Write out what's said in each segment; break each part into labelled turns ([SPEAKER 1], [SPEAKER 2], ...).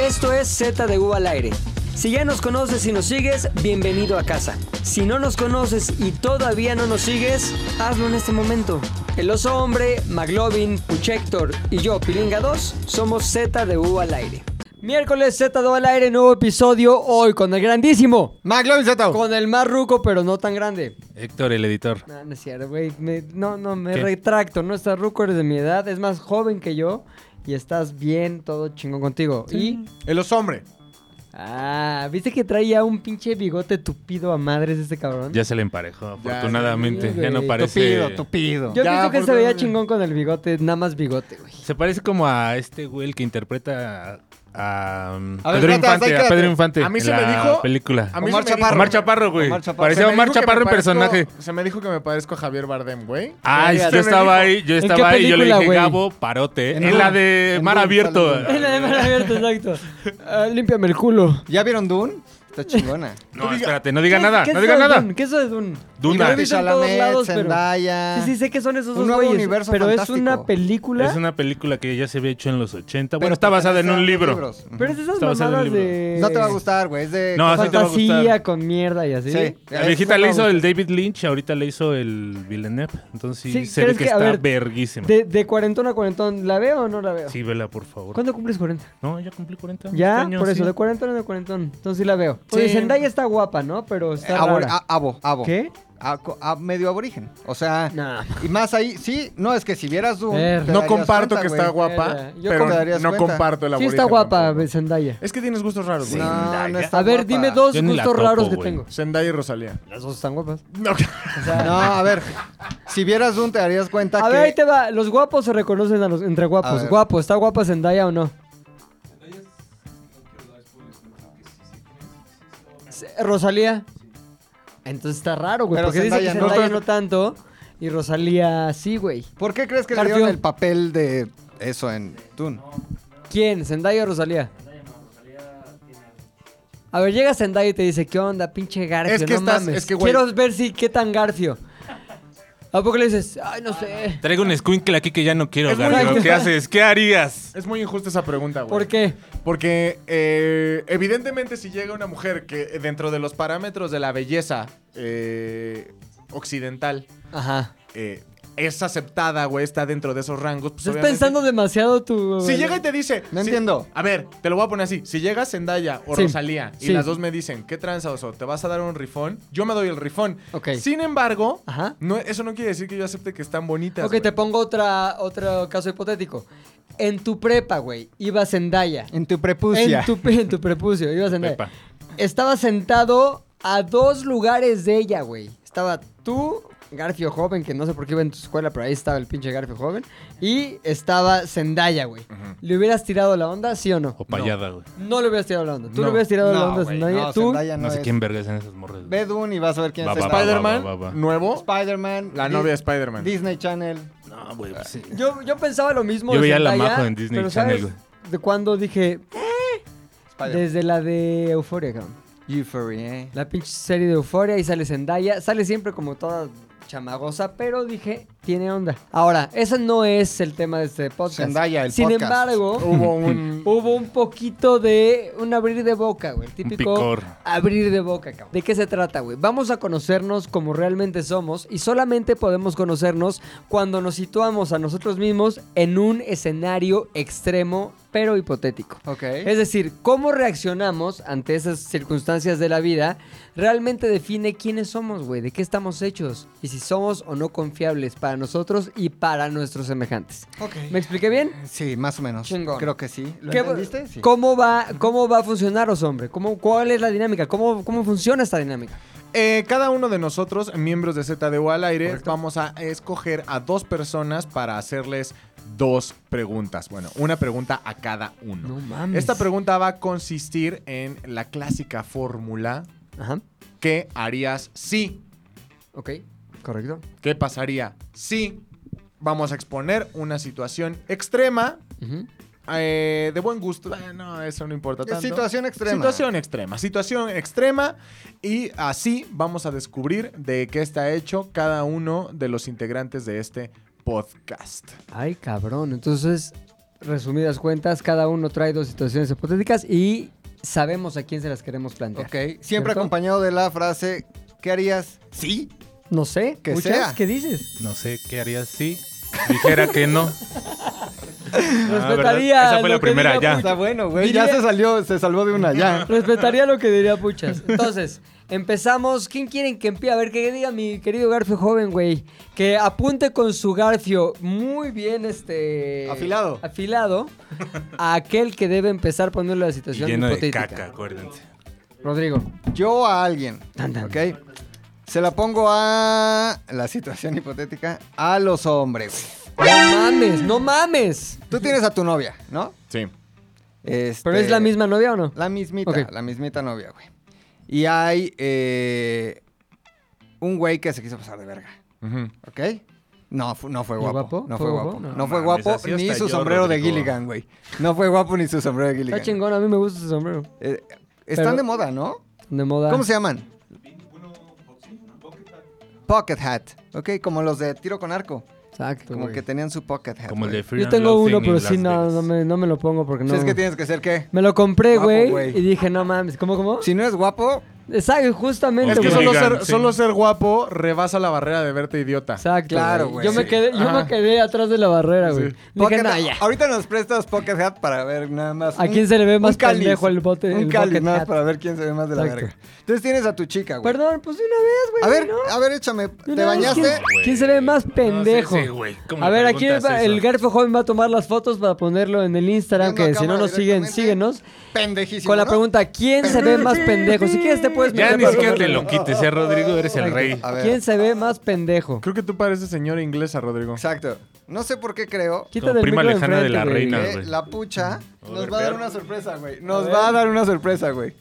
[SPEAKER 1] Esto es Z de U al aire. Si ya nos conoces y nos sigues, bienvenido a casa. Si no nos conoces y todavía no nos sigues, hazlo en este momento. El oso hombre, Maglovin, Puchector y yo, Pilinga 2, somos Z de U al aire. Miércoles Z de U al aire, nuevo episodio hoy con el grandísimo.
[SPEAKER 2] McLovin Zeto.
[SPEAKER 1] Con el más ruco, pero no tan grande.
[SPEAKER 3] Héctor, el editor.
[SPEAKER 1] No, no es cierto, güey. Me- no, no, me
[SPEAKER 3] ¿Qué?
[SPEAKER 1] retracto. No estás ruco, eres de mi edad. Es más joven que yo. Y estás bien, todo chingón contigo. Y.
[SPEAKER 2] El los hombre.
[SPEAKER 1] Ah, ¿viste que traía un pinche bigote tupido a madres este cabrón?
[SPEAKER 3] Ya se le emparejó,
[SPEAKER 2] Ya,
[SPEAKER 3] afortunadamente.
[SPEAKER 1] sí,
[SPEAKER 3] Ya, no
[SPEAKER 1] güey.
[SPEAKER 3] parece.
[SPEAKER 2] tupido.
[SPEAKER 1] Yo
[SPEAKER 2] Ya,
[SPEAKER 1] pienso que
[SPEAKER 2] por
[SPEAKER 1] se veía
[SPEAKER 2] favor.
[SPEAKER 1] chingón con el bigote, nada más bigote, güey.
[SPEAKER 3] Se parece como a este güey el que interpreta a, um,
[SPEAKER 2] A ver,
[SPEAKER 3] Pedro
[SPEAKER 2] espérate,
[SPEAKER 3] Infante.
[SPEAKER 2] espérate.
[SPEAKER 3] A Pedro Infante.
[SPEAKER 2] A mí
[SPEAKER 3] en
[SPEAKER 2] se me
[SPEAKER 3] la
[SPEAKER 2] dijo-
[SPEAKER 3] película.
[SPEAKER 2] a mí
[SPEAKER 3] Omar
[SPEAKER 2] se me dijo-
[SPEAKER 3] Omar Chaparro, güey.
[SPEAKER 2] Omar Chaparro.
[SPEAKER 3] Parecía
[SPEAKER 2] Se me
[SPEAKER 3] Omar
[SPEAKER 2] dijo que
[SPEAKER 3] Chaparro
[SPEAKER 2] me
[SPEAKER 3] en
[SPEAKER 2] parezco-
[SPEAKER 3] personaje.
[SPEAKER 2] Se me dijo que me parezco a Javier Bardem, güey.
[SPEAKER 3] Ay,
[SPEAKER 1] Verga,
[SPEAKER 3] yo
[SPEAKER 1] se
[SPEAKER 2] me
[SPEAKER 3] estaba
[SPEAKER 2] dijo.
[SPEAKER 3] ahí, yo
[SPEAKER 1] ¿En qué
[SPEAKER 3] estaba ahí, yo le
[SPEAKER 1] película,
[SPEAKER 3] dije,
[SPEAKER 1] güey?
[SPEAKER 3] Gabo, parote.
[SPEAKER 2] En
[SPEAKER 3] En la
[SPEAKER 2] Dune,
[SPEAKER 3] de
[SPEAKER 2] en
[SPEAKER 3] Mar
[SPEAKER 2] Dune
[SPEAKER 3] Abierto.
[SPEAKER 2] sale
[SPEAKER 1] la de mar abierto, exacto. Ah, límpiame el culo.
[SPEAKER 4] ¿Ya vieron Dune? Está chingona.
[SPEAKER 3] No,
[SPEAKER 2] diga-
[SPEAKER 3] espérate, no diga
[SPEAKER 1] ¿Qué-
[SPEAKER 3] nada,
[SPEAKER 1] qué es
[SPEAKER 3] no diga
[SPEAKER 1] eso de
[SPEAKER 3] nada.
[SPEAKER 1] Dune? ¿Qué es eso de Dune?
[SPEAKER 3] Duna.
[SPEAKER 1] Yo lo he visto en todos
[SPEAKER 4] Chalamet,
[SPEAKER 1] lados, pero-
[SPEAKER 4] Zendaya.
[SPEAKER 1] Sí, sí, sé que son esos
[SPEAKER 4] Un
[SPEAKER 1] dos
[SPEAKER 4] nuevo
[SPEAKER 1] güeyes,
[SPEAKER 4] universo
[SPEAKER 1] pero es
[SPEAKER 4] fantástico.
[SPEAKER 1] una película.
[SPEAKER 3] Ah. Es una película que ya se había hecho en los 80. Bueno,
[SPEAKER 4] Pero
[SPEAKER 3] está basada en un
[SPEAKER 4] pertenece a
[SPEAKER 3] libro.
[SPEAKER 4] libros. Ujú.
[SPEAKER 1] Pero es esas
[SPEAKER 3] Está basado en
[SPEAKER 1] mamadas
[SPEAKER 3] un libro.
[SPEAKER 1] de
[SPEAKER 4] No te va a gustar, güey. Es de.
[SPEAKER 3] No, Ah, sí te va a
[SPEAKER 1] fantasía
[SPEAKER 3] gustar.
[SPEAKER 1] con mierda y así.
[SPEAKER 4] Sí.
[SPEAKER 3] La
[SPEAKER 4] Eso
[SPEAKER 3] viejita
[SPEAKER 4] no
[SPEAKER 3] le
[SPEAKER 4] me
[SPEAKER 3] hizo
[SPEAKER 4] gusta.
[SPEAKER 3] el David Lynch, ahorita le hizo el Villeneuve. Entonces sí,
[SPEAKER 1] Sí,
[SPEAKER 3] se ve
[SPEAKER 1] ¿crees
[SPEAKER 3] que
[SPEAKER 1] que- a
[SPEAKER 3] está
[SPEAKER 1] ver,
[SPEAKER 3] verguísima.
[SPEAKER 1] De, de cuarentón a cuarentón, ¿la veo o no la veo?
[SPEAKER 3] Sí, vela, por favor.
[SPEAKER 1] ¿Cuándo cumples 40?
[SPEAKER 3] No, ya cumplí 40.
[SPEAKER 1] Ya,
[SPEAKER 3] este año,
[SPEAKER 1] por eso,
[SPEAKER 3] sí.
[SPEAKER 1] de cuarentón a de cuarentón. Entonces sí la veo. Oye,
[SPEAKER 4] Sí.
[SPEAKER 1] Zendaya está guapa, ¿no? Pero está
[SPEAKER 4] Abor-
[SPEAKER 1] rara.
[SPEAKER 4] a- Ah, abo, abo.
[SPEAKER 1] ¿Qué?
[SPEAKER 4] A- co- a- medio aborigen. O sea.
[SPEAKER 1] Nah.
[SPEAKER 4] Y más ahí, sí, no, es que si vieras Dune.
[SPEAKER 1] Verga.
[SPEAKER 4] te
[SPEAKER 2] No
[SPEAKER 4] darías
[SPEAKER 2] comparto
[SPEAKER 4] cuenta,
[SPEAKER 2] que
[SPEAKER 4] güey.
[SPEAKER 2] está guapa,
[SPEAKER 1] Era- Eh, yo
[SPEAKER 2] pero
[SPEAKER 4] te darías
[SPEAKER 2] no
[SPEAKER 4] cuenta.
[SPEAKER 2] comparto el
[SPEAKER 1] Sí
[SPEAKER 2] aborigen
[SPEAKER 1] está guapa
[SPEAKER 2] tampoco.
[SPEAKER 1] Zendaya.
[SPEAKER 2] Es que tienes gustos raros, güey.
[SPEAKER 4] No, no está
[SPEAKER 1] A ver,
[SPEAKER 4] guapa.
[SPEAKER 1] dime dos
[SPEAKER 3] Yo ni la
[SPEAKER 1] gustos
[SPEAKER 3] topo,
[SPEAKER 1] raros que
[SPEAKER 3] güey.
[SPEAKER 1] tengo.
[SPEAKER 2] Zendaya y Rosalía.
[SPEAKER 1] Las dos están guapas.
[SPEAKER 2] No.
[SPEAKER 4] No, a ver. Si vieras Dune, te darías cuenta
[SPEAKER 1] A
[SPEAKER 4] que.
[SPEAKER 1] ver, ahí te va. Los guapos se reconocen a los, entre
[SPEAKER 4] A
[SPEAKER 1] guapos.
[SPEAKER 4] ver.
[SPEAKER 1] Guapo, ¿está guapa Zendaya o no? Se- Rosalía. Entonces está raro, güey.
[SPEAKER 4] Pero
[SPEAKER 1] Porque dice que
[SPEAKER 4] Zendaya no.
[SPEAKER 1] Zendaya no tanto y Rosalía sí, güey.
[SPEAKER 4] ¿Por qué crees que le
[SPEAKER 1] Carpio.
[SPEAKER 4] dieron el papel de eso en Dune?
[SPEAKER 1] ¿Quién? ¿Zendaya o Rosalía? A ver, llega Zendaya y te dice, ¿qué onda, pinche Garfio?
[SPEAKER 2] Es que
[SPEAKER 1] no
[SPEAKER 2] estás-
[SPEAKER 1] mames.
[SPEAKER 2] es que, güey-
[SPEAKER 1] Quiero ver si qué tan Garfio. ¿A poco le dices? Ay, no sé.
[SPEAKER 3] Traigo un squinkle aquí que ya no quiero,
[SPEAKER 2] Es muy
[SPEAKER 3] Garfio.
[SPEAKER 1] injusto.
[SPEAKER 3] ¿Qué haces? ¿Qué harías?
[SPEAKER 2] Es muy injusta esa pregunta, güey.
[SPEAKER 1] ¿Por qué?
[SPEAKER 2] Porque eh, evidentemente si llega una mujer que eh, dentro de los parámetros de la belleza eh, occidental
[SPEAKER 1] Ajá.
[SPEAKER 2] eh, es aceptada, güey, está dentro de esos rangos. Pues
[SPEAKER 1] Estás
[SPEAKER 2] obviamente-
[SPEAKER 1] pensando demasiado tu...
[SPEAKER 2] Si llega y te dice...
[SPEAKER 4] No
[SPEAKER 2] si-
[SPEAKER 4] entiendo.
[SPEAKER 2] A ver, te lo voy a poner así. Si llega Zendaya o
[SPEAKER 1] Sí.
[SPEAKER 2] Rosalía y
[SPEAKER 1] Sí.
[SPEAKER 2] las dos me dicen, ¿qué tranza, oso? ¿Te vas a dar un rifón? Yo me doy el rifón.
[SPEAKER 1] Ok.
[SPEAKER 2] Sin embargo,
[SPEAKER 1] Ajá.
[SPEAKER 2] no, eso no quiere decir que yo acepte que están bonitas.
[SPEAKER 1] Ok,
[SPEAKER 2] güey.
[SPEAKER 1] te pongo otra, otro caso hipotético. En tu prepa, güey, iba Zendaya.
[SPEAKER 4] En tu prepucia.
[SPEAKER 1] En tu, pe- en tu prepucio, iba Zendaya.
[SPEAKER 3] Pepa.
[SPEAKER 1] Estaba sentado a dos lugares de ella, güey. Estaba tú, Garfio Joven, que no sé por qué iba en tu escuela, pero ahí estaba el pinche Garfio Joven. Y estaba Zendaya, güey. ¿Le hubieras tirado la onda, sí o no?
[SPEAKER 3] O payada, güey.
[SPEAKER 1] No le hubieras tirado la onda. Tú
[SPEAKER 2] No.
[SPEAKER 1] le hubieras tirado la
[SPEAKER 4] No,
[SPEAKER 1] onda a
[SPEAKER 4] güey,
[SPEAKER 1] Zendaya.
[SPEAKER 4] no,
[SPEAKER 1] Tú,
[SPEAKER 4] Zendaya
[SPEAKER 3] No,
[SPEAKER 4] no
[SPEAKER 3] sé
[SPEAKER 4] es.
[SPEAKER 3] quién vergas en esas morras. güey.
[SPEAKER 4] Ve Dune y vas a ver quién
[SPEAKER 3] Va,
[SPEAKER 4] es
[SPEAKER 3] va,
[SPEAKER 4] Spider-
[SPEAKER 2] Spider-Man
[SPEAKER 3] Va, va, va, va.
[SPEAKER 2] nuevo.
[SPEAKER 4] Spider-Man.
[SPEAKER 2] La
[SPEAKER 4] Di-
[SPEAKER 2] novia de Spider-Man.
[SPEAKER 4] Disney Channel.
[SPEAKER 3] No, güey, pues sí.
[SPEAKER 1] yo, yo pensaba lo mismo.
[SPEAKER 3] Yo
[SPEAKER 1] de
[SPEAKER 3] veía la
[SPEAKER 1] Zendaya,
[SPEAKER 3] Majo en Disney
[SPEAKER 1] pero
[SPEAKER 3] Channel,
[SPEAKER 1] ¿sabes
[SPEAKER 3] güey.
[SPEAKER 1] De cuando dije,
[SPEAKER 4] Spider-
[SPEAKER 1] Desde la de Euforia, cabrón.
[SPEAKER 4] Euphoria, eh.
[SPEAKER 1] La pinche serie de Euforia y sale Zendaya. Sale siempre como toda chamagosa, pero dije, tiene onda. Ahora, ese no es el tema de este podcast.
[SPEAKER 4] Zendaya, el
[SPEAKER 1] Sin
[SPEAKER 4] podcast.
[SPEAKER 1] embargo,
[SPEAKER 2] Hubo un...
[SPEAKER 1] hubo un poquito de un abrir de boca, güey. El
[SPEAKER 3] Un
[SPEAKER 1] típico
[SPEAKER 3] picor.
[SPEAKER 1] abrir de boca, cabrón. ¿De qué se trata, güey? Vamos a conocernos como realmente somos y solamente podemos conocernos cuando nos situamos a nosotros mismos en un escenario extremo, pero hipotético.
[SPEAKER 4] Ok.
[SPEAKER 1] Es decir, cómo reaccionamos ante esas circunstancias de la vida realmente define quiénes somos, güey, de qué estamos hechos y si somos o no confiables para nosotros y para nuestros semejantes.
[SPEAKER 4] Ok.
[SPEAKER 1] ¿Me expliqué bien?
[SPEAKER 4] Sí, más o menos.
[SPEAKER 1] Chingón.
[SPEAKER 4] Creo que sí. ¿Lo
[SPEAKER 1] ¿Qué-
[SPEAKER 4] entendiste? Sí.
[SPEAKER 1] ¿Cómo, va, ¿Cómo va a funcionaros, hombre? ¿Cómo, ¿Cuál es la dinámica? ¿Cómo, ¿Cómo funciona esta dinámica?
[SPEAKER 2] Eh, cada uno de nosotros, miembros de ZDU al aire,
[SPEAKER 1] Correcto.
[SPEAKER 2] vamos a escoger a dos personas para hacerles dos preguntas. Bueno, una pregunta a cada uno.
[SPEAKER 1] mames.
[SPEAKER 2] Esta pregunta va a consistir en la clásica fórmula
[SPEAKER 1] Ajá.
[SPEAKER 2] ¿Qué harías si?
[SPEAKER 1] Ok. Correcto.
[SPEAKER 2] ¿Qué pasaría si? Vamos a exponer una situación extrema
[SPEAKER 1] Ujú.
[SPEAKER 2] eh, de buen gusto. Eh, no, eso no importa tanto.
[SPEAKER 4] Situación extrema.
[SPEAKER 2] Situación extrema, situación extrema y así vamos a descubrir de qué está hecho cada uno de los integrantes de este podcast.
[SPEAKER 1] Ay, cabrón. Entonces, resumidas cuentas, cada uno trae dos situaciones hipotéticas y sabemos a quién se las queremos plantear.
[SPEAKER 4] Ok. Siempre
[SPEAKER 1] ¿Cierto?
[SPEAKER 4] acompañado de la frase, ¿qué harías? Sí.
[SPEAKER 1] No sé,
[SPEAKER 4] Que
[SPEAKER 1] muchas,
[SPEAKER 4] sea.
[SPEAKER 1] ¿qué dices?
[SPEAKER 3] No sé qué haría si dijera que no. Ah,
[SPEAKER 1] Respetaría.
[SPEAKER 3] Esa fue
[SPEAKER 1] lo
[SPEAKER 3] la
[SPEAKER 1] que
[SPEAKER 3] primera,
[SPEAKER 1] diga pues,
[SPEAKER 3] ya.
[SPEAKER 1] Puchas.
[SPEAKER 4] Está bueno, güey. Ya
[SPEAKER 1] Diría-
[SPEAKER 4] se salió, se salvó de una, ya.
[SPEAKER 1] Respetaría lo que diría Puchas. Entonces, empezamos. ¿Quién quieren que empiece? A ver, que diga mi querido Garfio joven, güey. Que apunte con su Garfio muy bien, este...
[SPEAKER 4] Afilado.
[SPEAKER 1] Afilado. A aquel que debe empezar poniendo la situación
[SPEAKER 3] Lleno de
[SPEAKER 1] hipotética.
[SPEAKER 3] caca, acuérdense.
[SPEAKER 1] Rodrigo.
[SPEAKER 4] Yo a alguien,
[SPEAKER 1] Tan, tan.
[SPEAKER 4] ¿ok? Se la pongo a la situación hipotética, a los hombres.
[SPEAKER 1] No mames, no mames.
[SPEAKER 4] güey. Tú tienes a tu novia, ¿no?
[SPEAKER 2] Sí.
[SPEAKER 4] Este-
[SPEAKER 1] ¿Pero es la misma novia o no?
[SPEAKER 4] La mismita,
[SPEAKER 1] Ok.
[SPEAKER 4] la mismita novia, güey. Y hay eh, un güey que se quiso pasar de verga,
[SPEAKER 2] Ujú.
[SPEAKER 4] ¿ok? No, fu- no fue
[SPEAKER 1] ¿Ni
[SPEAKER 4] guapo,
[SPEAKER 1] guapo?
[SPEAKER 4] No fue guapo. No, fue
[SPEAKER 3] mames,
[SPEAKER 4] guapo
[SPEAKER 3] así
[SPEAKER 4] ni
[SPEAKER 3] hasta
[SPEAKER 4] su
[SPEAKER 3] yo,
[SPEAKER 4] sombrero de
[SPEAKER 3] Rodrigo.
[SPEAKER 4] Gilligan, güey. No fue guapo ni su sombrero de
[SPEAKER 1] Está
[SPEAKER 4] Gilligan.
[SPEAKER 1] chingón, a mí me gusta ese sombrero.
[SPEAKER 4] Eh, están
[SPEAKER 1] Pero-
[SPEAKER 4] de moda, ¿no?
[SPEAKER 1] De moda.
[SPEAKER 4] ¿Cómo se llaman? Pocket hat, ok, como los de tiro con arco.
[SPEAKER 1] Exacto,
[SPEAKER 4] Como
[SPEAKER 1] güey.
[SPEAKER 4] que tenían su pocket hat.
[SPEAKER 3] Como el de
[SPEAKER 4] güey.
[SPEAKER 3] Fear
[SPEAKER 1] pues. Yo
[SPEAKER 3] and
[SPEAKER 1] tengo
[SPEAKER 3] Loathing
[SPEAKER 1] uno,
[SPEAKER 3] en
[SPEAKER 1] pero
[SPEAKER 3] Las
[SPEAKER 1] sí, no,
[SPEAKER 3] Vegas.
[SPEAKER 1] no me, no me lo pongo porque no...
[SPEAKER 4] ¿Sabes qué tienes que ser qué?
[SPEAKER 1] Me lo compré,
[SPEAKER 4] Guapo,
[SPEAKER 1] güey,
[SPEAKER 4] güey.
[SPEAKER 1] y dije, no mames, ¿cómo, cómo?
[SPEAKER 4] Si no eres guapo,
[SPEAKER 1] Exacto, justamente,
[SPEAKER 2] Es que
[SPEAKER 1] güey.
[SPEAKER 2] solo
[SPEAKER 3] Digan,
[SPEAKER 2] ser,
[SPEAKER 3] sí.
[SPEAKER 2] solo ser guapo rebasa la barrera de verte idiota.
[SPEAKER 1] Exacto.
[SPEAKER 4] Claro, güey.
[SPEAKER 1] Yo, me
[SPEAKER 4] Sí.
[SPEAKER 1] quedé, yo me
[SPEAKER 2] Ajá.
[SPEAKER 1] quedé atrás de la barrera, güey.
[SPEAKER 2] Sí.
[SPEAKER 1] Dije,
[SPEAKER 4] pocket
[SPEAKER 1] no,
[SPEAKER 4] hat-
[SPEAKER 1] ya.
[SPEAKER 4] ahorita nos prestas pocket hat para ver nada más.
[SPEAKER 1] ¿A
[SPEAKER 4] un-
[SPEAKER 1] quién se le ve
[SPEAKER 4] un
[SPEAKER 1] más
[SPEAKER 4] cáliz,
[SPEAKER 1] pendejo el bote?
[SPEAKER 4] Un
[SPEAKER 1] el
[SPEAKER 4] cáliz
[SPEAKER 1] bucket
[SPEAKER 4] nada más
[SPEAKER 1] hat?
[SPEAKER 4] para ver quién se ve más de la
[SPEAKER 1] Exacto.
[SPEAKER 4] verga. Entonces tienes a tu chica, güey.
[SPEAKER 1] Perdón, pues de una vez, güey.
[SPEAKER 4] A ver,
[SPEAKER 1] ¿no?
[SPEAKER 4] a ver, échame.
[SPEAKER 1] De
[SPEAKER 4] ¿Te
[SPEAKER 1] una vez,
[SPEAKER 4] bañaste?
[SPEAKER 1] ¿quién- ¿Quién se ve más pendejo?
[SPEAKER 3] sí, güey, ¿cómo
[SPEAKER 1] a
[SPEAKER 3] le
[SPEAKER 1] ver, aquí el,
[SPEAKER 3] preguntas
[SPEAKER 1] el
[SPEAKER 3] eso?
[SPEAKER 1] Garfo Joven va a tomar las fotos para ponerlo en el Instagram,
[SPEAKER 4] Viendo a
[SPEAKER 1] que si no
[SPEAKER 4] cámara
[SPEAKER 1] nos siguen,
[SPEAKER 4] directamente.
[SPEAKER 1] síguenos.
[SPEAKER 4] Pendejísimo.
[SPEAKER 1] Con la
[SPEAKER 4] ¿no?
[SPEAKER 1] pregunta, ¿quién se ve más pendejo? Si quieres te puedes
[SPEAKER 3] Ya
[SPEAKER 1] meter
[SPEAKER 3] ni
[SPEAKER 1] para
[SPEAKER 3] siquiera te
[SPEAKER 1] comerlo.
[SPEAKER 3] lo quites, ya Rodrigo, eres el rey.
[SPEAKER 4] A ver.
[SPEAKER 1] ¿Quién se ve más pendejo?
[SPEAKER 2] Creo que tú pareces señora inglesa, Rodrigo.
[SPEAKER 4] Exacto. No sé por qué creo
[SPEAKER 1] Quítate el
[SPEAKER 3] prima
[SPEAKER 1] micro de
[SPEAKER 3] lejana de la
[SPEAKER 1] enfrente, güey.
[SPEAKER 3] reina.
[SPEAKER 4] que
[SPEAKER 3] güey.
[SPEAKER 4] la pucha nos va a dar una sorpresa, güey.
[SPEAKER 1] A
[SPEAKER 4] Nos
[SPEAKER 1] ver.
[SPEAKER 4] va a dar una sorpresa, güey.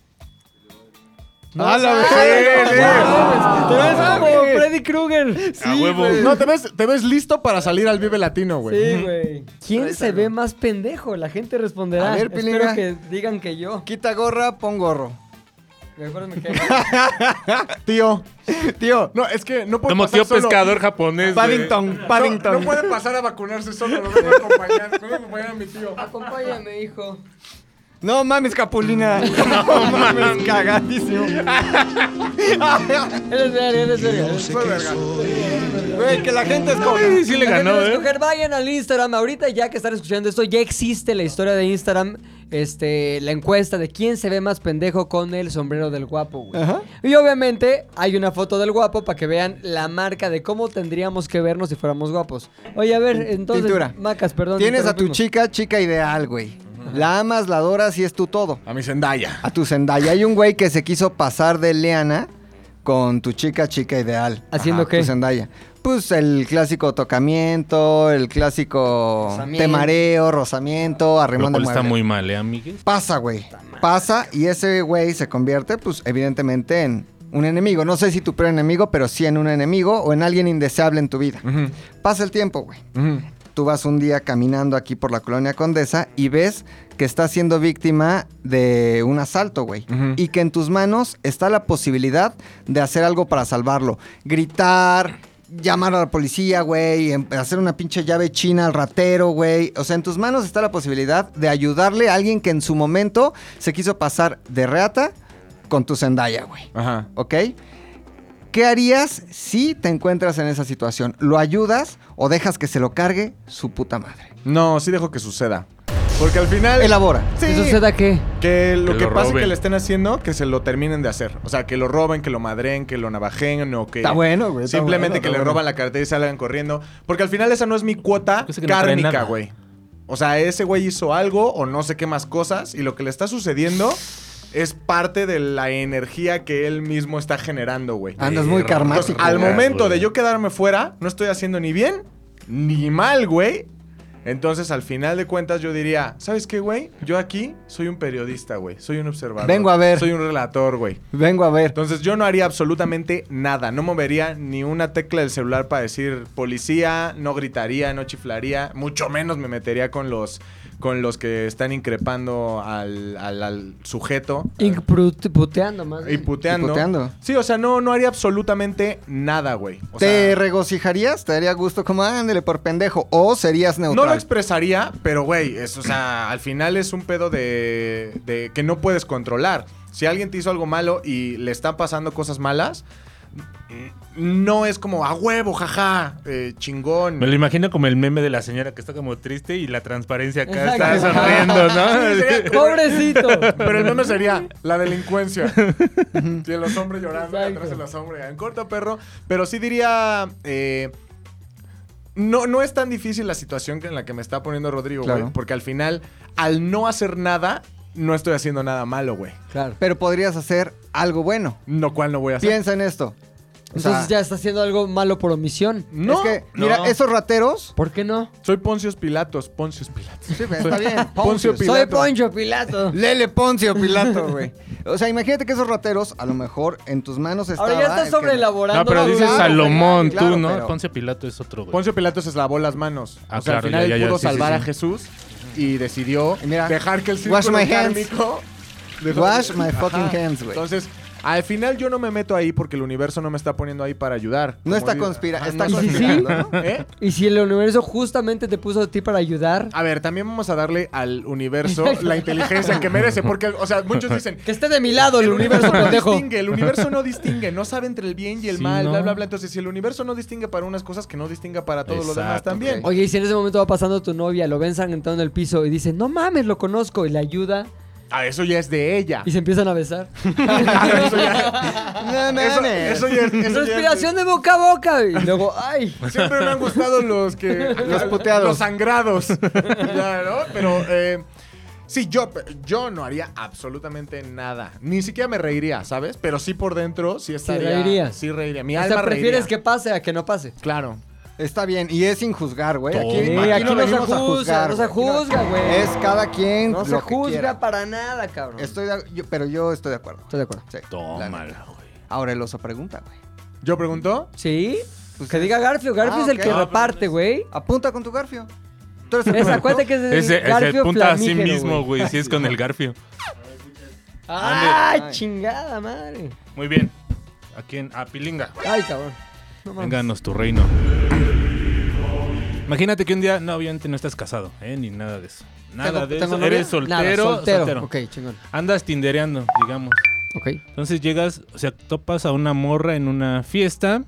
[SPEAKER 1] No,
[SPEAKER 4] ¡A la
[SPEAKER 1] no,
[SPEAKER 4] vez!
[SPEAKER 1] no,
[SPEAKER 4] ¡Sí!
[SPEAKER 1] no, Te ves
[SPEAKER 4] ¡Ah,
[SPEAKER 1] como
[SPEAKER 4] güey!
[SPEAKER 1] Freddy Krueger.
[SPEAKER 3] A huevo.
[SPEAKER 4] güey.
[SPEAKER 2] No, te ves, te ves listo para salir al Vive Latino, güey.
[SPEAKER 1] Sí, güey. ¿Quién se ve más pendejo? La gente responderá.
[SPEAKER 4] A ver,
[SPEAKER 1] Espero
[SPEAKER 4] Pilinga.
[SPEAKER 1] que digan que yo.
[SPEAKER 4] Quita gorra, pon gorro.
[SPEAKER 1] Mejor me
[SPEAKER 2] Tío.
[SPEAKER 4] Tío,
[SPEAKER 2] No, es que no puede
[SPEAKER 3] Como
[SPEAKER 2] pasar
[SPEAKER 3] tío
[SPEAKER 2] solo.
[SPEAKER 3] pescador japonés. güey.
[SPEAKER 4] Paddington,
[SPEAKER 2] No,
[SPEAKER 4] Paddington.
[SPEAKER 2] no puede pasar a vacunarse solo, lo vengo a acompañar. Vengo a acompañar a mi tío.
[SPEAKER 1] Acompáñame, hijo.
[SPEAKER 4] No mames, Capulina. No mames, cagadísimo.
[SPEAKER 1] Eres verga, eres verga.
[SPEAKER 4] Fue verga. Güey, que la gente escoja.
[SPEAKER 3] Ay, sí le
[SPEAKER 1] La gente
[SPEAKER 3] ganó,
[SPEAKER 1] va a
[SPEAKER 3] ¿eh?
[SPEAKER 1] escoger. Vayan al Instagram. Ahorita ya que están escuchando esto, ya existe la historia de Instagram. Este, la encuesta de quién se ve más pendejo con el sombrero del guapo, güey.
[SPEAKER 4] Ajá.
[SPEAKER 1] Y obviamente hay una foto del guapo para que vean la marca de cómo tendríamos que vernos si fuéramos guapos. Oye, a ver, entonces.
[SPEAKER 4] Pintura.
[SPEAKER 1] Macas, perdón.
[SPEAKER 4] Tienes a tu
[SPEAKER 1] interrumpimos.
[SPEAKER 4] chica, chica ideal, güey. La amas, la adoras y es tu todo.
[SPEAKER 2] A mi Zendaya.
[SPEAKER 4] A tu Zendaya. Hay un güey que se quiso pasar de Leana con tu chica, chica ideal.
[SPEAKER 1] ¿Haciendo qué?
[SPEAKER 4] Tu Zendaya. Pues el clásico tocamiento, el clásico
[SPEAKER 1] Rozamiento.
[SPEAKER 4] temareo, rozamiento,
[SPEAKER 3] Lo
[SPEAKER 4] arremando
[SPEAKER 3] cual
[SPEAKER 4] el
[SPEAKER 3] está
[SPEAKER 4] mueble.
[SPEAKER 3] muy mal, ¿eh, amigues?
[SPEAKER 4] Pasa, güey. Pasa y ese güey se convierte, pues, evidentemente en un enemigo. No sé si tu peor enemigo, pero sí en un enemigo o en alguien indeseable en tu vida. Pasa el tiempo, güey. Tú vas un día caminando aquí por la colonia Condesa y ves que estás siendo víctima de un asalto, güey.
[SPEAKER 2] Ujú.
[SPEAKER 4] Y que en tus manos está la posibilidad de hacer algo para salvarlo. Gritar, llamar a la policía, güey, em- hacer una pinche llave china al ratero, güey. O sea, en tus manos está la posibilidad de ayudarle a alguien que en su momento se quiso pasar de reata con tu Zendaya, güey.
[SPEAKER 2] Ajá.
[SPEAKER 4] ¿ok? ¿Qué harías si te encuentras en esa situación? ¿Lo ayudas o dejas que se lo cargue su puta madre?
[SPEAKER 2] No, sí dejo que suceda. Porque al final.
[SPEAKER 4] Elabora.
[SPEAKER 1] ¿Que
[SPEAKER 2] Sí.
[SPEAKER 1] suceda qué?
[SPEAKER 2] Que lo
[SPEAKER 3] Que
[SPEAKER 2] que,
[SPEAKER 3] lo
[SPEAKER 2] pase
[SPEAKER 3] roben.
[SPEAKER 2] que le estén haciendo, que se lo terminen de hacer. O sea, que lo roben, que lo madren, que lo navajen o que.
[SPEAKER 4] Está bueno, güey. está
[SPEAKER 2] Simplemente
[SPEAKER 4] bueno,
[SPEAKER 2] que
[SPEAKER 4] está
[SPEAKER 2] le
[SPEAKER 4] bueno.
[SPEAKER 2] roban la cartera y salgan corriendo. Porque al final esa no es mi cuota
[SPEAKER 3] Cosa que no trae
[SPEAKER 2] kármica,
[SPEAKER 3] nada.
[SPEAKER 2] güey. O sea, ese güey hizo algo o no sé qué más cosas y lo que le está sucediendo es parte de la energía que él mismo está generando, güey.
[SPEAKER 4] Andas muy
[SPEAKER 3] Verga,
[SPEAKER 4] karmático.
[SPEAKER 2] Entonces, al
[SPEAKER 3] güey.
[SPEAKER 2] momento de yo quedarme fuera, no estoy haciendo ni bien ni mal, güey. Entonces, al final de cuentas, yo diría, ¿sabes qué, güey? Yo aquí soy un periodista, güey. Soy un observador.
[SPEAKER 4] Vengo a ver.
[SPEAKER 2] Soy un relator, güey.
[SPEAKER 4] Vengo a ver.
[SPEAKER 2] Entonces yo no haría absolutamente nada, no movería ni una tecla del celular para decir policía, no gritaría, no chiflaría, mucho menos me metería con los con los que están increpando al, al- al sujeto.
[SPEAKER 1] Inc- prut- puteando más.
[SPEAKER 2] Y
[SPEAKER 1] bien.
[SPEAKER 2] puteando.
[SPEAKER 4] Y puteando.
[SPEAKER 2] Sí, o sea, no, no haría absolutamente nada, güey. O
[SPEAKER 4] ¿Te
[SPEAKER 2] sea,
[SPEAKER 4] regocijarías? ¿Te daría gusto como ándale por pendejo? ¿O serías
[SPEAKER 2] no
[SPEAKER 4] neutral?
[SPEAKER 2] lo expresaría, pero, güey, es, o sea, al final es un pedo de, de que no puedes controlar. Si alguien te hizo algo malo y le están pasando cosas malas, n- no es como a huevo, jaja, eh, chingón.
[SPEAKER 3] Me lo imagino como el meme de la señora que está como triste y la transparencia acá
[SPEAKER 1] Exacto.
[SPEAKER 3] está sonriendo,
[SPEAKER 2] Sí, sería-
[SPEAKER 3] ¿no?
[SPEAKER 1] Pobrecito.
[SPEAKER 2] Pero el meme sería la delincuencia. Y los hombres llorando
[SPEAKER 1] Exacto.
[SPEAKER 2] atrás de los hombres. En corto, perro. Pero sí diría. eh, no, no es tan difícil la situación que- en la que me está poniendo Rodrigo, güey.
[SPEAKER 4] Claro.
[SPEAKER 2] Porque al final, al no hacer nada, no estoy haciendo nada malo, güey.
[SPEAKER 1] Claro.
[SPEAKER 4] Pero podrías hacer algo bueno.
[SPEAKER 2] Lo cual no voy a hacer.
[SPEAKER 4] Piensa en esto. O sea,
[SPEAKER 1] Entonces ya está haciendo algo malo por omisión.
[SPEAKER 2] No,
[SPEAKER 4] es que, mira,
[SPEAKER 3] no.
[SPEAKER 4] esos rateros.
[SPEAKER 1] ¿Por qué no?
[SPEAKER 2] soy Poncios Pilatos. Poncios Pilatos.
[SPEAKER 4] Sí, está bien.
[SPEAKER 2] Poncio
[SPEAKER 4] Poncio
[SPEAKER 2] Pilato.
[SPEAKER 1] Soy Poncho Pilato.
[SPEAKER 4] Lele Poncio Pilato, güey. O sea, imagínate que esos rateros, a lo mejor en tus manos estaba...
[SPEAKER 1] Ahora ya estás
[SPEAKER 4] el que-
[SPEAKER 1] sobreelaborando.
[SPEAKER 3] No, pero
[SPEAKER 1] la
[SPEAKER 3] dices
[SPEAKER 1] duda.
[SPEAKER 4] Claro,
[SPEAKER 3] Salomón,
[SPEAKER 4] claro,
[SPEAKER 3] tú, ¿no?
[SPEAKER 4] pero-
[SPEAKER 3] Poncio Pilato es otro, güey.
[SPEAKER 2] Poncio Pilatos se lavó las manos.
[SPEAKER 3] pues. Ah,
[SPEAKER 2] o sea, al
[SPEAKER 3] claro,
[SPEAKER 2] final
[SPEAKER 3] ya,
[SPEAKER 2] él
[SPEAKER 3] ya, ya,
[SPEAKER 2] pudo
[SPEAKER 3] sí, sí,
[SPEAKER 2] salvar
[SPEAKER 3] sí.
[SPEAKER 2] a Jesús y decidió
[SPEAKER 4] Y mira,
[SPEAKER 2] dejar que el
[SPEAKER 4] wash
[SPEAKER 2] círculo
[SPEAKER 4] my hands.
[SPEAKER 2] kármico-
[SPEAKER 4] Wash my fucking hands, güey.
[SPEAKER 2] Entonces, al final yo no me meto ahí porque el universo no me está poniendo ahí para ayudar.
[SPEAKER 4] No
[SPEAKER 2] Como
[SPEAKER 4] está
[SPEAKER 2] digo-
[SPEAKER 4] conspira...
[SPEAKER 2] Ajá,
[SPEAKER 4] está
[SPEAKER 2] no
[SPEAKER 1] ¿Y si sí?
[SPEAKER 4] conspirando, ¿no?
[SPEAKER 2] ¿Eh?
[SPEAKER 1] Y si el universo justamente te puso a ti para ayudar,
[SPEAKER 2] A ver, también vamos a darle al universo la inteligencia que merece. Porque, o sea, muchos dicen...
[SPEAKER 1] que esté de mi lado el, universo,
[SPEAKER 2] no
[SPEAKER 1] pendejo.
[SPEAKER 2] distingue, el universo no distingue, no sabe entre el bien y el
[SPEAKER 3] Sí,
[SPEAKER 2] mal, bla,
[SPEAKER 3] no.
[SPEAKER 2] bla, bla. Entonces, si el universo no distingue para unas cosas, que no distinga para todo lo demás
[SPEAKER 3] Exacto,
[SPEAKER 2] también.
[SPEAKER 3] güey.
[SPEAKER 1] Oye, y si en ese momento va pasando tu novia, lo ven sangrentado en el piso y dice, no mames, lo conozco, y le ayuda,
[SPEAKER 2] Ah, eso ya es de ella. Ah,
[SPEAKER 1] y se empiezan a besar.
[SPEAKER 2] eso ya...
[SPEAKER 4] No
[SPEAKER 2] Eso,
[SPEAKER 4] mames.
[SPEAKER 2] eso ya, es- eso ya es de-
[SPEAKER 1] Respiración de boca a boca. Y luego, ay.
[SPEAKER 2] Siempre me han gustado los que.
[SPEAKER 4] Los puteados.
[SPEAKER 2] Los sangrados. Ya, ¿no? Pero. eh, sí, yo, yo no haría absolutamente nada. Ni siquiera me reiría, ¿sabes? Pero sí por dentro, sí estaría.
[SPEAKER 1] reirías.
[SPEAKER 2] Sí reiría. Mi
[SPEAKER 1] O
[SPEAKER 2] alma
[SPEAKER 1] sea, prefieres
[SPEAKER 2] reiría.
[SPEAKER 1] que pase a que no pase.
[SPEAKER 2] Claro.
[SPEAKER 4] Está bien, y es sin juzgar, güey. Aquí,
[SPEAKER 3] Sí,
[SPEAKER 4] aquí
[SPEAKER 3] aquí
[SPEAKER 4] no
[SPEAKER 1] no se
[SPEAKER 4] venimos a
[SPEAKER 1] juzga,
[SPEAKER 4] juzgar.
[SPEAKER 1] no se
[SPEAKER 4] güey. Aquí
[SPEAKER 1] juzga, güey.
[SPEAKER 4] Es cada quien
[SPEAKER 1] No
[SPEAKER 4] lo
[SPEAKER 1] se
[SPEAKER 4] que
[SPEAKER 1] juzga
[SPEAKER 4] quiera.
[SPEAKER 1] para nada, cabrón.
[SPEAKER 4] Estoy de- yo- pero yo estoy de acuerdo.
[SPEAKER 1] Estoy de acuerdo.
[SPEAKER 4] Sí, la neta.
[SPEAKER 3] Tómala, güey.
[SPEAKER 4] Ahora el oso pregunta, güey.
[SPEAKER 2] ¿Yo pregunto?
[SPEAKER 1] ¿Sí?
[SPEAKER 4] Pues
[SPEAKER 1] que
[SPEAKER 4] es-
[SPEAKER 1] diga Garfio. Garfio
[SPEAKER 4] Ah,
[SPEAKER 1] es el
[SPEAKER 4] ok.
[SPEAKER 1] que
[SPEAKER 4] No, pero
[SPEAKER 1] reparte, güey.
[SPEAKER 4] Apunta con tu Garfio. Tú eres el
[SPEAKER 1] Es,
[SPEAKER 4] productor.
[SPEAKER 1] acuérdate que es el
[SPEAKER 3] Ese, ese
[SPEAKER 1] Garfio
[SPEAKER 3] apunta a sí
[SPEAKER 1] flamígero,
[SPEAKER 3] mismo, güey. Si es con el Garfio.
[SPEAKER 1] ¡Ah,
[SPEAKER 4] Ay.
[SPEAKER 1] chingada madre!
[SPEAKER 3] Muy bien. ¿A quién? A Pilinga.
[SPEAKER 1] Ay, cabrón. No mames.
[SPEAKER 3] Vénganos tu reino. Imagínate que un día, no, obviamente no estás casado, ¿eh? Ni nada de eso. Nada
[SPEAKER 4] ¿Tengo-
[SPEAKER 3] de
[SPEAKER 4] tengo
[SPEAKER 3] eso.
[SPEAKER 4] novia?
[SPEAKER 1] Nada,
[SPEAKER 3] Eres soltero.
[SPEAKER 1] soltero.
[SPEAKER 3] soltero.
[SPEAKER 1] Ok, chingón.
[SPEAKER 3] Andas tindereando, digamos.
[SPEAKER 1] Ok.
[SPEAKER 3] Entonces llegas, o sea, topas a una morra en una fiesta.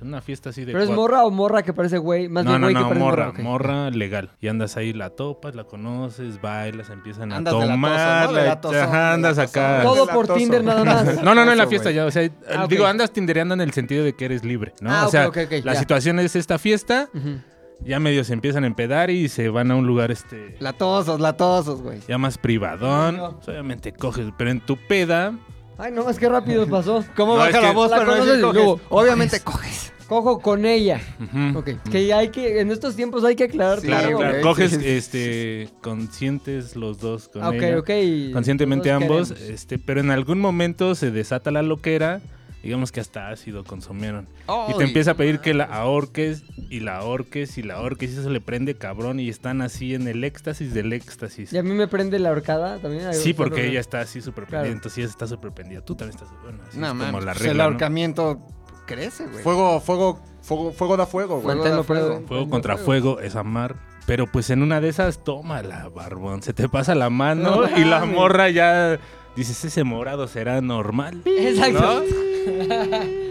[SPEAKER 3] Una fiesta así de.
[SPEAKER 1] ¿Pero es
[SPEAKER 3] cuatro-
[SPEAKER 1] morra o morra que parece güey? Más
[SPEAKER 3] No,
[SPEAKER 1] bien
[SPEAKER 3] no,
[SPEAKER 1] güey que
[SPEAKER 3] no,
[SPEAKER 1] parece
[SPEAKER 3] morra,
[SPEAKER 1] morra. ok.
[SPEAKER 3] morra legal. Y andas ahí, la topas, la conoces, bailas, empiezan
[SPEAKER 4] Andas
[SPEAKER 3] a
[SPEAKER 4] de
[SPEAKER 3] tomar.
[SPEAKER 4] latoso, ¿no? De
[SPEAKER 3] la-
[SPEAKER 4] latoso,
[SPEAKER 3] ajá,
[SPEAKER 4] de
[SPEAKER 3] andas
[SPEAKER 4] latoso.
[SPEAKER 3] acá.
[SPEAKER 1] Todo
[SPEAKER 2] Relatoso.
[SPEAKER 1] por Tinder nada más.
[SPEAKER 3] No, no, no, en la
[SPEAKER 4] Eso,
[SPEAKER 3] fiesta
[SPEAKER 4] güey.
[SPEAKER 3] ya, o sea,
[SPEAKER 1] Ah, ok.
[SPEAKER 3] digo, andas tindereando en el sentido de que eres libre, ¿no?
[SPEAKER 1] Ah,
[SPEAKER 3] o sea,
[SPEAKER 1] ok, ok, ok,
[SPEAKER 3] la
[SPEAKER 1] ya.
[SPEAKER 3] situación es esta fiesta,
[SPEAKER 1] Ujú.
[SPEAKER 3] ya medio se empiezan a empedar y se van a un lugar este
[SPEAKER 4] Latosos, latosos, güey.
[SPEAKER 3] ya más privadón,
[SPEAKER 1] No.
[SPEAKER 3] obviamente coges, pero en tu peda,
[SPEAKER 1] Ay, no, es que rápido pasó.
[SPEAKER 4] ¿Cómo
[SPEAKER 3] No,
[SPEAKER 4] baja
[SPEAKER 3] es que-
[SPEAKER 4] la voz
[SPEAKER 1] La
[SPEAKER 4] para no
[SPEAKER 1] conoces
[SPEAKER 4] decir
[SPEAKER 1] y
[SPEAKER 4] coges?
[SPEAKER 1] luego,
[SPEAKER 4] Obviamente coges.
[SPEAKER 1] Cojo con ella.
[SPEAKER 3] ujú,
[SPEAKER 1] Ok. Que hay que, en estos tiempos hay que aclarar
[SPEAKER 4] Sí,
[SPEAKER 3] claro,
[SPEAKER 1] todo,
[SPEAKER 4] güey.
[SPEAKER 3] claro,
[SPEAKER 1] güey.
[SPEAKER 3] coges
[SPEAKER 4] sí, sí, sí.
[SPEAKER 3] este conscientes los dos con
[SPEAKER 1] Ah, Ok,
[SPEAKER 3] ella,
[SPEAKER 1] ok. y
[SPEAKER 3] conscientemente
[SPEAKER 1] los dos
[SPEAKER 3] ambos,
[SPEAKER 1] queremos.
[SPEAKER 3] este, pero en algún momento se desata la loquera, digamos que hasta ácido consumieron. Y te empieza a pedir que la ahorques y la ahorques y la ahorques y eso le prende cabrón y están así en el éxtasis del éxtasis.
[SPEAKER 1] Y a mí me prende la horcada también. hay-
[SPEAKER 3] Sí, porque
[SPEAKER 1] bueno,
[SPEAKER 3] ella está así súper
[SPEAKER 1] Claro.
[SPEAKER 3] pendida, entonces ella está súper pendida. Tú también estás bueno, así
[SPEAKER 4] No,
[SPEAKER 3] es
[SPEAKER 4] mames,
[SPEAKER 3] como la
[SPEAKER 4] pues
[SPEAKER 3] regla,
[SPEAKER 4] el
[SPEAKER 3] ¿no?
[SPEAKER 4] ahorcamiento crece, güey.
[SPEAKER 2] Fuego, fuego, fuego, fuego da fuego, güey.
[SPEAKER 4] Fuego.
[SPEAKER 1] manténlo
[SPEAKER 4] de fuego.
[SPEAKER 1] prendido.
[SPEAKER 3] Fuego contra fuego es amar. Pero pues en una de esas, tómala, barbón. Se te pasa la mano
[SPEAKER 1] No
[SPEAKER 3] y la
[SPEAKER 1] mames.
[SPEAKER 3] morra ya. Dices, ese morado será normal.
[SPEAKER 1] Exacto.
[SPEAKER 3] ¿no?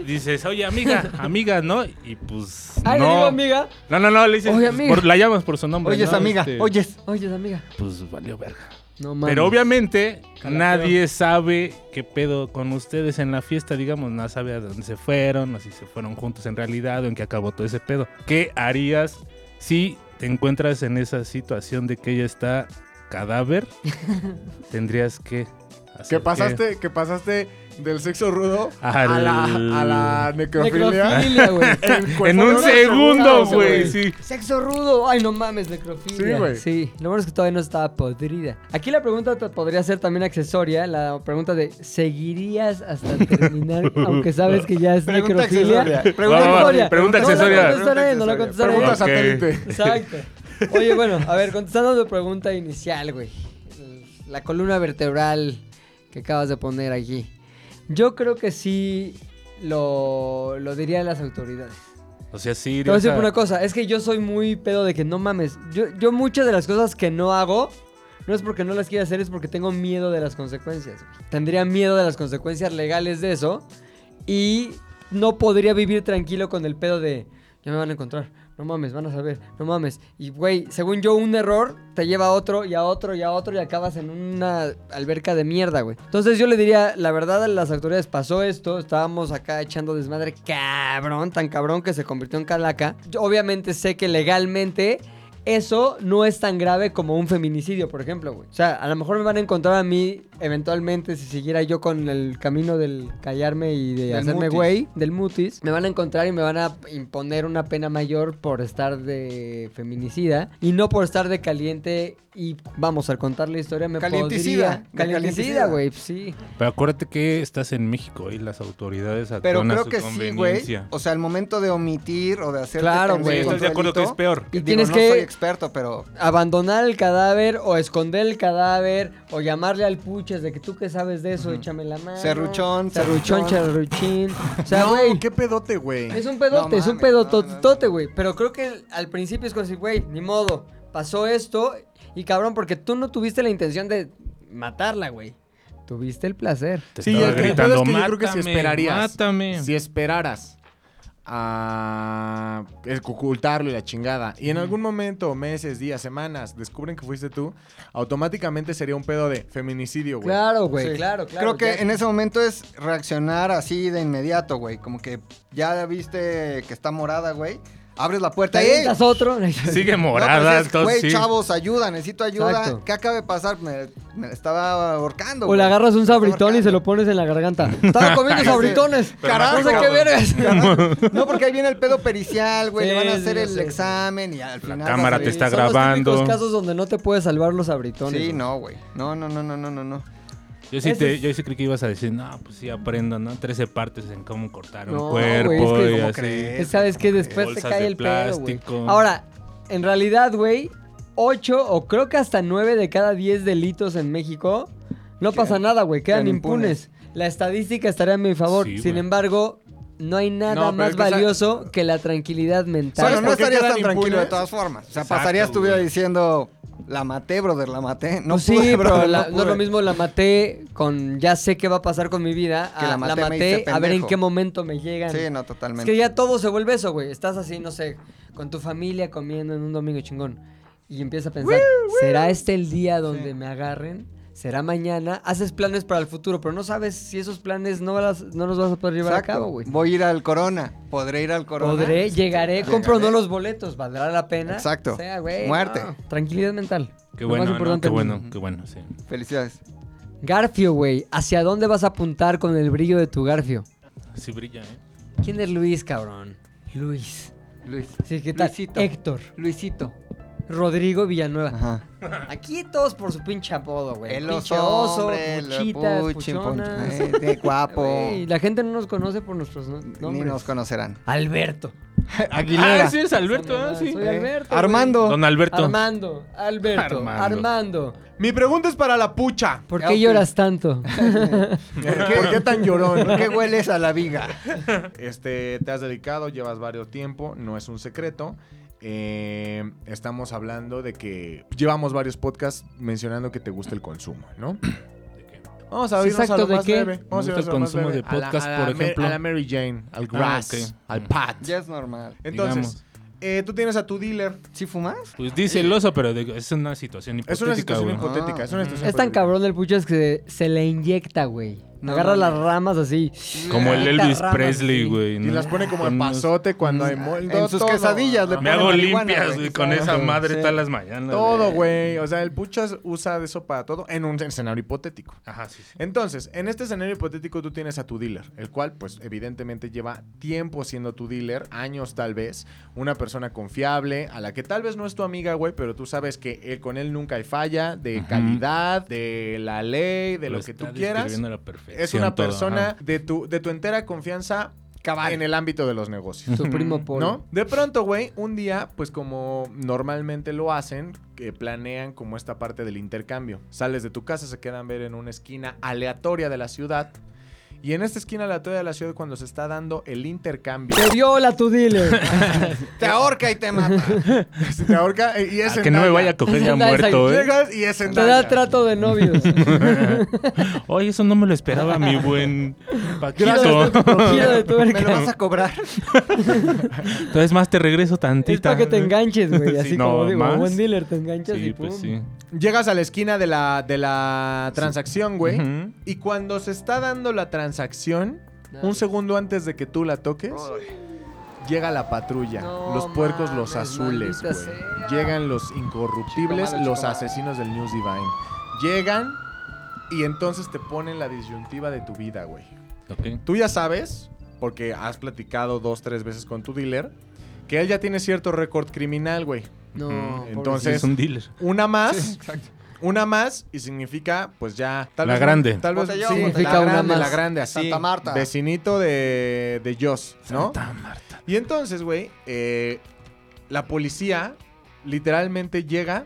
[SPEAKER 3] Dices, oye, amiga, amiga, ¿no? Y pues.
[SPEAKER 1] Ay,
[SPEAKER 3] no.
[SPEAKER 1] le digo amiga.
[SPEAKER 3] No, no, no, le dices.
[SPEAKER 1] Oye,
[SPEAKER 3] pues,
[SPEAKER 1] amiga.
[SPEAKER 3] por- la llamas por su nombre.
[SPEAKER 4] Oyes,
[SPEAKER 3] ¿no?
[SPEAKER 4] amiga,
[SPEAKER 3] Este,
[SPEAKER 4] oyes.
[SPEAKER 1] Oye, amiga.
[SPEAKER 3] Pues valió verga.
[SPEAKER 1] No mames.
[SPEAKER 3] Pero obviamente
[SPEAKER 1] Carapeo.
[SPEAKER 3] nadie sabe qué pedo con ustedes en la fiesta, digamos, no sabe a dónde se fueron, o si se fueron juntos en realidad, o en qué acabó todo ese pedo. ¿Qué harías si te encuentras en esa situación de que ella está cadáver? Tendrías que hacer
[SPEAKER 2] Que pasaste, que pasaste del sexo rudo a
[SPEAKER 3] Al-
[SPEAKER 2] la, a la necrofilia.
[SPEAKER 1] Necrofilia, güey.
[SPEAKER 3] En un segundo, güey,
[SPEAKER 1] güey.
[SPEAKER 3] sí.
[SPEAKER 1] Sexo rudo. Ay, no mames, necrofilia.
[SPEAKER 2] Sí, güey.
[SPEAKER 1] Sí, lo bueno es que todavía no estaba podrida. Aquí la pregunta te- podría ser también accesoria. La pregunta de: ¿seguirías hasta terminar? aunque sabes que ya es
[SPEAKER 4] Pregunta
[SPEAKER 1] necrofilia.
[SPEAKER 4] accesoria.
[SPEAKER 1] Pregunta
[SPEAKER 3] Va, va,
[SPEAKER 1] accesoria.
[SPEAKER 3] pregunta
[SPEAKER 1] No la
[SPEAKER 3] accesoria.
[SPEAKER 1] contestaré, no la
[SPEAKER 2] Pregunta
[SPEAKER 1] contestaré.
[SPEAKER 2] accesoria.
[SPEAKER 3] Ok.
[SPEAKER 2] Pregunta satélite.
[SPEAKER 1] Exacto. Oye, bueno, a ver, contestando tu pregunta inicial, güey. La columna vertebral que acabas de poner aquí. Yo creo que sí lo, lo dirían las autoridades.
[SPEAKER 3] O sea, sí.
[SPEAKER 1] Te voy a decir
[SPEAKER 3] o sea,
[SPEAKER 1] una cosa, es que yo soy muy pedo de que no mames. Yo, yo muchas de las cosas que no hago, no es porque no las quiera hacer, es porque tengo miedo de las consecuencias. güey. Tendría miedo de las consecuencias legales de eso y no podría vivir tranquilo con el pedo de, ya me van a encontrar, no mames, van a saber, no mames. Y güey, según yo, un error te lleva a otro y a otro y a otro y acabas en una alberca de mierda, güey. Entonces yo le diría, la verdad a las autoridades pasó esto, estábamos acá echando desmadre cabrón, tan cabrón que se convirtió en calaca. Yo obviamente sé que legalmente... Eso no es tan grave como un feminicidio, por ejemplo, güey. O sea, a lo mejor me van a encontrar a mí eventualmente si siguiera yo con el camino del callarme y de
[SPEAKER 2] Del
[SPEAKER 1] hacerme
[SPEAKER 2] mutis.
[SPEAKER 1] güey del mutis, me van a encontrar y me van a imponer una pena mayor por estar de feminicida y no por estar de caliente y vamos al contar la historia me
[SPEAKER 4] Calienticida,
[SPEAKER 1] podría
[SPEAKER 4] de
[SPEAKER 1] calienticida,
[SPEAKER 4] calienticida.
[SPEAKER 1] güey, pues sí.
[SPEAKER 3] Pero acuérdate que estás en México y las autoridades actúan
[SPEAKER 4] Pero
[SPEAKER 3] a
[SPEAKER 4] creo
[SPEAKER 3] su
[SPEAKER 4] que sí, güey.
[SPEAKER 3] conveniencia.
[SPEAKER 4] O sea, el momento de omitir o de hacer.
[SPEAKER 1] Claro, güey.
[SPEAKER 3] Sí, estás de acuerdo que es peor.
[SPEAKER 1] Y
[SPEAKER 4] Y
[SPEAKER 1] tienes
[SPEAKER 4] tienes no
[SPEAKER 1] que-
[SPEAKER 4] soy experto, pero.
[SPEAKER 1] Abandonar el cadáver o esconder el cadáver o llamarle al puches de que tú qué sabes de eso, échame la mano.
[SPEAKER 4] Serruchón,
[SPEAKER 1] serruchón, charruchín. O sea, güey,
[SPEAKER 2] qué pedote, güey.
[SPEAKER 1] Es un pedote,
[SPEAKER 4] No
[SPEAKER 1] es un
[SPEAKER 4] mames, no,
[SPEAKER 1] pedotote, güey. Pero creo que el- al principio es como decir, güey, ni modo, pasó esto y cabrón, porque tú no tuviste la intención de matarla, güey. Tuviste el placer.
[SPEAKER 3] Te
[SPEAKER 2] Sí,
[SPEAKER 3] estaba
[SPEAKER 2] el- el
[SPEAKER 3] gritando,
[SPEAKER 2] pedo es que yo creo que si
[SPEAKER 3] "Mátame,
[SPEAKER 2] esperarías".
[SPEAKER 3] Mátame.
[SPEAKER 2] Si esperaras a eh, ocultarlo y la chingada, y en algún momento, meses, días, semanas, descubren que fuiste tú, automáticamente sería un pedo de feminicidio, güey.
[SPEAKER 1] Claro, güey,
[SPEAKER 4] Sí.
[SPEAKER 1] claro, claro.
[SPEAKER 4] Creo que
[SPEAKER 1] ya-
[SPEAKER 4] en ese momento es reaccionar así de inmediato, güey. Como que ya viste que está morada, güey. Abres la
[SPEAKER 1] ¿Te
[SPEAKER 4] puerta y.
[SPEAKER 1] avientas otro?
[SPEAKER 3] Sigue
[SPEAKER 4] No, pero
[SPEAKER 3] morada,
[SPEAKER 4] dices,
[SPEAKER 3] entonces
[SPEAKER 4] Güey,
[SPEAKER 3] sí.
[SPEAKER 4] chavos, ayuda, necesito ayuda.
[SPEAKER 1] Exacto.
[SPEAKER 4] ¿Qué acaba de pasar? Me, me estaba ahorcando.
[SPEAKER 1] O le
[SPEAKER 4] güey.
[SPEAKER 1] agarras
[SPEAKER 4] Me
[SPEAKER 1] un
[SPEAKER 4] estaba
[SPEAKER 1] sabritón y
[SPEAKER 4] ahorcando.
[SPEAKER 1] se lo pones en la garganta. Estaba comiendo sabritones.
[SPEAKER 3] Pero
[SPEAKER 1] Carajo, no sé
[SPEAKER 4] más
[SPEAKER 1] qué
[SPEAKER 4] picado.
[SPEAKER 1] vergas.
[SPEAKER 4] No, porque ahí viene el pedo pericial, güey.
[SPEAKER 1] Sí,
[SPEAKER 4] le van a
[SPEAKER 1] sí,
[SPEAKER 4] hacer
[SPEAKER 1] yo
[SPEAKER 4] el
[SPEAKER 1] sé.
[SPEAKER 4] examen y al final.
[SPEAKER 3] cámara
[SPEAKER 4] vas a
[SPEAKER 3] te
[SPEAKER 4] ver.
[SPEAKER 3] está- grabando.
[SPEAKER 1] Son los típicos casos donde no te puedes salvar los sabritones.
[SPEAKER 4] Sí,
[SPEAKER 1] güey.
[SPEAKER 4] no, güey. No, no, no, no, no, no, no.
[SPEAKER 3] Yo sí,
[SPEAKER 1] Ese
[SPEAKER 3] te,
[SPEAKER 1] es-
[SPEAKER 3] yo sí creí que ibas a decir, no, pues sí, aprendan, ¿no? 13 partes en cómo cortar un
[SPEAKER 1] No,
[SPEAKER 3] cuerpo
[SPEAKER 1] güey, es que
[SPEAKER 3] y
[SPEAKER 1] ¿cómo
[SPEAKER 3] así.
[SPEAKER 4] crees?
[SPEAKER 1] Es, ¿Sabes que Después te
[SPEAKER 3] Bolsas
[SPEAKER 1] cae
[SPEAKER 3] de
[SPEAKER 1] el pedo, güey.
[SPEAKER 3] plástico.
[SPEAKER 1] Ahora, en realidad, güey, 8 o creo que hasta 9 de cada 10 delitos en México no pasa nada, güey, quedan
[SPEAKER 4] quedan
[SPEAKER 1] impunes.
[SPEAKER 4] impunes.
[SPEAKER 1] La estadística estaría a mi favor.
[SPEAKER 3] Sí,
[SPEAKER 1] Sin
[SPEAKER 3] güey.
[SPEAKER 1] embargo, no hay nada
[SPEAKER 2] No, pero
[SPEAKER 1] más
[SPEAKER 2] es que esa-
[SPEAKER 1] valioso que la tranquilidad mental.
[SPEAKER 4] Pero
[SPEAKER 2] ¿Sabes
[SPEAKER 4] no
[SPEAKER 2] por qué
[SPEAKER 4] estarías
[SPEAKER 2] quedan
[SPEAKER 4] tan tranquilo de
[SPEAKER 2] impunes?
[SPEAKER 4] todas formas. O sea,
[SPEAKER 3] Exacto,
[SPEAKER 4] pasaría estuviera
[SPEAKER 3] güey.
[SPEAKER 4] diciendo, la maté, brother, la maté. No
[SPEAKER 1] Pues sí,
[SPEAKER 4] pude,
[SPEAKER 1] pero
[SPEAKER 4] brother,
[SPEAKER 1] la- no, es lo
[SPEAKER 4] pude.
[SPEAKER 1] mismo la maté con ya sé qué va a pasar con mi vida.
[SPEAKER 4] Que
[SPEAKER 1] a-
[SPEAKER 4] la
[SPEAKER 1] la maté,
[SPEAKER 4] maté me hice
[SPEAKER 1] a ver en
[SPEAKER 4] pendejo.
[SPEAKER 1] qué momento me llegan.
[SPEAKER 4] Sí, no,
[SPEAKER 1] Es
[SPEAKER 4] totalmente.
[SPEAKER 1] que ya todo se vuelve eso, güey. Estás así, no sé, con tu familia comiendo en un domingo chingón. Y empiezas a pensar, ¿será este el día donde me agarren? ¿Será mañana? Haces planes para el futuro, pero no sabes si esos planes no, las- no los vas a poder llevar
[SPEAKER 4] Exacto.
[SPEAKER 1] a cabo, güey.
[SPEAKER 4] Voy a ir al corona. Podré ir al corona.
[SPEAKER 1] Podré, llegaré, compro o no
[SPEAKER 4] Llegaré.
[SPEAKER 1] los boletos, ¿valdrá la pena?
[SPEAKER 4] Exacto.
[SPEAKER 1] O sea, güey,
[SPEAKER 4] Muerte.
[SPEAKER 1] no. Tranquilidad mental.
[SPEAKER 3] Qué
[SPEAKER 1] Lo
[SPEAKER 3] bueno,
[SPEAKER 1] más
[SPEAKER 3] ¿no?
[SPEAKER 1] importante
[SPEAKER 3] qué
[SPEAKER 1] del
[SPEAKER 3] bueno,
[SPEAKER 1] mundo.
[SPEAKER 3] qué bueno, sí.
[SPEAKER 4] Felicidades.
[SPEAKER 1] Garfio, güey, ¿hacia dónde vas a apuntar con el brillo de tu Garfio?
[SPEAKER 3] Así brilla, ¿eh?
[SPEAKER 1] ¿Quién es Luis, cabrón? Luis.
[SPEAKER 4] Luis.
[SPEAKER 1] Sí, ¿qué tal?
[SPEAKER 4] Luisito.
[SPEAKER 1] Héctor.
[SPEAKER 4] Luisito.
[SPEAKER 1] Rodrigo Villanueva.
[SPEAKER 4] Ajá.
[SPEAKER 1] Aquí todos por su pinche apodo, güey.
[SPEAKER 4] El
[SPEAKER 1] Pinche
[SPEAKER 4] oso,
[SPEAKER 1] oso,
[SPEAKER 4] hombre, el
[SPEAKER 1] puchitas,
[SPEAKER 4] puchi,
[SPEAKER 1] puchonas.
[SPEAKER 4] pon- eh, qué guapo.
[SPEAKER 1] Güey, la gente no nos conoce por nuestros no-
[SPEAKER 4] Ni
[SPEAKER 1] nombres.
[SPEAKER 4] nos conocerán.
[SPEAKER 1] Alberto.
[SPEAKER 4] Aguilera.
[SPEAKER 3] Ah, sí, es Alberto, ¿ah? Sí.
[SPEAKER 1] Soy Alberto. güey.
[SPEAKER 4] Eh, Armando.
[SPEAKER 3] Don Alberto.
[SPEAKER 1] Armando. Alberto. Armando.
[SPEAKER 3] Armando.
[SPEAKER 2] Mi pregunta es para la pucha.
[SPEAKER 1] ¿Por
[SPEAKER 4] Ya,
[SPEAKER 1] qué
[SPEAKER 4] ok.
[SPEAKER 1] lloras tanto?
[SPEAKER 2] ¿Por qué, por qué tan llorón?
[SPEAKER 4] ¿Por qué hueles a la viga?
[SPEAKER 2] Este, te has dedicado, llevas varios tiempo, no es un secreto. Eh, estamos hablando de que llevamos varios podcasts mencionando que te gusta el consumo, ¿no?
[SPEAKER 3] ¿De qué?
[SPEAKER 2] Vamos a
[SPEAKER 1] Sí,
[SPEAKER 2] irnos a
[SPEAKER 1] exacto,
[SPEAKER 2] lo
[SPEAKER 1] ¿de
[SPEAKER 2] más
[SPEAKER 1] qué?
[SPEAKER 2] leve. Vamos
[SPEAKER 3] Me
[SPEAKER 2] a
[SPEAKER 3] gusta el
[SPEAKER 2] irnos a lo más
[SPEAKER 3] consumo
[SPEAKER 2] leve.
[SPEAKER 3] de podcast,
[SPEAKER 2] a la, a
[SPEAKER 3] por
[SPEAKER 2] la Mar-
[SPEAKER 3] ejemplo. Ah,
[SPEAKER 2] A la Mary Jane, al grass,
[SPEAKER 3] ok.
[SPEAKER 2] al pat.
[SPEAKER 4] Ya es normal.
[SPEAKER 2] Entonces,
[SPEAKER 3] Digamos.
[SPEAKER 2] eh, tú tienes a tu dealer.
[SPEAKER 4] ¿Sí fumas?
[SPEAKER 3] Pues dice el oso, pero de- es una situación hipotética,
[SPEAKER 2] Es una
[SPEAKER 3] güey.
[SPEAKER 2] situación hipotética.
[SPEAKER 4] Ah.
[SPEAKER 2] es una situación
[SPEAKER 1] es tan
[SPEAKER 2] hipotética.
[SPEAKER 1] cabrón el puchas que se, se le inyecta, güey.
[SPEAKER 4] No
[SPEAKER 1] Agarra
[SPEAKER 4] mames.
[SPEAKER 1] las ramas así.
[SPEAKER 3] Como el
[SPEAKER 1] Estas
[SPEAKER 3] Elvis
[SPEAKER 1] ramas,
[SPEAKER 3] Presley,
[SPEAKER 1] sí.
[SPEAKER 3] güey.
[SPEAKER 2] Y
[SPEAKER 3] ¿no?
[SPEAKER 2] las pone como
[SPEAKER 3] Con
[SPEAKER 2] en
[SPEAKER 3] unos-
[SPEAKER 2] pasote cuando hay moldo,
[SPEAKER 4] En sus
[SPEAKER 2] todo.
[SPEAKER 4] quesadillas le
[SPEAKER 3] Me
[SPEAKER 4] ponen
[SPEAKER 3] hago
[SPEAKER 4] marihuana,
[SPEAKER 3] limpias, güey, con esa
[SPEAKER 4] Exacto.
[SPEAKER 3] madre
[SPEAKER 4] Sí.
[SPEAKER 3] todas las mañanas.
[SPEAKER 2] Todo,
[SPEAKER 3] güey.
[SPEAKER 2] güey. O sea, el puchas usa de eso para todo en un escenario hipotético.
[SPEAKER 3] Ajá, sí, sí.
[SPEAKER 2] Entonces, en este escenario hipotético tú tienes a tu dealer, el cual pues evidentemente lleva tiempo siendo tu dealer, años tal vez, una persona confiable, a la que tal vez no es tu amiga, güey, pero tú sabes que él, con él nunca hay falla, de
[SPEAKER 3] Ujú.
[SPEAKER 2] calidad, de la ley, de lo, que
[SPEAKER 3] está
[SPEAKER 2] tú quieras.
[SPEAKER 3] describiendo a la perfección
[SPEAKER 2] Es una
[SPEAKER 3] todo,
[SPEAKER 2] persona
[SPEAKER 3] ajá.
[SPEAKER 2] de tu, de tu entera confianza
[SPEAKER 4] Cabal.
[SPEAKER 2] en el ámbito de los negocios.
[SPEAKER 1] Tu primo Paul.
[SPEAKER 2] ¿No? De pronto, güey, un día, pues como normalmente lo hacen, que planean como esta parte del intercambio. Sales de tu casa, se quedan a ver en una esquina aleatoria de la ciudad. Y en esta esquina aleatoria de la ciudad, cuando se está dando el intercambio,
[SPEAKER 1] Te viola tu dealer.
[SPEAKER 4] Te ahorca y te mata.
[SPEAKER 2] se te ahorca eh, y es
[SPEAKER 3] Ah, que no me
[SPEAKER 2] Endaya.
[SPEAKER 3] vaya a coger ya
[SPEAKER 1] Esa es la-
[SPEAKER 3] muerto, ¿eh?
[SPEAKER 2] Llegas y es
[SPEAKER 1] Te da
[SPEAKER 2] Endaya.
[SPEAKER 1] trato de novios.
[SPEAKER 3] Oye, eso no me lo esperaba mi buen
[SPEAKER 1] Giro de
[SPEAKER 3] Paquito.
[SPEAKER 1] tu- giro de tuerca.
[SPEAKER 4] Me lo vas a cobrar.
[SPEAKER 3] Entonces más te regreso
[SPEAKER 1] Es
[SPEAKER 3] tantita.
[SPEAKER 1] para que te enganches, güey.
[SPEAKER 3] Sí,
[SPEAKER 1] Así
[SPEAKER 3] no,
[SPEAKER 1] como digo,
[SPEAKER 3] más.
[SPEAKER 1] buen dealer, te enganchas y
[SPEAKER 3] Sí,
[SPEAKER 1] pum.
[SPEAKER 3] pues sí.
[SPEAKER 2] Llegas a la esquina de la, de la transacción, güey.
[SPEAKER 3] Ujú.
[SPEAKER 2] Y cuando se está dando la transacción, un segundo antes de que tú la toques, llega la patrulla.
[SPEAKER 1] No
[SPEAKER 2] los puercos, los
[SPEAKER 1] mames,
[SPEAKER 2] azules,
[SPEAKER 1] maldita
[SPEAKER 2] güey.
[SPEAKER 1] sea.
[SPEAKER 2] Llegan los incorruptibles,
[SPEAKER 4] Chico malo,
[SPEAKER 2] los
[SPEAKER 4] chico malo.
[SPEAKER 2] asesinos del News Divine. Llegan y entonces te ponen la disyuntiva de tu vida, güey.
[SPEAKER 3] Ok.
[SPEAKER 2] Tú ya sabes, porque has platicado dos, tres veces con tu dealer, que él ya tiene cierto récord criminal, güey.
[SPEAKER 1] No,
[SPEAKER 4] Mm,
[SPEAKER 2] Entonces,
[SPEAKER 1] pobrecito.
[SPEAKER 3] Sí, es un dealer.
[SPEAKER 2] Una más. Una más y significa, pues ya.
[SPEAKER 3] La
[SPEAKER 2] vez-
[SPEAKER 3] grande.
[SPEAKER 2] Tal vez
[SPEAKER 4] Botellón,
[SPEAKER 2] sí,
[SPEAKER 1] significa
[SPEAKER 2] la
[SPEAKER 1] una
[SPEAKER 2] grande,
[SPEAKER 1] más.
[SPEAKER 2] la grande, así.
[SPEAKER 4] Santa Marta.
[SPEAKER 2] Vecinito de, de Joss, ¿no?
[SPEAKER 3] Santa Marta.
[SPEAKER 2] Y entonces, güey, eh, la policía literalmente llega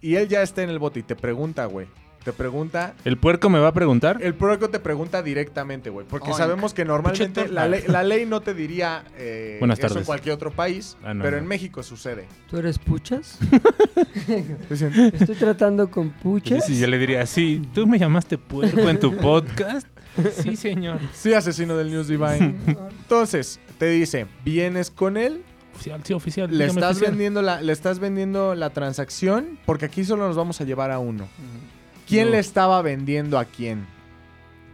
[SPEAKER 2] y él ya está en el bote y te pregunta, güey. Te pregunta.
[SPEAKER 3] ¿El puerco me va a preguntar?
[SPEAKER 2] El público te pregunta directamente, güey. Porque
[SPEAKER 4] Oink.
[SPEAKER 2] sabemos que
[SPEAKER 3] Pinche
[SPEAKER 2] normalmente
[SPEAKER 3] torta.
[SPEAKER 2] la ley, la ley no te diría eh,
[SPEAKER 3] Buenas
[SPEAKER 2] eso en
[SPEAKER 3] tardes.
[SPEAKER 2] cualquier otro país,
[SPEAKER 3] Ah, no,
[SPEAKER 2] pero
[SPEAKER 3] no.
[SPEAKER 2] en México sucede.
[SPEAKER 1] ¿Tú eres puchas?
[SPEAKER 2] Dicen,
[SPEAKER 1] Estoy tratando con puchas.
[SPEAKER 3] Sí, Pues yo le diría, sí, tú me llamaste puerco en tu podcast. Sí, señor.
[SPEAKER 2] Sí, asesino del News Divine. Entonces, te dice, vienes con él,
[SPEAKER 3] Oficial, sí, oficial.
[SPEAKER 2] le
[SPEAKER 3] dígame
[SPEAKER 2] estás,
[SPEAKER 3] oficial.
[SPEAKER 2] vendiendo la, le estás vendiendo la transacción, porque aquí solo nos vamos a llevar a uno. ¿Quién
[SPEAKER 3] No.
[SPEAKER 2] le estaba vendiendo a quién?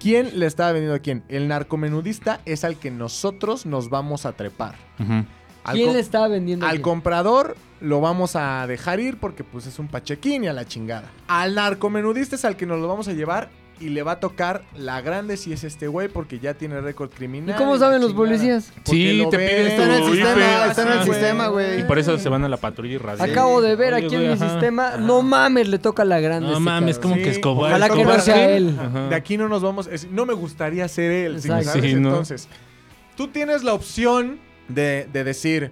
[SPEAKER 2] ¿Quién le estaba vendiendo a quién? El narcomenudista es al que nosotros nos vamos a trepar.
[SPEAKER 3] Ujú.
[SPEAKER 2] Al,
[SPEAKER 1] ¿Quién
[SPEAKER 2] com-
[SPEAKER 1] le estaba vendiendo?
[SPEAKER 2] al
[SPEAKER 1] aquí?
[SPEAKER 2] comprador lo vamos a dejar ir porque pues es un pachequín y a la chingada. Al narcomenudista es al que nos lo vamos a llevar y le va a tocar la grande si es este güey porque ya tiene récord
[SPEAKER 1] ¿Y
[SPEAKER 2] criminal.
[SPEAKER 1] cómo
[SPEAKER 2] la
[SPEAKER 1] saben los
[SPEAKER 2] chingada.
[SPEAKER 1] policías?
[SPEAKER 2] Porque
[SPEAKER 3] Sí,
[SPEAKER 2] lo
[SPEAKER 3] te
[SPEAKER 2] ven,
[SPEAKER 3] piden
[SPEAKER 4] Está en el
[SPEAKER 3] tu
[SPEAKER 4] sistema,
[SPEAKER 3] IP,
[SPEAKER 4] está en el
[SPEAKER 3] ajá.
[SPEAKER 4] sistema,
[SPEAKER 3] Y
[SPEAKER 4] ah, güey.
[SPEAKER 3] por eso se van a la patrulla y radio.
[SPEAKER 1] Acabo de ver aquí en mi sistema. No mames, le toca la grande.
[SPEAKER 3] No
[SPEAKER 1] este
[SPEAKER 3] mames,
[SPEAKER 1] cabrón.
[SPEAKER 3] como que Escobar.
[SPEAKER 1] Ojalá que
[SPEAKER 3] Escobar
[SPEAKER 1] no sea
[SPEAKER 3] King.
[SPEAKER 1] él.
[SPEAKER 3] Ajá.
[SPEAKER 2] De aquí no nos vamos. es- no me gustaría ser él. ¿sí?
[SPEAKER 1] Exacto.
[SPEAKER 2] ¿sabes?
[SPEAKER 3] Sí, ¿no?
[SPEAKER 2] Entonces, tú tienes la opción de, de decir,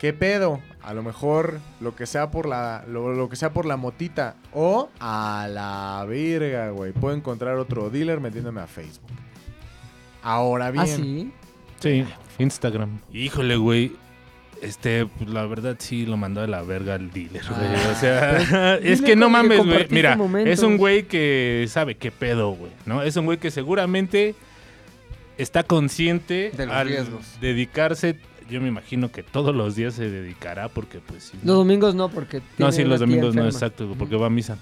[SPEAKER 2] ¿qué pedo? A lo mejor lo que sea por la lo, lo que sea por la motita o a la verga, güey. Puedo encontrar otro dealer metiéndome a Facebook. Ahora bien,
[SPEAKER 1] ¿Ah, sí?
[SPEAKER 3] Sí, Instagram. Híjole, güey. Este, pues, la verdad sí lo mandó a la verga al dealer, güey. o sea, es
[SPEAKER 1] dile
[SPEAKER 3] que no
[SPEAKER 1] como que
[SPEAKER 3] mames, güey.
[SPEAKER 1] compartiste
[SPEAKER 3] Mira, es
[SPEAKER 1] momentos.
[SPEAKER 3] un güey que sabe qué pedo, güey, ¿no? Es un güey que seguramente está consciente
[SPEAKER 4] De los
[SPEAKER 3] al
[SPEAKER 4] riesgos.
[SPEAKER 3] dedicarse. Yo me imagino que todos los días se dedicará porque, pues, sí.
[SPEAKER 1] Los domingos no, porque.
[SPEAKER 3] No,
[SPEAKER 1] tiene
[SPEAKER 3] sí,
[SPEAKER 1] una
[SPEAKER 3] los
[SPEAKER 1] tía
[SPEAKER 3] domingos no,
[SPEAKER 1] enferma.
[SPEAKER 3] exacto, güey, porque va a misa.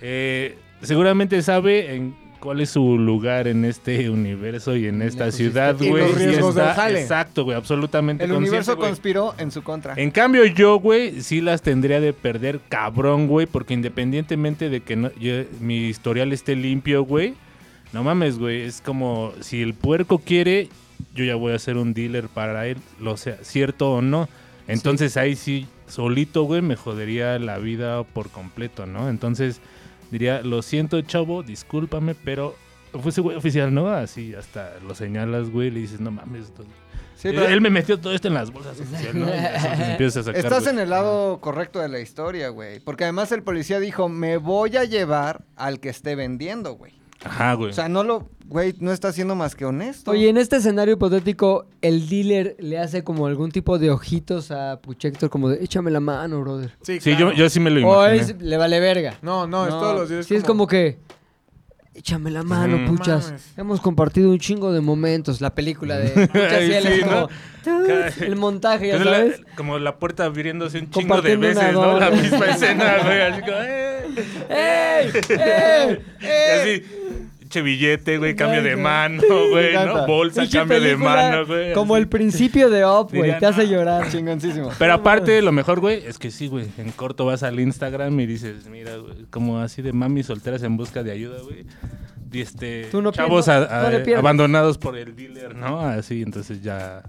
[SPEAKER 3] Eh, seguramente sabe en cuál es su lugar en este universo y en
[SPEAKER 1] Pues
[SPEAKER 3] esta ciudad,
[SPEAKER 2] Y
[SPEAKER 3] güey.
[SPEAKER 2] los riesgos del jale.
[SPEAKER 3] Exacto, güey, absolutamente
[SPEAKER 4] El
[SPEAKER 3] consciente,
[SPEAKER 4] universo
[SPEAKER 3] güey.
[SPEAKER 4] conspiró en su contra.
[SPEAKER 3] En cambio, yo, güey, sí las tendría de perder cabrón, güey, porque independientemente de que no- yo- mi historial esté limpio, güey, no mames, güey, es como si el puerco quiere, yo ya voy a ser un dealer para él, lo sea, cierto o no. Entonces ahí sí, solito, güey, me jodería la vida por completo, ¿no? Entonces diría, lo siento, chavo, discúlpame, pero fuese güey oficial, ¿no? Así hasta lo señalas, güey, le dices, no mames, tú-
[SPEAKER 4] Sí, pero
[SPEAKER 3] él me metió todo esto en las bolsas oficial, ¿no? Y eso se empieza a sacar,
[SPEAKER 4] estás
[SPEAKER 3] güey.
[SPEAKER 4] en el lado correcto de la historia, güey. Porque además el policía dijo, me voy a llevar al que esté vendiendo, güey.
[SPEAKER 3] Ajá, güey.
[SPEAKER 4] O sea, no lo, güey, no está siendo más que honesto.
[SPEAKER 1] Oye, en este escenario hipotético, el dealer le hace como algún tipo de ojitos a Puchector, como de échame la mano, brother.
[SPEAKER 2] sí,
[SPEAKER 3] sí,
[SPEAKER 2] claro.
[SPEAKER 3] yo, yo sí me lo
[SPEAKER 1] O
[SPEAKER 3] imaginé.
[SPEAKER 1] es, le vale verga.
[SPEAKER 2] No, no, es
[SPEAKER 4] No,
[SPEAKER 2] todos los días.
[SPEAKER 1] Sí, es como que. Échame la mano,
[SPEAKER 3] Ujú.
[SPEAKER 1] puchas.
[SPEAKER 2] Mames.
[SPEAKER 1] Hemos compartido un chingo de momentos. La película de Puchas y
[SPEAKER 3] Ay,
[SPEAKER 1] él
[SPEAKER 3] sí,
[SPEAKER 1] es como.
[SPEAKER 3] ¿no?
[SPEAKER 1] "Tuts", El montaje, ya
[SPEAKER 3] Es la-
[SPEAKER 1] sabes.
[SPEAKER 3] como la puerta abriéndose un chingo de
[SPEAKER 1] Compartiendo una
[SPEAKER 3] veces, ¿no? La
[SPEAKER 1] doble.
[SPEAKER 3] misma escena, güey. Así como, ¡eh!
[SPEAKER 1] ¡Ey! ¡Ey! ¡Ey!
[SPEAKER 3] Y así, che billete, güey, cambio de
[SPEAKER 1] Exacto.
[SPEAKER 3] mano, güey, ¿no? Bolsa,
[SPEAKER 1] Pinche
[SPEAKER 3] cambio de
[SPEAKER 1] película,
[SPEAKER 3] mano, güey.
[SPEAKER 1] Como
[SPEAKER 3] así.
[SPEAKER 1] el principio de Up, güey.
[SPEAKER 3] Diría,
[SPEAKER 1] Te hace
[SPEAKER 3] "No".
[SPEAKER 1] llorar.
[SPEAKER 4] Chingoncísimo.
[SPEAKER 3] Pero aparte, lo mejor, güey, es que sí, güey. En corto vas al Instagram y dices, mira, güey, como así de mami solteras en busca de ayuda, güey. Y este,
[SPEAKER 1] Tú no
[SPEAKER 3] chavos
[SPEAKER 1] pierdas,
[SPEAKER 3] a-
[SPEAKER 1] no
[SPEAKER 3] a-
[SPEAKER 1] le pierdas.
[SPEAKER 3] abandonados por el dealer, ¿no? Así, entonces ya.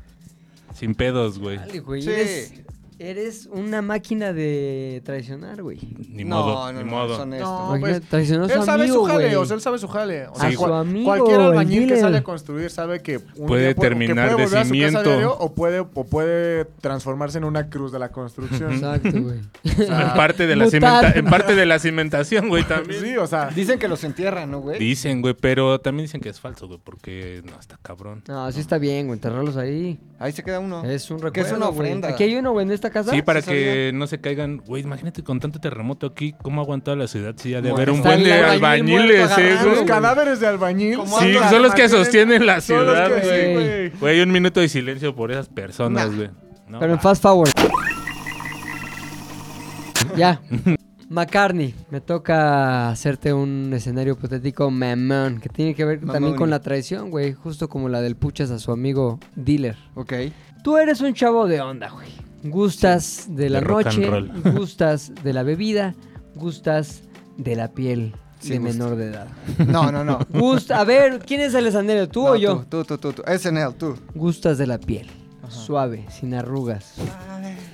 [SPEAKER 3] Sin pedos, güey.
[SPEAKER 1] Dale, güey.
[SPEAKER 4] Sí.
[SPEAKER 1] eres Eres una máquina de traicionar, güey.
[SPEAKER 3] Ni modo, ni modo.
[SPEAKER 4] son
[SPEAKER 2] No,
[SPEAKER 1] Imagina-
[SPEAKER 2] pues,
[SPEAKER 1] traicionó a su
[SPEAKER 2] él sabe
[SPEAKER 1] amigo,
[SPEAKER 2] su jale,
[SPEAKER 1] güey.
[SPEAKER 2] o sea, él sabe su jale. O
[SPEAKER 1] A
[SPEAKER 2] sea,
[SPEAKER 3] su
[SPEAKER 2] cual-
[SPEAKER 1] amigo,
[SPEAKER 2] cualquier
[SPEAKER 1] el
[SPEAKER 2] albañil que
[SPEAKER 1] dealer.
[SPEAKER 2] sale a construir sabe que un
[SPEAKER 3] Puede
[SPEAKER 2] día que
[SPEAKER 3] terminar de
[SPEAKER 2] volver a su casa
[SPEAKER 3] cimiento.
[SPEAKER 2] diario o puede o puede transformarse en una cruz de la construcción.
[SPEAKER 1] Exacto, güey.
[SPEAKER 2] O sea,
[SPEAKER 3] En parte de la
[SPEAKER 1] Mutado.
[SPEAKER 3] cimenta- en parte de la cimentación, güey, también.
[SPEAKER 2] sí, o sea,
[SPEAKER 4] Dicen que los entierran, ¿no, güey?
[SPEAKER 3] Dicen, güey, pero también dicen que es falso, güey, porque no, está cabrón.
[SPEAKER 1] No, sí está bien, güey. Enterrarlos ahí.
[SPEAKER 4] Ahí se queda uno.
[SPEAKER 1] Es un recuerdo.
[SPEAKER 4] Que es una
[SPEAKER 1] güey.
[SPEAKER 4] ofrenda.
[SPEAKER 1] Aquí hay uno, güey, en esta casa.
[SPEAKER 3] Sí, para
[SPEAKER 4] Sí,
[SPEAKER 3] que no se caigan. Güey, imagínate con tanto terremoto aquí, ¿cómo aguantó la ciudad? Sí, ha de
[SPEAKER 4] Bueno,
[SPEAKER 3] haber un
[SPEAKER 4] está
[SPEAKER 3] buen
[SPEAKER 4] el
[SPEAKER 3] de
[SPEAKER 4] albañil
[SPEAKER 3] albañiles,
[SPEAKER 4] muerto
[SPEAKER 3] eh,
[SPEAKER 4] agarrando
[SPEAKER 2] los
[SPEAKER 3] güey.
[SPEAKER 2] cadáveres de albañil.
[SPEAKER 4] Como
[SPEAKER 3] Sí,
[SPEAKER 4] Cuando
[SPEAKER 3] son los que
[SPEAKER 2] almacenes-
[SPEAKER 3] sostienen la
[SPEAKER 2] son los
[SPEAKER 3] ciudad,
[SPEAKER 2] que- sí,
[SPEAKER 3] güey.
[SPEAKER 2] güey.
[SPEAKER 3] Güey, un minuto de silencio por esas personas, güey. No,
[SPEAKER 1] Pero en
[SPEAKER 3] va.
[SPEAKER 1] fast forward. ya. McCartney, me toca hacerte un escenario hipotético mamón, que tiene que ver también
[SPEAKER 4] Mamón.
[SPEAKER 1] con la traición, güey, justo como la del puchas a su amigo dealer.
[SPEAKER 4] Ok.
[SPEAKER 1] Tú eres un chavo de onda, güey. Gustas de la
[SPEAKER 3] De rock
[SPEAKER 1] noche,
[SPEAKER 3] and
[SPEAKER 1] gustas de la bebida, gustas de la piel
[SPEAKER 4] Sí,
[SPEAKER 1] de
[SPEAKER 4] gusto.
[SPEAKER 1] menor de edad.
[SPEAKER 4] No, no, no.
[SPEAKER 1] Gusta, a ver, ¿quién es el escenario, tú
[SPEAKER 4] No,
[SPEAKER 1] o yo?
[SPEAKER 4] Tú, tú, tú, tú. SNL, tú.
[SPEAKER 1] Gustas de la piel. Suave, sin arrugas.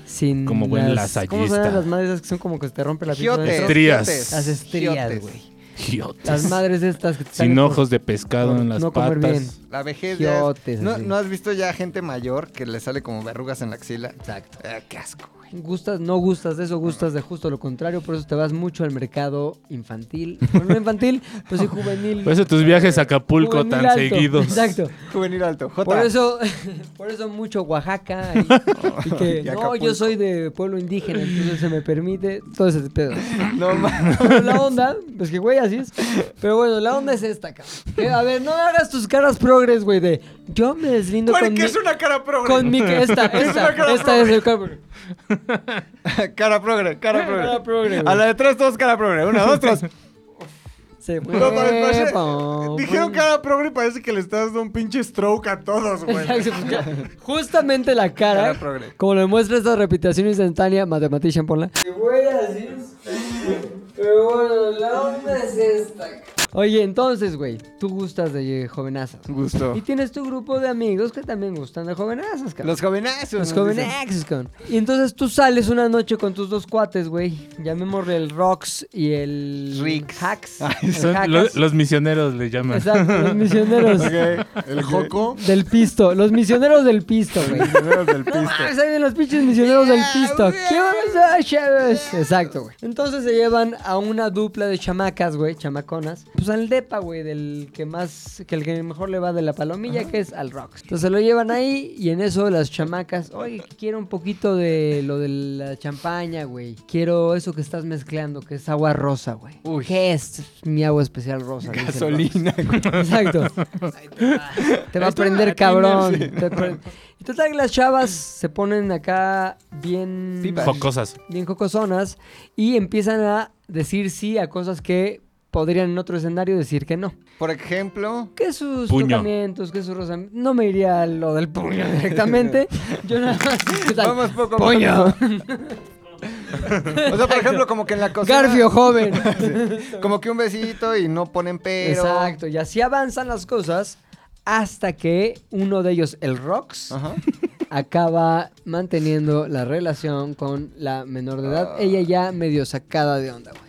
[SPEAKER 1] Sin
[SPEAKER 3] Como buen
[SPEAKER 1] las- ¿Cómo se
[SPEAKER 3] lasallista.
[SPEAKER 1] llaman las madres esas que son como que se te rompe la piel?
[SPEAKER 4] Giotes,
[SPEAKER 3] Estrías.
[SPEAKER 4] giotes,
[SPEAKER 1] Las estrías,
[SPEAKER 4] giotes.
[SPEAKER 1] güey.
[SPEAKER 3] Idiotas.
[SPEAKER 1] Las madres estas que te salen
[SPEAKER 3] Sin
[SPEAKER 1] por-
[SPEAKER 3] ojos de pescado
[SPEAKER 1] por
[SPEAKER 3] en las
[SPEAKER 1] no comer bien.
[SPEAKER 3] patas.
[SPEAKER 4] La vejez ya es-
[SPEAKER 1] Giotes,
[SPEAKER 4] ¿No,
[SPEAKER 1] así.
[SPEAKER 4] ¿No has visto ya gente mayor que le sale como verrugas en la axila?
[SPEAKER 1] Exacto.
[SPEAKER 4] Ah, qué asco, güey.
[SPEAKER 1] Gustas, no gustas de eso, gustas de justo lo contrario, por eso te vas mucho al mercado infantil. Bueno, no infantil, pues sí juvenil.
[SPEAKER 3] Por eso tus viajes a Acapulco
[SPEAKER 1] juvenil
[SPEAKER 3] tan
[SPEAKER 1] alto.
[SPEAKER 3] seguidos.
[SPEAKER 1] Exacto.
[SPEAKER 4] Juvenil alto. J.
[SPEAKER 1] Por eso, por eso mucho Oaxaca y, y que
[SPEAKER 4] Y
[SPEAKER 1] no,
[SPEAKER 4] Acapulco.
[SPEAKER 1] yo soy de pueblo indígena, entonces se me permite todo ese pedo.
[SPEAKER 4] No mames.
[SPEAKER 1] Pero la onda, pues que güey, así es. Pero bueno, la onda es esta, cabrón. Que, a ver, no hagas tus caras progres, güey, de yo me deslindo
[SPEAKER 2] Güey,
[SPEAKER 1] con mi,
[SPEAKER 2] que es una cara progre.
[SPEAKER 1] con mi esta,
[SPEAKER 2] ¿Qué es
[SPEAKER 1] esta,
[SPEAKER 2] una cara
[SPEAKER 1] esta es el cabrón.
[SPEAKER 4] cara progre, cara progre.
[SPEAKER 1] Cara progre, güey.
[SPEAKER 4] A la de tres, todos cara progre. Una, dos, tres.
[SPEAKER 1] Se fue.
[SPEAKER 2] No, mames, parece-
[SPEAKER 1] pom,
[SPEAKER 2] Eh, Dijeron
[SPEAKER 1] pom.
[SPEAKER 2] cara progre y parece que le estás dando un pinche stroke a todos, güey.
[SPEAKER 1] Exacto, pues, ya. Justamente la cara,
[SPEAKER 4] Cara progre.
[SPEAKER 1] como lo muestra esta repetición instantánea, mathematician, ponla. Pero bueno, la onda es esta. Oye, entonces, güey, tú gustas de eh, jovenazas.
[SPEAKER 4] Un gusto.
[SPEAKER 1] Y tienes tu grupo de amigos que también gustan de jovenazas, cabrón.
[SPEAKER 4] Los jovenazos.
[SPEAKER 1] Los
[SPEAKER 4] nos
[SPEAKER 1] jóvenes
[SPEAKER 4] dicen.
[SPEAKER 1] cabrón. Y entonces tú sales una noche con tus dos cuates, güey. Llamémosle el Rox y el.
[SPEAKER 4] Rix.
[SPEAKER 1] Hacks.
[SPEAKER 4] Ay,
[SPEAKER 1] El
[SPEAKER 3] Son
[SPEAKER 1] Hackas.
[SPEAKER 3] lo- los, misioneros le llaman.
[SPEAKER 1] Exacto, los misioneros.
[SPEAKER 2] Ok, El joco.
[SPEAKER 1] Del pisto. Los misioneros del pisto, güey.
[SPEAKER 2] Misioneros del
[SPEAKER 1] No
[SPEAKER 2] pisto.
[SPEAKER 1] mames, ahí vienen los pinches misioneros del pisto.
[SPEAKER 4] Yeah,
[SPEAKER 1] ¿Qué onda, chavos? Exacto, güey. Entonces se llevan a una dupla de chamacas, güey, chamaconas. Pues al depa, güey, del que más, que el que mejor le va de la palomilla, que es al Rox. Entonces se lo llevan ahí y en eso las chamacas, oye, quiero un poquito de lo de la champaña, güey. Quiero eso que estás mezclando, que es agua rosa, güey.
[SPEAKER 4] Uy.
[SPEAKER 1] ¿Qué es mi agua especial rosa? dice el Rox.
[SPEAKER 4] Gasolina, güey.
[SPEAKER 1] Exacto. Te va a prender cabrón. Te pre- Y total que las chavas se ponen acá bien,
[SPEAKER 4] Pipas.
[SPEAKER 3] Focosas.
[SPEAKER 1] bien cocosonas y empiezan a decir sí a cosas que podrían en otro escenario decir que no.
[SPEAKER 4] Por ejemplo,
[SPEAKER 1] Que sus
[SPEAKER 3] Puño.
[SPEAKER 1] tocamientos, que sus rosas. No me iría a lo del puño directamente. Yo nada más. total,
[SPEAKER 4] vamos poco a poco.
[SPEAKER 1] Puño.
[SPEAKER 4] O sea, por ejemplo, como que en la cocina.
[SPEAKER 1] Garfio joven.
[SPEAKER 4] Como que un besito y no ponen pero.
[SPEAKER 1] Exacto. Y así avanzan las cosas hasta que uno de ellos, el Rox,
[SPEAKER 4] Ajá.
[SPEAKER 1] acaba manteniendo la relación con la menor de edad. Ella ya medio sacada de onda, güey.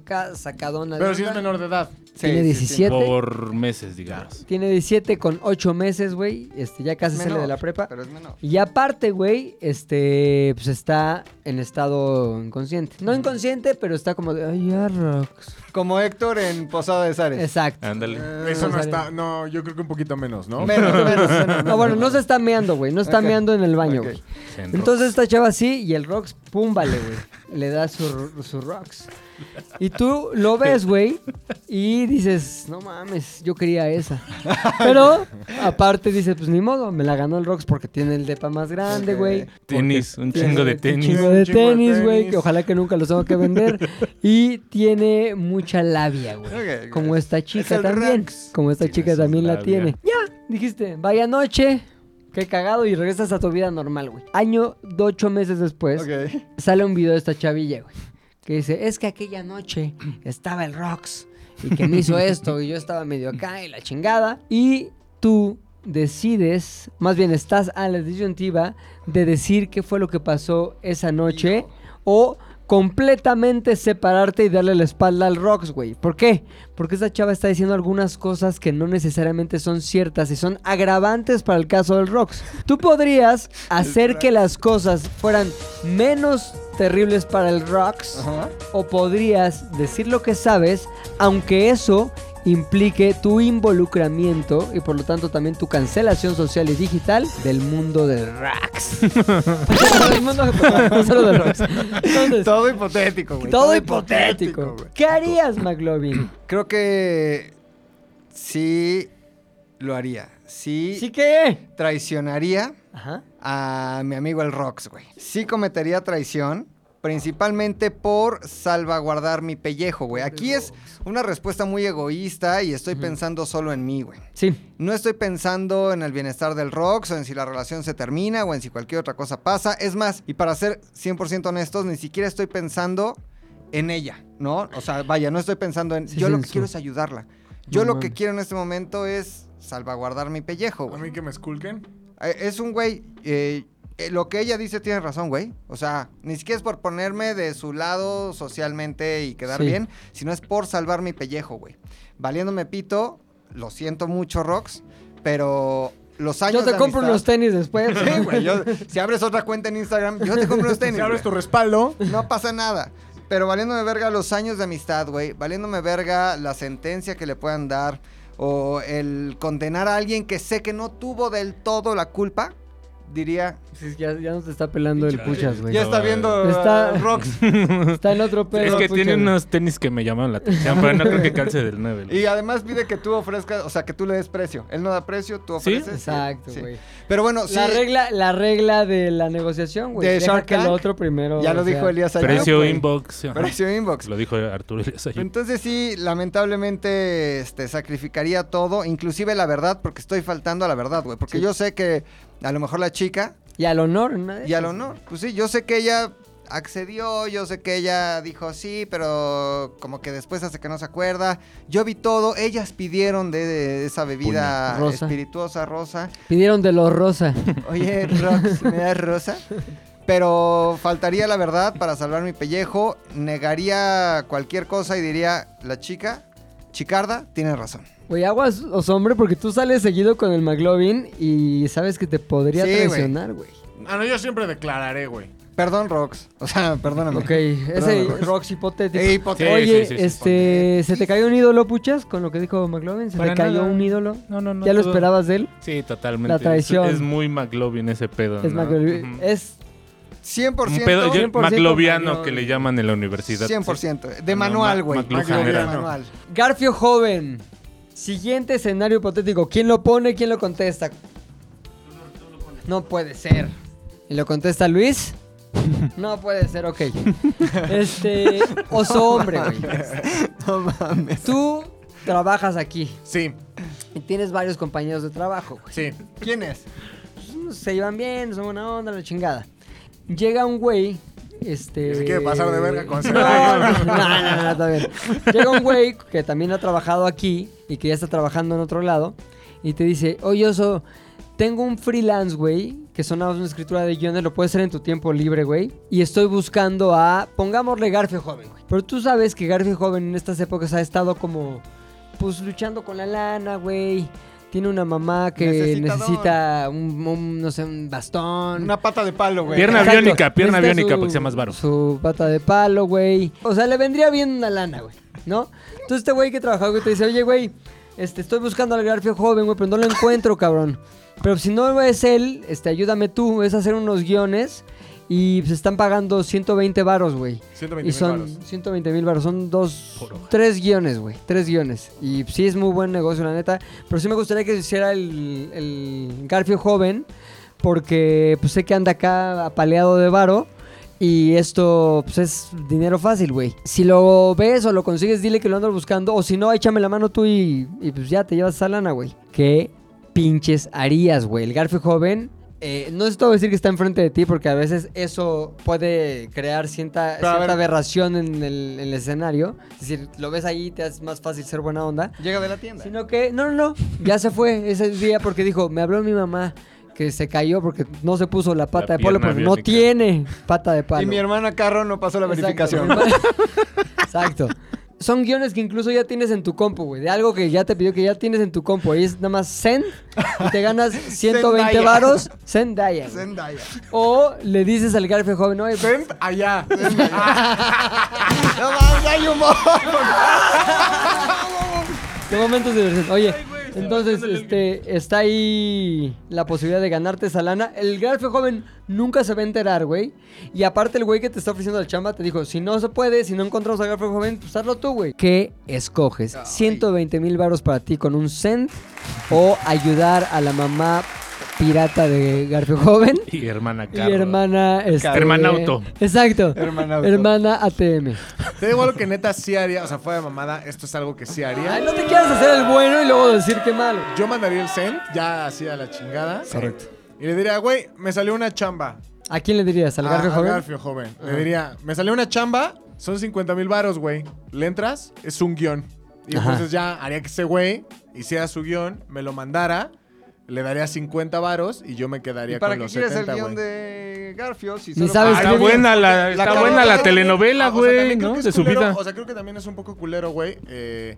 [SPEAKER 1] Acá sacadona de
[SPEAKER 2] Pero
[SPEAKER 1] onda.
[SPEAKER 2] si es menor de edad.
[SPEAKER 1] Tiene 17.
[SPEAKER 3] Por meses, digamos.
[SPEAKER 1] Tiene 17 con 8 meses, güey. Este, ya casi sale de la prepa.
[SPEAKER 4] Pero es menor.
[SPEAKER 1] Y aparte, güey, este, pues está en estado inconsciente. No inconsciente, pero está como de, ay, ya, Rox.
[SPEAKER 4] Como Héctor en Posada de Zares.
[SPEAKER 1] Exacto.
[SPEAKER 3] Ándale.
[SPEAKER 2] Eh, Eso no
[SPEAKER 1] Ah, sale.
[SPEAKER 2] está. No, yo creo que un poquito menos, ¿no?
[SPEAKER 4] Menos, menos, menos.
[SPEAKER 1] No, bueno, no se está meando, güey. No está
[SPEAKER 4] Ok.
[SPEAKER 1] meando en el baño,
[SPEAKER 4] Ok.
[SPEAKER 1] güey.
[SPEAKER 3] Se enro-
[SPEAKER 1] Entonces esta chava sí y el Rox, pum, vale, güey. Le da su, su Rox. Y tú lo ves, güey, y dices, no mames, yo quería esa. Pero aparte dices, pues ni modo, me la ganó el Rox porque tiene el depa más grande,
[SPEAKER 4] Ok.
[SPEAKER 1] güey.
[SPEAKER 3] Tenis, un
[SPEAKER 1] Tiene
[SPEAKER 3] chingo de
[SPEAKER 1] un
[SPEAKER 3] tenis.
[SPEAKER 1] Chingo de
[SPEAKER 2] Un chingo de
[SPEAKER 1] tenis, güey,
[SPEAKER 2] tenis.
[SPEAKER 1] que ojalá que nunca los tenga que vender. Y tiene mucha labia, güey.
[SPEAKER 4] Ok,
[SPEAKER 1] Como
[SPEAKER 4] güey.
[SPEAKER 1] esta chica
[SPEAKER 4] el
[SPEAKER 1] también.
[SPEAKER 4] Rox.
[SPEAKER 1] Como esta
[SPEAKER 3] Tiene
[SPEAKER 1] chica
[SPEAKER 3] sus
[SPEAKER 1] también la
[SPEAKER 3] labia.
[SPEAKER 1] tiene. Ya, dijiste, vaya noche. Qué cagado y regresas a tu vida normal, güey. Año de ocho meses después,
[SPEAKER 4] Ok.
[SPEAKER 1] sale un video de esta chavilla, güey. Que dice, es que aquella noche estaba el Rox y que me hizo esto y yo estaba medio acá y la chingada. Y tú decides, más bien estás a la disyuntiva de decir qué fue lo que pasó esa noche o completamente separarte y darle la espalda al Rox, güey. ¿Por qué? Porque esta chava está diciendo algunas cosas que no necesariamente son ciertas y son agravantes para el caso del Rox. Tú podrías hacer que las cosas fueran menos terribles para el Rox o podrías decir lo que sabes, aunque eso implique tu involucramiento y por lo tanto también tu cancelación social y digital del mundo del Rax. Del mundo- perdón, no solo del Rax. Entonces, todo,
[SPEAKER 4] Todo hipotético, güey.
[SPEAKER 1] hipotético. ¿Qué harías, McLovin?
[SPEAKER 4] Creo que sí lo haría. Sí,
[SPEAKER 1] ¿Sí qué?
[SPEAKER 4] traicionaría
[SPEAKER 1] Ajá.
[SPEAKER 4] a mi amigo el Rox, güey. Sí cometería traición, principalmente por salvaguardar mi pellejo, güey. Aquí es una respuesta muy egoísta y estoy pensando solo en mí, güey.
[SPEAKER 1] Sí.
[SPEAKER 4] No estoy pensando en el bienestar del Rox o en si la relación se termina o en si cualquier otra cosa pasa. Es más, y para ser 100% honestos, ni siquiera estoy pensando en ella, ¿no? O sea, vaya, no estoy pensando en...
[SPEAKER 1] Sí,
[SPEAKER 4] yo
[SPEAKER 1] sí,
[SPEAKER 4] lo
[SPEAKER 1] en
[SPEAKER 4] que
[SPEAKER 1] su-
[SPEAKER 4] quiero es ayudarla. Yo
[SPEAKER 1] No
[SPEAKER 4] lo que
[SPEAKER 1] mames.
[SPEAKER 4] quiero en este momento es salvaguardar mi pellejo,
[SPEAKER 2] A
[SPEAKER 4] güey.
[SPEAKER 2] mí que me esculquen.
[SPEAKER 4] Eh, Es un güey... eh, eh, lo que ella dice tiene razón, güey. O sea, ni siquiera es por ponerme de su lado socialmente y quedar
[SPEAKER 1] Sí.
[SPEAKER 4] bien, sino es por salvar mi pellejo, güey. Valiéndome pito, lo siento mucho, Rox, pero los años
[SPEAKER 1] Yo te
[SPEAKER 4] de
[SPEAKER 1] compro unos
[SPEAKER 4] amistad-
[SPEAKER 1] tenis después.
[SPEAKER 4] Sí, güey, yo- si abres otra cuenta en Instagram, yo te compro unos tenis.
[SPEAKER 2] Si abres tu
[SPEAKER 4] güey.
[SPEAKER 2] respaldo.
[SPEAKER 4] No pasa nada. Pero valiéndome verga los años de amistad, güey. Valiéndome verga la sentencia que le puedan dar. O el condenar a alguien que sé que no tuvo del todo la culpa. Diría.
[SPEAKER 1] Sí, ya, ya nos está pelando el puchas, güey.
[SPEAKER 4] Ya está viendo
[SPEAKER 1] Está-
[SPEAKER 4] uh, Rox.
[SPEAKER 1] Está en otro pedo.
[SPEAKER 3] es que
[SPEAKER 1] puchas,
[SPEAKER 3] tiene
[SPEAKER 1] güey.
[SPEAKER 3] unos tenis que me llamaron la atención, pero no creo que calce del 9.
[SPEAKER 4] Y además pide que tú ofrezcas, o sea, que tú le des precio. Él no da precio, tú
[SPEAKER 3] Sí,
[SPEAKER 4] ofreces.
[SPEAKER 1] Exacto,
[SPEAKER 4] Sí.
[SPEAKER 1] güey.
[SPEAKER 4] Pero bueno, sí.
[SPEAKER 1] La regla, la regla de la negociación, güey.
[SPEAKER 4] De
[SPEAKER 1] Deja
[SPEAKER 4] Shark
[SPEAKER 1] que el
[SPEAKER 4] Tank.
[SPEAKER 1] otro primero.
[SPEAKER 4] Ya lo
[SPEAKER 1] o sea,
[SPEAKER 4] dijo Elías ayer.
[SPEAKER 3] Precio
[SPEAKER 4] güey.
[SPEAKER 3] inbox. ajá.
[SPEAKER 4] Precio inbox.
[SPEAKER 3] Lo dijo Arturo Elías Ayub.
[SPEAKER 4] Entonces sí, lamentablemente este, sacrificaría todo, inclusive la verdad, porque estoy faltando a la verdad, güey. Porque
[SPEAKER 1] Sí.
[SPEAKER 4] yo sé que a lo mejor la chica
[SPEAKER 1] Y al honor, ¿no?
[SPEAKER 4] y al honor, pues sí, yo sé que ella accedió, yo sé que ella dijo sí, pero como que después hace que no se acuerda. Yo vi todo, ellas pidieron de, de esa bebida
[SPEAKER 1] Puño. Rosa.
[SPEAKER 4] espirituosa rosa.
[SPEAKER 1] Pidieron de los rosa.
[SPEAKER 4] Oye, Rox, ¿me das rosa? Pero faltaría la verdad para salvar mi pellejo. Negaría cualquier cosa y diría, la chica, chicarda, tiene razón.
[SPEAKER 1] Güey, aguas os hombre, porque tú sales seguido con el McLovin y sabes que te podría
[SPEAKER 4] Sí, güey.
[SPEAKER 1] traicionar, güey.
[SPEAKER 2] Ah, no, yo siempre declararé, güey.
[SPEAKER 4] Perdón, Rox. O sea, perdóname.
[SPEAKER 1] Ok, ese
[SPEAKER 4] Rox.
[SPEAKER 1] Rox hipotético.
[SPEAKER 4] Eh, hipote-
[SPEAKER 3] Sí,
[SPEAKER 1] Oye,
[SPEAKER 3] sí, sí, sí,
[SPEAKER 1] este, ¿se te cayó un ídolo, Puchas? Con lo que dijo McLovin, ¿se
[SPEAKER 3] Para
[SPEAKER 1] te cayó
[SPEAKER 3] nada.
[SPEAKER 1] un ídolo?
[SPEAKER 3] No, no, no.
[SPEAKER 1] ¿Ya lo
[SPEAKER 3] todo-
[SPEAKER 1] esperabas de él?
[SPEAKER 3] Sí, totalmente.
[SPEAKER 1] La traición.
[SPEAKER 3] Es, es muy McLovin ese pedo.
[SPEAKER 1] Es
[SPEAKER 3] ¿no?
[SPEAKER 1] McLovin.
[SPEAKER 3] Ujú.
[SPEAKER 1] Es
[SPEAKER 4] 100%.
[SPEAKER 3] Un pedo yo-
[SPEAKER 1] 100%
[SPEAKER 3] McLoviano
[SPEAKER 1] McLovin.
[SPEAKER 3] que le llaman en la universidad.
[SPEAKER 4] 100%. De
[SPEAKER 3] No,
[SPEAKER 4] manual,
[SPEAKER 3] Ma-
[SPEAKER 4] güey.
[SPEAKER 3] McLuhan
[SPEAKER 4] de
[SPEAKER 2] era.
[SPEAKER 4] manual.
[SPEAKER 1] Garfio joven. Siguiente escenario hipotético. ¿Quién lo pone? ¿Quién lo contesta? No puede ser. ¿Y lo contesta Luis? No puede ser, ok. Este. Oso hombre, güey.
[SPEAKER 4] No mames.
[SPEAKER 1] Tú trabajas aquí
[SPEAKER 2] Sí,
[SPEAKER 1] y tienes varios compañeros de trabajo, güey.
[SPEAKER 2] sí.
[SPEAKER 4] ¿Quién es?
[SPEAKER 1] pues, Se llevan bien, son buena onda, la chingada. Llega un güey. Este.
[SPEAKER 2] Que se quiere pasar de verga con
[SPEAKER 1] no,
[SPEAKER 2] ese
[SPEAKER 1] no,
[SPEAKER 2] güey.
[SPEAKER 1] no, no, no, está bien. Llega un güey que también ha trabajado aquí y que ya está trabajando en otro lado y te dice: Oye, oso, tengo un freelance, güey, que son nada más una escritura de guiones, lo puedes hacer en tu tiempo libre, güey. Y estoy buscando a. Pongámosle Garfio Joven, güey. Pero tú sabes que Garfio Joven en estas épocas ha estado como. Pues luchando con la lana, güey. Tiene una mamá que
[SPEAKER 4] Necesitador.
[SPEAKER 1] necesita un, un, no sé, un bastón.
[SPEAKER 4] Una pata de palo, güey.
[SPEAKER 3] Pierna
[SPEAKER 1] Exacto.
[SPEAKER 3] biónica, pierna
[SPEAKER 1] Necesita
[SPEAKER 3] biónica,
[SPEAKER 1] su-
[SPEAKER 3] porque sea más varo.
[SPEAKER 1] Su pata de palo, güey. O sea, le vendría bien una lana, güey, ¿no? Entonces este güey que trabajaba, güey, te dice, oye, güey, este, estoy buscando al Garfio joven, güey, pero no lo encuentro, cabrón. Pero si no es él, este, ayúdame tú, es hacer unos guiones y se están pagando 120 varos, güey.
[SPEAKER 2] 120
[SPEAKER 1] Y son
[SPEAKER 2] mil varos.
[SPEAKER 1] 120 mil baros, son dos,
[SPEAKER 3] Por hoja.
[SPEAKER 1] tres guiones, güey, tres guiones. Y sí es muy buen negocio, la neta, pero sí me gustaría que se hiciera el, el Garfio joven, porque pues sé que anda acá apaleado de varo. Y esto pues, es dinero fácil, güey. Si lo ves o lo consigues, dile que lo andas buscando. O si no, échame la mano tú y, y, pues ya te llevas esa lana, güey. ¿Qué pinches harías, güey? El Garfio joven eh, no es todo decir que está enfrente de ti, porque a veces eso puede crear cierta,
[SPEAKER 2] Pero a
[SPEAKER 1] cierta
[SPEAKER 2] ver.
[SPEAKER 1] aberración en el, en el escenario. Es decir, lo ves ahí, te es más fácil ser buena onda.
[SPEAKER 4] Llega de la tienda.
[SPEAKER 1] Sino que, no, no, no, ya se fue ese día porque dijo, me habló mi mamá que se cayó porque no se puso la pata
[SPEAKER 3] La
[SPEAKER 1] de palo
[SPEAKER 3] pierna
[SPEAKER 1] porque no
[SPEAKER 3] biónica.
[SPEAKER 1] tiene pata de palo.
[SPEAKER 4] y mi hermana Carro no pasó la verificación.
[SPEAKER 1] Exacto. Exacto. Son guiones que incluso ya tienes en tu compu, güey. De algo que ya te pidió que ya tienes en tu compu. Ahí es nada más send y te ganas 120
[SPEAKER 4] Zendaya.
[SPEAKER 1] varos. Zendaya. güey.
[SPEAKER 4] Zendaya.
[SPEAKER 1] O le dices al Garfe joven, oye, pues, pero-
[SPEAKER 2] Sent allá.
[SPEAKER 4] No mames, hay humor.
[SPEAKER 1] de momentos de diversión. Oye, entonces este, está ahí la posibilidad de ganarte esa lana. El Garfe joven nunca se va a enterar, güey. Y aparte el güey que te está ofreciendo el chamba te dijo, si no se puede, si no encontramos al Garfe joven, pues hazlo tú, güey. ¿Qué escoges? 120 mil varos para ti con un cent o ayudar a la mamá pirata de Garfe joven.
[SPEAKER 3] Y hermana
[SPEAKER 1] Y
[SPEAKER 3] Carla.
[SPEAKER 1] hermana... este,
[SPEAKER 3] Hermanauto.
[SPEAKER 1] Exacto.
[SPEAKER 4] Hermanauto.
[SPEAKER 1] Hermana ATM.
[SPEAKER 2] Te digo algo que neta sí haría. O sea, fuera de mamada, esto es algo que sí
[SPEAKER 1] Ay,
[SPEAKER 2] haría.
[SPEAKER 1] no te quieras hacer el bueno y luego decir que malo.
[SPEAKER 2] Yo mandaría el send ya así a la chingada.
[SPEAKER 4] Correcto.
[SPEAKER 2] Y le diría, güey, me salió una chamba.
[SPEAKER 1] ¿A quién le dirías? ¿Al
[SPEAKER 2] A-
[SPEAKER 1] Garfio
[SPEAKER 2] a
[SPEAKER 1] joven?
[SPEAKER 2] Ah, Garfio joven. Le diría, me salió una chamba, son 50 mil varos, güey. Le entras, es un guión. Y
[SPEAKER 1] Ajá.
[SPEAKER 2] entonces ya haría que ese güey hiciera su guión, me lo mandara, le daría 50 varos y yo me quedaría
[SPEAKER 4] ¿Y para
[SPEAKER 2] con
[SPEAKER 4] qué
[SPEAKER 2] los
[SPEAKER 4] quieres el
[SPEAKER 2] 70,
[SPEAKER 4] guión
[SPEAKER 2] güey.
[SPEAKER 4] de Garfio? Si
[SPEAKER 1] Ni
[SPEAKER 4] solo-
[SPEAKER 1] sabes
[SPEAKER 3] Ah,
[SPEAKER 1] qué
[SPEAKER 3] está
[SPEAKER 1] bien.
[SPEAKER 3] buena la, está
[SPEAKER 4] Carla
[SPEAKER 3] buena la
[SPEAKER 4] Bruni.
[SPEAKER 3] telenovela,
[SPEAKER 2] Ah, o sea,
[SPEAKER 3] güey,
[SPEAKER 2] también creo
[SPEAKER 3] ¿no?
[SPEAKER 2] que es
[SPEAKER 3] De su
[SPEAKER 2] culero,
[SPEAKER 3] vida.
[SPEAKER 2] O sea, creo que también es un poco culero, güey. eh,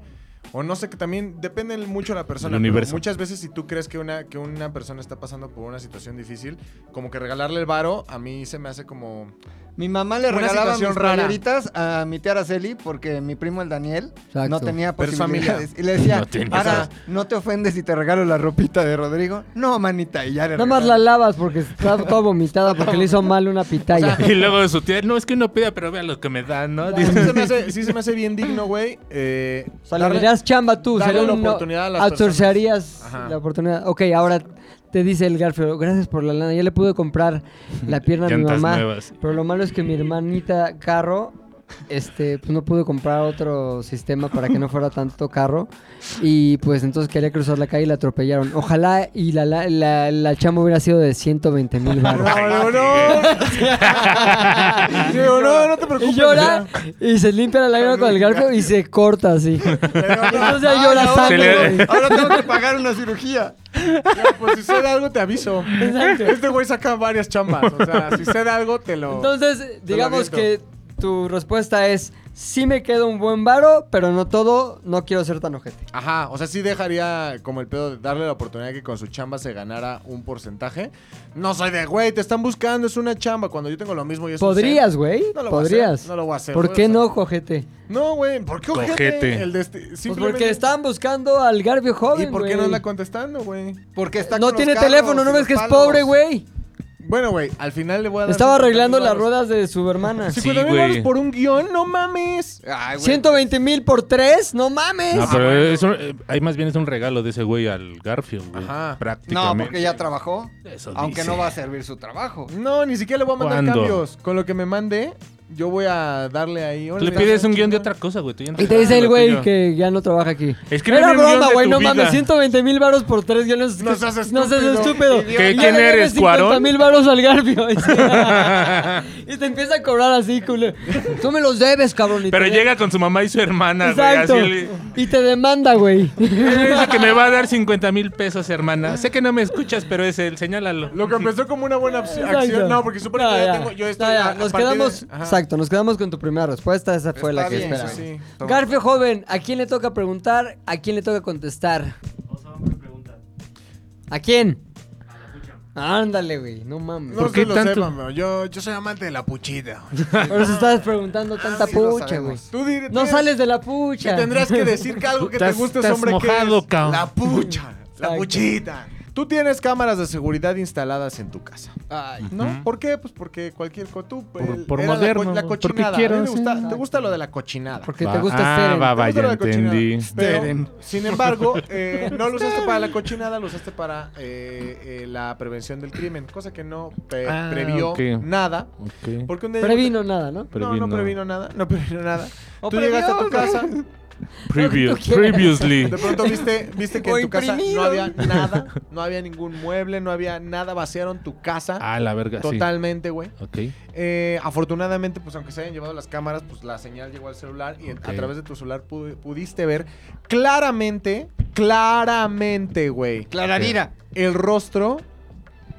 [SPEAKER 2] o no sé, que también depende mucho de la persona.
[SPEAKER 3] El
[SPEAKER 2] pero
[SPEAKER 3] universo.
[SPEAKER 2] Muchas veces si tú crees que una, que una persona está pasando por una situación difícil, como que regalarle el varo, a mí se me hace como...
[SPEAKER 4] Mi mamá le
[SPEAKER 2] Una
[SPEAKER 4] regalaba
[SPEAKER 2] situación
[SPEAKER 4] mis
[SPEAKER 2] rara.
[SPEAKER 4] playeritas a mi tía Araceli porque mi primo el Daniel
[SPEAKER 1] Exacto.
[SPEAKER 4] no tenía
[SPEAKER 2] Pero es
[SPEAKER 4] posibilidades. Y le decía,
[SPEAKER 3] No tiene
[SPEAKER 4] ahora,
[SPEAKER 2] esas".
[SPEAKER 4] ¿no te ofendes si te regalo la ropita de Rodrigo? No, manita, y ya le
[SPEAKER 1] Nada más la
[SPEAKER 4] regalaba.
[SPEAKER 1] lavas porque está toda vomitada porque le hizo mal una pitaya.
[SPEAKER 3] Y luego de su tía, no, es que no pida, pero vea lo que me dan, ¿no?
[SPEAKER 2] Sí
[SPEAKER 3] Dice-
[SPEAKER 2] se me hace, sí se me hace bien digno, güey. eh,
[SPEAKER 1] o sea, le
[SPEAKER 2] darle-
[SPEAKER 1] darías chamba tú.
[SPEAKER 2] darle
[SPEAKER 1] sería
[SPEAKER 2] la
[SPEAKER 1] un- no-
[SPEAKER 2] oportunidad a las
[SPEAKER 1] outsourcearías
[SPEAKER 2] Ajá.
[SPEAKER 1] la oportunidad. Ok, ahora te dice el Garfio, gracias por la lana. Ya le pude comprar la pierna a mi
[SPEAKER 3] Llantas
[SPEAKER 1] mamá.
[SPEAKER 3] nuevas.
[SPEAKER 1] Pero lo malo es que mi hermanita Carro... Este, pues no pudo comprar otro sistema para que no fuera tanto carro. Y pues entonces quería cruzar la calle y la atropellaron. Ojalá y la, la, la, la chamba hubiera sido de 120 mil baros.
[SPEAKER 2] No, no,
[SPEAKER 3] eh.
[SPEAKER 2] no. Digo, no, no te preocupes.
[SPEAKER 1] Y llora y se limpia la lágrima con el garfio y se corta así. Entonces
[SPEAKER 2] ah,
[SPEAKER 1] ya llora
[SPEAKER 4] ahora,
[SPEAKER 1] sangre.
[SPEAKER 3] le-
[SPEAKER 1] güey.
[SPEAKER 4] ahora tengo que pagar una cirugía.
[SPEAKER 2] Ya, Pues si sé de algo, te aviso. Este güey saca varias chambas. O sea, si sé de algo, te lo. Oh.
[SPEAKER 1] Entonces, digamos
[SPEAKER 2] aviento.
[SPEAKER 1] que tu respuesta es: sí me queda un buen varo, pero no todo, no quiero ser tan ojete.
[SPEAKER 2] Ajá, o sea, sí dejaría como el pedo de darle la oportunidad que con su chamba se ganara un porcentaje. No soy de, güey, te están buscando, es una chamba. Cuando yo tengo lo mismo y es un
[SPEAKER 1] Podrías,
[SPEAKER 2] cero.
[SPEAKER 1] güey.
[SPEAKER 2] No lo voy a hacer,
[SPEAKER 1] Podrías.
[SPEAKER 2] no lo voy a hacer,
[SPEAKER 1] ¿Por
[SPEAKER 2] güey,
[SPEAKER 1] qué
[SPEAKER 2] o sea.
[SPEAKER 1] no, Pues cojete?
[SPEAKER 2] No, güey, ¿por qué ojete?
[SPEAKER 3] Ojete.
[SPEAKER 2] El desti-
[SPEAKER 1] Pues
[SPEAKER 2] simplemente-
[SPEAKER 1] porque estaban buscando al garfio
[SPEAKER 2] ¿Y
[SPEAKER 1] joven.
[SPEAKER 2] por qué no
[SPEAKER 1] güey.
[SPEAKER 2] anda contestando, güey?
[SPEAKER 4] Porque está
[SPEAKER 1] No
[SPEAKER 4] con los
[SPEAKER 1] tiene
[SPEAKER 4] carros
[SPEAKER 1] teléfono, no
[SPEAKER 4] y
[SPEAKER 1] ves
[SPEAKER 4] los
[SPEAKER 1] que es
[SPEAKER 4] palos.
[SPEAKER 1] pobre, güey.
[SPEAKER 2] Bueno, güey, al final le voy a dar.
[SPEAKER 1] Estaba
[SPEAKER 2] 50 mil
[SPEAKER 1] arreglando las
[SPEAKER 2] varos.
[SPEAKER 1] ruedas de su hermana.
[SPEAKER 3] Sí,
[SPEAKER 2] 50 mil
[SPEAKER 3] güey.
[SPEAKER 2] varos por un guión, no mames.
[SPEAKER 4] Ay, güey.
[SPEAKER 1] 120 mil por tres, no mames.
[SPEAKER 2] Ah,
[SPEAKER 3] No, pero es un- eh, ahí más bien es un regalo de ese güey al Garfield, güey.
[SPEAKER 2] Ajá.
[SPEAKER 3] Prácticamente.
[SPEAKER 4] No, porque ya trabajó.
[SPEAKER 3] Eso
[SPEAKER 4] Aunque
[SPEAKER 3] dice.
[SPEAKER 4] no va a servir su trabajo.
[SPEAKER 2] No, ni siquiera le voy a mandar
[SPEAKER 3] ¿Cuándo?
[SPEAKER 2] cambios. Con lo que me mande, yo voy a darle ahí.
[SPEAKER 3] Tú
[SPEAKER 2] órale,
[SPEAKER 3] le pides un
[SPEAKER 2] chinga.
[SPEAKER 3] guión de otra cosa, güey. tú ya no
[SPEAKER 1] Y te
[SPEAKER 3] sabes
[SPEAKER 1] dice el
[SPEAKER 3] lo
[SPEAKER 1] güey
[SPEAKER 3] tuyo.
[SPEAKER 1] que ya no trabaja aquí.
[SPEAKER 3] Escríbeme
[SPEAKER 1] Era
[SPEAKER 3] un guión
[SPEAKER 1] broma,
[SPEAKER 3] de
[SPEAKER 1] güey,
[SPEAKER 3] tu
[SPEAKER 1] no
[SPEAKER 3] vida.
[SPEAKER 1] mames, 120 mil varos por tres guiones.
[SPEAKER 2] No seas
[SPEAKER 1] No seas
[SPEAKER 2] estúpido.
[SPEAKER 1] estúpido.
[SPEAKER 2] Idiota.
[SPEAKER 3] ¿Qué? ¿Quién eres, Cuarón?
[SPEAKER 1] mil varos al Garfio. y te empieza a cobrar así, culo. Tú me los debes, cabrón. y
[SPEAKER 3] Pero
[SPEAKER 1] te-
[SPEAKER 3] llega con su mamá y su hermana, güey.
[SPEAKER 1] Exacto.
[SPEAKER 3] Así le-
[SPEAKER 1] Y te demanda, güey.
[SPEAKER 3] Es el que me va a dar 50 mil pesos, hermana. Sé que no me escuchas, pero es él. Señálalo.
[SPEAKER 2] Lo que empezó como una buena opci- acción. No, porque supongo
[SPEAKER 1] No,
[SPEAKER 2] que ya,
[SPEAKER 1] ya.
[SPEAKER 2] tengo. Yo estoy.
[SPEAKER 1] No, ya,
[SPEAKER 2] a- a
[SPEAKER 1] Nos
[SPEAKER 2] partir de-
[SPEAKER 1] quedamos.
[SPEAKER 2] Ajá.
[SPEAKER 1] Exacto, nos quedamos con tu primera respuesta. Esa fue
[SPEAKER 4] Está
[SPEAKER 1] la que
[SPEAKER 4] bien,
[SPEAKER 1] esperaba.
[SPEAKER 2] sí, sí.
[SPEAKER 4] Toma.
[SPEAKER 1] Garfio joven, ¿a quién le toca preguntar? ¿A quién le toca contestar? ¿A quién? Ándale, güey, no mames.
[SPEAKER 2] No
[SPEAKER 3] ¿Por
[SPEAKER 2] se
[SPEAKER 3] qué
[SPEAKER 2] lo
[SPEAKER 3] tanto?
[SPEAKER 2] sepan, bro. yo, yo soy amante de la puchita.
[SPEAKER 1] Por eso estás preguntando tanta
[SPEAKER 4] Ah, sí lo
[SPEAKER 1] pucha, güey.
[SPEAKER 4] sabemos.
[SPEAKER 2] Tú dir-
[SPEAKER 1] No
[SPEAKER 2] tienes-
[SPEAKER 1] sales de la
[SPEAKER 2] que
[SPEAKER 1] pucha.
[SPEAKER 2] tendrás que decir que algo que te
[SPEAKER 3] Estás-
[SPEAKER 2] guste es
[SPEAKER 3] estás
[SPEAKER 2] hombre
[SPEAKER 3] mojado,
[SPEAKER 2] que es
[SPEAKER 3] cabrón.
[SPEAKER 2] la pucha, la
[SPEAKER 1] Exacto.
[SPEAKER 2] puchita. Tú tienes cámaras de seguridad instaladas en tu casa.
[SPEAKER 1] Ay.
[SPEAKER 2] ¿No?
[SPEAKER 3] Ujú.
[SPEAKER 2] ¿Por qué? Pues porque cualquier co tú,
[SPEAKER 3] Por-
[SPEAKER 2] el-
[SPEAKER 3] por
[SPEAKER 2] era la
[SPEAKER 3] moderno,
[SPEAKER 2] co- la,
[SPEAKER 3] porque
[SPEAKER 2] cochinada. A mí
[SPEAKER 3] quiero,
[SPEAKER 2] me
[SPEAKER 3] sí.
[SPEAKER 2] gusta- te gusta lo de la cochinada.
[SPEAKER 1] Porque
[SPEAKER 3] Va.
[SPEAKER 1] te gusta
[SPEAKER 3] Ah,
[SPEAKER 1] Seren.
[SPEAKER 3] va, va,
[SPEAKER 2] Te gusta
[SPEAKER 3] ya
[SPEAKER 2] lo de cochinada.
[SPEAKER 3] entendí.
[SPEAKER 2] Pero,
[SPEAKER 4] Esperen.
[SPEAKER 2] sin embargo, eh, no lo usaste para la cochinada, lo usaste para eh, eh, la prevención del crimen, cosa que no pre-
[SPEAKER 3] Ah,
[SPEAKER 2] previó
[SPEAKER 3] ok.
[SPEAKER 2] nada.
[SPEAKER 3] Ok.
[SPEAKER 2] Porque un día
[SPEAKER 1] Previno nada, ¿no?
[SPEAKER 2] No, no previno nada. No previno nada. Tú llegaste a tu
[SPEAKER 1] premium,
[SPEAKER 2] casa,
[SPEAKER 3] Preview-
[SPEAKER 1] Lo que tú quieras.
[SPEAKER 3] previously.
[SPEAKER 2] de pronto viste, viste que
[SPEAKER 1] O
[SPEAKER 2] en tu casa no
[SPEAKER 1] imprimido.
[SPEAKER 2] había nada, no había ningún mueble, no había nada, vaciaron tu casa
[SPEAKER 3] Ah, la verga, sí.
[SPEAKER 2] totalmente, güey.
[SPEAKER 3] Ok.
[SPEAKER 2] Eh, afortunadamente, pues aunque se hayan llevado las cámaras, pues la señal llegó al celular y
[SPEAKER 3] Ok.
[SPEAKER 2] a través de tu celular pu- pudiste ver claramente, claramente, güey,
[SPEAKER 4] Clararira.
[SPEAKER 2] el rostro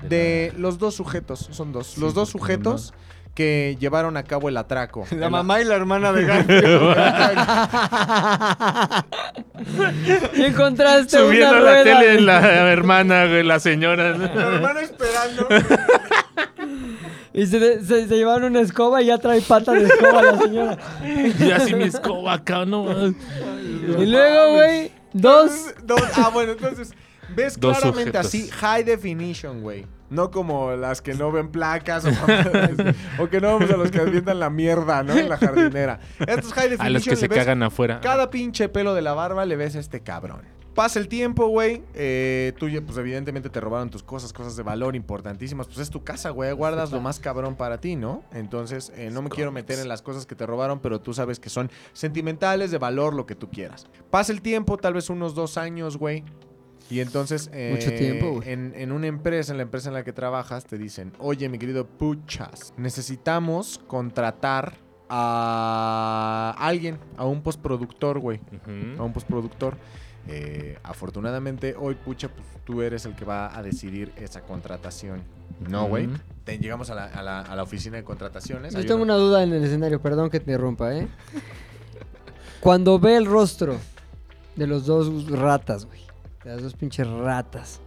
[SPEAKER 2] de los dos sujetos. Son dos. los dos
[SPEAKER 3] porque
[SPEAKER 2] sujetos que llevaron a cabo el atraco.
[SPEAKER 4] La
[SPEAKER 2] El-
[SPEAKER 4] mamá y la hermana de Garfield.
[SPEAKER 1] Y encontraste
[SPEAKER 3] Subiendo
[SPEAKER 1] una
[SPEAKER 3] la
[SPEAKER 1] rueda.
[SPEAKER 3] tele de la hermana, güey, la señora.
[SPEAKER 2] La hermana esperando.
[SPEAKER 1] Y se, se- se llevaron una escoba y ya trae pata de escoba la señora.
[SPEAKER 3] Y así mi escoba acá, ¿no?
[SPEAKER 1] Y luego, güey, dos.
[SPEAKER 2] Dos- Ah, bueno, entonces. Ves
[SPEAKER 3] Dos
[SPEAKER 2] claramente
[SPEAKER 3] sujetos.
[SPEAKER 2] así, high definition, güey. No como las que no ven placas o, mamadas, o que no vemos a los que avientan la mierda, ¿no? En la jardinera. Estos high definition.
[SPEAKER 3] A los que
[SPEAKER 2] le
[SPEAKER 3] se
[SPEAKER 2] ves
[SPEAKER 3] cagan afuera.
[SPEAKER 2] Cada pinche pelo de la barba le ves a este cabrón. Pasa el tiempo, güey. Eh, tú, ya, pues evidentemente te robaron tus cosas, cosas de valor importantísimas. Pues es tu casa, güey. Guardas lo más cabrón para ti, ¿no? Entonces, eh, no me quiero meter en las cosas que te robaron, pero tú sabes que son sentimentales, de valor, lo que tú quieras. Pasa el tiempo, tal vez unos dos años, güey. Y entonces, eh,
[SPEAKER 1] Mucho tiempo, güey.
[SPEAKER 2] en, en una empresa, en la empresa en la que trabajas, te dicen, oye, mi querido Puchas, necesitamos contratar a alguien, a un postproductor, güey, a
[SPEAKER 3] Ujú.
[SPEAKER 2] un postproductor. Eh, afortunadamente, hoy, Pucha, pues, tú eres el que va a decidir esa contratación. No, güey.
[SPEAKER 3] Ujú.
[SPEAKER 2] Te- Llegamos a la, a la- a la oficina de contrataciones.
[SPEAKER 1] Yo
[SPEAKER 2] hay
[SPEAKER 1] tengo
[SPEAKER 2] una-
[SPEAKER 1] una duda en el escenario, perdón que te interrumpa, ¿eh? Cuando ve el rostro de los dos ratas, güey, de las dos pinches ratas,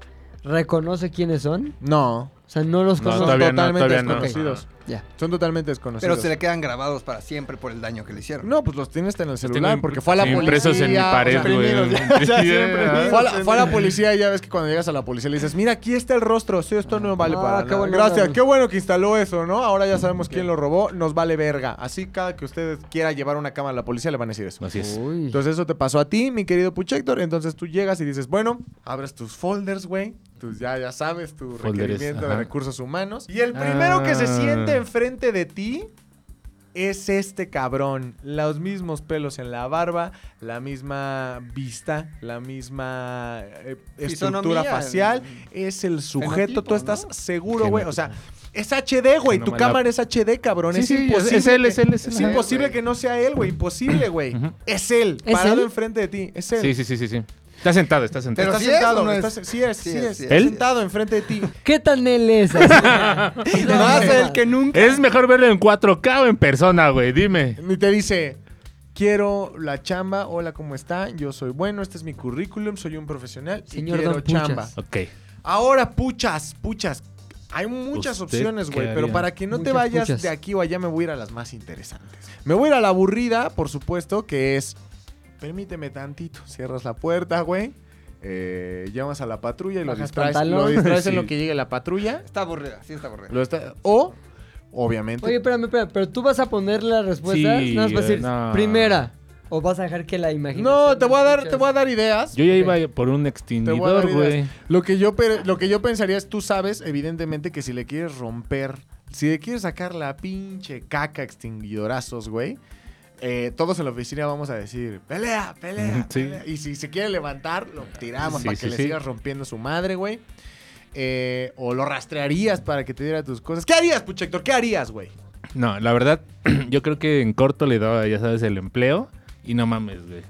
[SPEAKER 1] ¿reconoce quiénes son?
[SPEAKER 2] No,
[SPEAKER 1] O sea, no los
[SPEAKER 3] No,
[SPEAKER 1] conoce.
[SPEAKER 3] todavía no,
[SPEAKER 2] totalmente
[SPEAKER 3] todavía no.
[SPEAKER 2] desconocidos.
[SPEAKER 1] Ya.
[SPEAKER 2] son totalmente desconocidos.
[SPEAKER 4] Pero se le quedan grabados para siempre por el daño que le hicieron.
[SPEAKER 2] No, pues los tienes en el
[SPEAKER 3] tengo
[SPEAKER 2] celular
[SPEAKER 3] imp-
[SPEAKER 2] porque fue a la policía.
[SPEAKER 3] Impresos en Este, mi
[SPEAKER 2] o sea,
[SPEAKER 3] pared, güey.
[SPEAKER 2] Fue a, la, fue a la policía y ya ves que cuando llegas a la policía le dices, mira, aquí está el rostro, sí, esto no vale
[SPEAKER 1] Ah,
[SPEAKER 2] para
[SPEAKER 1] qué
[SPEAKER 2] nada.
[SPEAKER 1] buena
[SPEAKER 2] Gracias,
[SPEAKER 1] onda.
[SPEAKER 2] qué bueno que instaló eso, ¿no? Ahora ya sabemos quién lo robó, nos vale verga. Así cada que usted quiera llevar una cámara a la policía le van a decir eso.
[SPEAKER 3] Así es.
[SPEAKER 1] Uy.
[SPEAKER 2] Entonces eso te pasó a ti, mi querido Puchector. Entonces tú llegas y dices, bueno, abres tus folders, güey. Tus, ya, ya sabes, tu
[SPEAKER 3] Folders,
[SPEAKER 2] requerimiento de
[SPEAKER 3] ajá.
[SPEAKER 2] recursos humanos. Y el primero que se
[SPEAKER 3] Ah.
[SPEAKER 2] siente enfrente de ti es este cabrón. Los mismos pelos en la barba, la misma vista, la misma eh, estructura
[SPEAKER 4] Fisonomía.
[SPEAKER 2] facial. Es el sujeto.
[SPEAKER 4] Fenotipo,
[SPEAKER 2] tú estás
[SPEAKER 4] ¿no?
[SPEAKER 2] seguro, güey. O sea, es HD, güey. Tu
[SPEAKER 3] Genoma Lab.
[SPEAKER 2] cámara es HD, cabrón.
[SPEAKER 3] Sí,
[SPEAKER 2] es
[SPEAKER 3] sí, es-
[SPEAKER 2] imposible.
[SPEAKER 3] es él,
[SPEAKER 2] que-
[SPEAKER 3] es él, es él. Ajá,
[SPEAKER 2] imposible
[SPEAKER 4] güey.
[SPEAKER 2] que no sea él, güey. Imposible, güey.
[SPEAKER 3] Ujú.
[SPEAKER 2] Es él.
[SPEAKER 1] ¿Es
[SPEAKER 2] parado
[SPEAKER 1] él?
[SPEAKER 2] enfrente de ti. Es él.
[SPEAKER 3] Sí, sí, sí, sí, sí. Está sentado, está sentado.
[SPEAKER 4] Pero
[SPEAKER 2] Está
[SPEAKER 4] sí es,
[SPEAKER 2] sentado,
[SPEAKER 4] ¿o no
[SPEAKER 2] está-
[SPEAKER 4] es?
[SPEAKER 2] sí es, sí,
[SPEAKER 4] Sí es,
[SPEAKER 2] es.
[SPEAKER 4] sí
[SPEAKER 2] Está
[SPEAKER 3] es.
[SPEAKER 2] sentado enfrente de ti.
[SPEAKER 1] ¿Qué tan él es? así? No,
[SPEAKER 4] Más
[SPEAKER 1] no,
[SPEAKER 4] el
[SPEAKER 1] no.
[SPEAKER 4] que nunca.
[SPEAKER 3] Es mejor verlo en 4K o en persona, güey. Dime.
[SPEAKER 2] Y te dice, quiero la chamba, hola, ¿cómo está? Yo soy bueno, este es mi currículum, soy un profesional
[SPEAKER 1] Señor
[SPEAKER 2] y quiero
[SPEAKER 1] Don Puchas.
[SPEAKER 2] chamba.
[SPEAKER 3] Ok.
[SPEAKER 2] Ahora, puchas, puchas. Hay muchas
[SPEAKER 3] ¿Usted
[SPEAKER 2] opciones,
[SPEAKER 3] qué
[SPEAKER 2] güey, pero
[SPEAKER 3] haría?
[SPEAKER 2] para que no te
[SPEAKER 1] Muchas
[SPEAKER 2] vayas
[SPEAKER 1] puchas.
[SPEAKER 2] de aquí o allá, me voy a ir a las más interesantes. Me voy a ir a la aburrida, por supuesto, que es... Permíteme tantito, cierras la puerta, güey. eh, llamas a la patrulla y lo
[SPEAKER 1] Bajas
[SPEAKER 2] distraes,
[SPEAKER 1] pantalón.
[SPEAKER 2] lo distraes en
[SPEAKER 3] Sí.
[SPEAKER 2] lo que llegue la patrulla.
[SPEAKER 4] Está aburrida, sí está aburrida.
[SPEAKER 2] Lo está- o, obviamente.
[SPEAKER 1] Oye, espérame, espérame, pero tú vas a poner las respuestas.
[SPEAKER 3] Sí,
[SPEAKER 1] nada más vas a decir,
[SPEAKER 3] no.
[SPEAKER 1] primera. O vas a dejar que la imaginación.
[SPEAKER 2] no, te voy a dar,
[SPEAKER 1] de
[SPEAKER 2] te voy a dar ideas.
[SPEAKER 3] Yo ya iba por un
[SPEAKER 2] Te voy a dar
[SPEAKER 3] extinguidor,
[SPEAKER 2] ideas.
[SPEAKER 3] güey.
[SPEAKER 2] Lo que yo pe- lo que yo pensaría es, tú sabes, evidentemente, que si le quieres romper, si le quieres sacar la pinche caca extinguidorazos, güey. eh, todos en la oficina vamos a decir, pelea, pelea,
[SPEAKER 3] Ujú, sí.
[SPEAKER 2] pelea". Y si se quiere levantar, lo tiramos
[SPEAKER 3] Sí,
[SPEAKER 2] para
[SPEAKER 3] sí,
[SPEAKER 2] que le
[SPEAKER 3] sí.
[SPEAKER 2] sigas rompiendo su madre, güey. Eh, o lo rastrearías para que te diera tus cosas. ¿Qué harías, Puchector? ¿Qué harías, güey?
[SPEAKER 3] No, la verdad, yo creo que en corto le daba, ya sabes, el empleo. Y no mames, güey.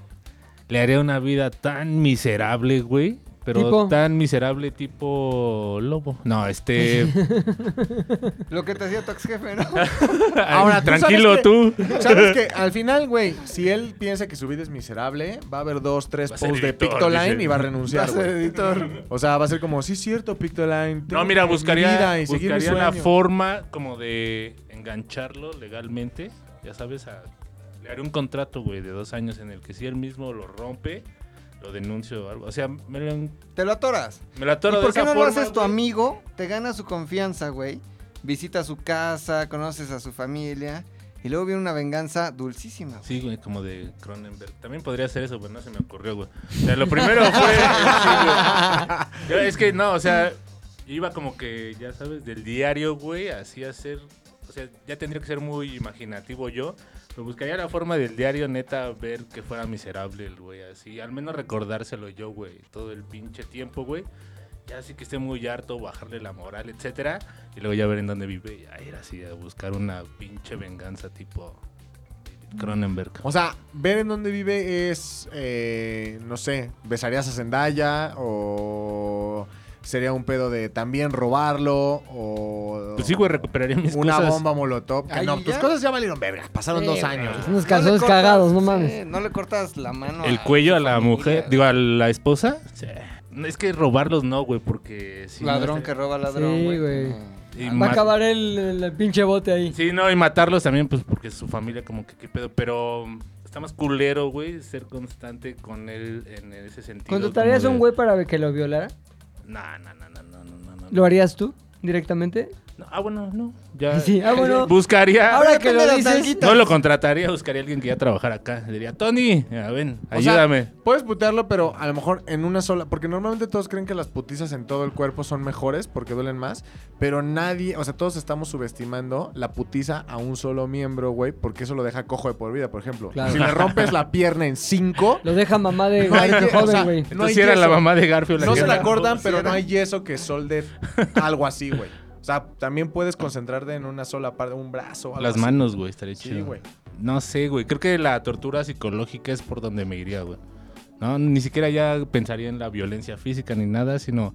[SPEAKER 3] Le haría una vida tan miserable, güey. Pero
[SPEAKER 1] ¿Tipo?
[SPEAKER 3] tan miserable tipo lobo. No, este...
[SPEAKER 4] Lo que te decía tu ex jefe, ¿no?
[SPEAKER 2] Ahora, ¿tú
[SPEAKER 3] tranquilo
[SPEAKER 2] sabes
[SPEAKER 3] tú.
[SPEAKER 2] Sabes que al final, güey, si él piensa que su vida es miserable, va a haber dos, tres
[SPEAKER 3] Va a ser
[SPEAKER 2] posts de
[SPEAKER 3] editor,
[SPEAKER 2] Pictoline
[SPEAKER 3] dice.
[SPEAKER 2] y va a renunciar.
[SPEAKER 4] Va a ser
[SPEAKER 2] güey. O sea, va a ser como, sí, es cierto, Pictoline. tengo
[SPEAKER 3] No, mira,
[SPEAKER 2] mi vida
[SPEAKER 3] buscaría,
[SPEAKER 2] y seguir mi
[SPEAKER 3] buscaría una
[SPEAKER 2] sueño".
[SPEAKER 3] forma como de engancharlo legalmente. Ya sabes, a- le haré un contrato, güey, de dos años en el que si él mismo lo rompe, lo denuncio o algo. O sea, me lo, me
[SPEAKER 4] Te lo atoras.
[SPEAKER 3] lo atoro
[SPEAKER 4] ¿Y
[SPEAKER 3] de
[SPEAKER 4] por qué
[SPEAKER 3] esa
[SPEAKER 4] no lo
[SPEAKER 3] forma,
[SPEAKER 4] haces tu
[SPEAKER 3] güey.
[SPEAKER 4] amigo? Te gana su confianza, güey. Visita su casa, conoces a su familia. Y luego viene una venganza dulcísima. güey.
[SPEAKER 3] Sí, güey, como de Cronenberg. También podría ser eso, pero no se me ocurrió, güey. O sea, lo primero fue. sí, güey. Yo, es que no, o sea, iba como que, ya sabes, del diario, güey, así a ser. O sea, ya tendría que ser muy imaginativo yo Pero buscaría la forma del diario, neta, ver que fuera miserable el güey, así. Al menos recordárselo yo, güey, todo el pinche tiempo, güey. Ya así que esté muy harto, bajarle la moral, etcétera. Y luego ya ver en dónde vive. Ya ir así a buscar una pinche venganza tipo David Cronenberg.
[SPEAKER 2] O sea, ver en dónde vive es, eh, no sé, besarías a Zendaya o sería un pedo de también robarlo o...
[SPEAKER 3] Pues sí, güey, recuperaría mis
[SPEAKER 2] Una
[SPEAKER 3] cosas.
[SPEAKER 2] bomba molotov. que
[SPEAKER 4] Ahí
[SPEAKER 2] no,
[SPEAKER 4] ya.
[SPEAKER 2] tus cosas ya valieron verga. Pasaron
[SPEAKER 4] Sí,
[SPEAKER 2] dos
[SPEAKER 4] güey.
[SPEAKER 2] años.
[SPEAKER 1] Unos calzones cagados, no mames.
[SPEAKER 4] Sí, no le cortas la mano.
[SPEAKER 3] El
[SPEAKER 4] a
[SPEAKER 3] cuello
[SPEAKER 4] su
[SPEAKER 3] a la
[SPEAKER 4] familia,
[SPEAKER 3] mujer,
[SPEAKER 4] güey.
[SPEAKER 3] digo, a la esposa. Sí. No, Es que robarlos no, güey, porque si no
[SPEAKER 4] ladrón
[SPEAKER 3] estaría-
[SPEAKER 4] que roba ladrón,
[SPEAKER 1] Sí,
[SPEAKER 4] güey.
[SPEAKER 1] güey.
[SPEAKER 3] y
[SPEAKER 1] Va
[SPEAKER 3] ma-
[SPEAKER 1] a acabar el, el pinche bote ahí.
[SPEAKER 3] Sí, no, y matarlos también, pues porque su familia, como que qué pedo. Pero mm, está más culero, güey, ser constante con él en ese sentido.
[SPEAKER 1] ¿Contratarías a
[SPEAKER 3] como
[SPEAKER 1] un
[SPEAKER 3] de-
[SPEAKER 1] güey para que lo violara?
[SPEAKER 3] No, no, no, no, no, no, no, no.
[SPEAKER 1] ¿Lo harías tú directamente?
[SPEAKER 3] No, Ah, bueno, no. Ya.
[SPEAKER 1] Sí, ah, bueno.
[SPEAKER 3] Buscaría.
[SPEAKER 1] Ahora que
[SPEAKER 4] depende
[SPEAKER 1] lo
[SPEAKER 4] de las
[SPEAKER 1] dices,
[SPEAKER 4] nalguitas.
[SPEAKER 3] No lo contrataría, buscaría a alguien que ya trabajara acá. Le diría, Tony, ya ven,
[SPEAKER 2] O sea,
[SPEAKER 3] ayúdame.
[SPEAKER 2] puedes putearlo, pero a lo mejor en una sola. Porque normalmente todos creen que las putizas en todo el cuerpo son mejores porque duelen más. Pero nadie, o sea, todos estamos subestimando la putiza a un solo miembro, güey, porque eso lo deja cojo de por vida, por ejemplo.
[SPEAKER 1] Claro.
[SPEAKER 2] Si le rompes la pierna en cinco.
[SPEAKER 1] Lo deja mamá de
[SPEAKER 2] No hay
[SPEAKER 1] Garfio
[SPEAKER 2] que- o sea,
[SPEAKER 1] joven, güey.
[SPEAKER 2] No hay
[SPEAKER 3] Entonces era la
[SPEAKER 2] yeso.
[SPEAKER 3] mamá de Garfield.
[SPEAKER 2] No
[SPEAKER 3] que
[SPEAKER 2] se la
[SPEAKER 3] era-
[SPEAKER 2] cortan,
[SPEAKER 3] Sí,
[SPEAKER 2] pero
[SPEAKER 3] era-
[SPEAKER 2] no hay yeso que solde algo así, güey. O sea, también puedes concentrarte en una sola parte, un brazo. algo
[SPEAKER 3] Las
[SPEAKER 2] así.
[SPEAKER 3] manos, güey, estaría
[SPEAKER 2] Sí,
[SPEAKER 3] chido.
[SPEAKER 2] güey.
[SPEAKER 3] No sé, güey. Creo que la tortura psicológica es por donde me iría, güey. No, ni siquiera ya pensaría en la violencia física ni nada, sino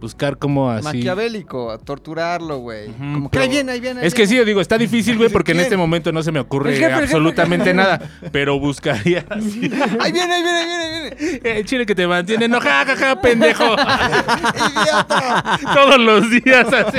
[SPEAKER 3] buscar como así.
[SPEAKER 4] Maquiavélico, a torturarlo, güey.
[SPEAKER 3] Ujú,
[SPEAKER 4] Como que
[SPEAKER 3] pero-
[SPEAKER 4] ahí viene, ahí viene. ahí
[SPEAKER 3] Es que sí,
[SPEAKER 4] viene.
[SPEAKER 3] yo digo, está difícil, güey, porque en este momento no se me ocurre
[SPEAKER 1] El jefe, el jefe.
[SPEAKER 3] absolutamente nada. Pero buscaría así.
[SPEAKER 4] Ahí viene, ahí viene, ahí viene, ahí viene.
[SPEAKER 3] El chile que te mantiene, no, ja, ja, ja, pendejo.
[SPEAKER 4] Idiota.
[SPEAKER 3] Todos los días, así,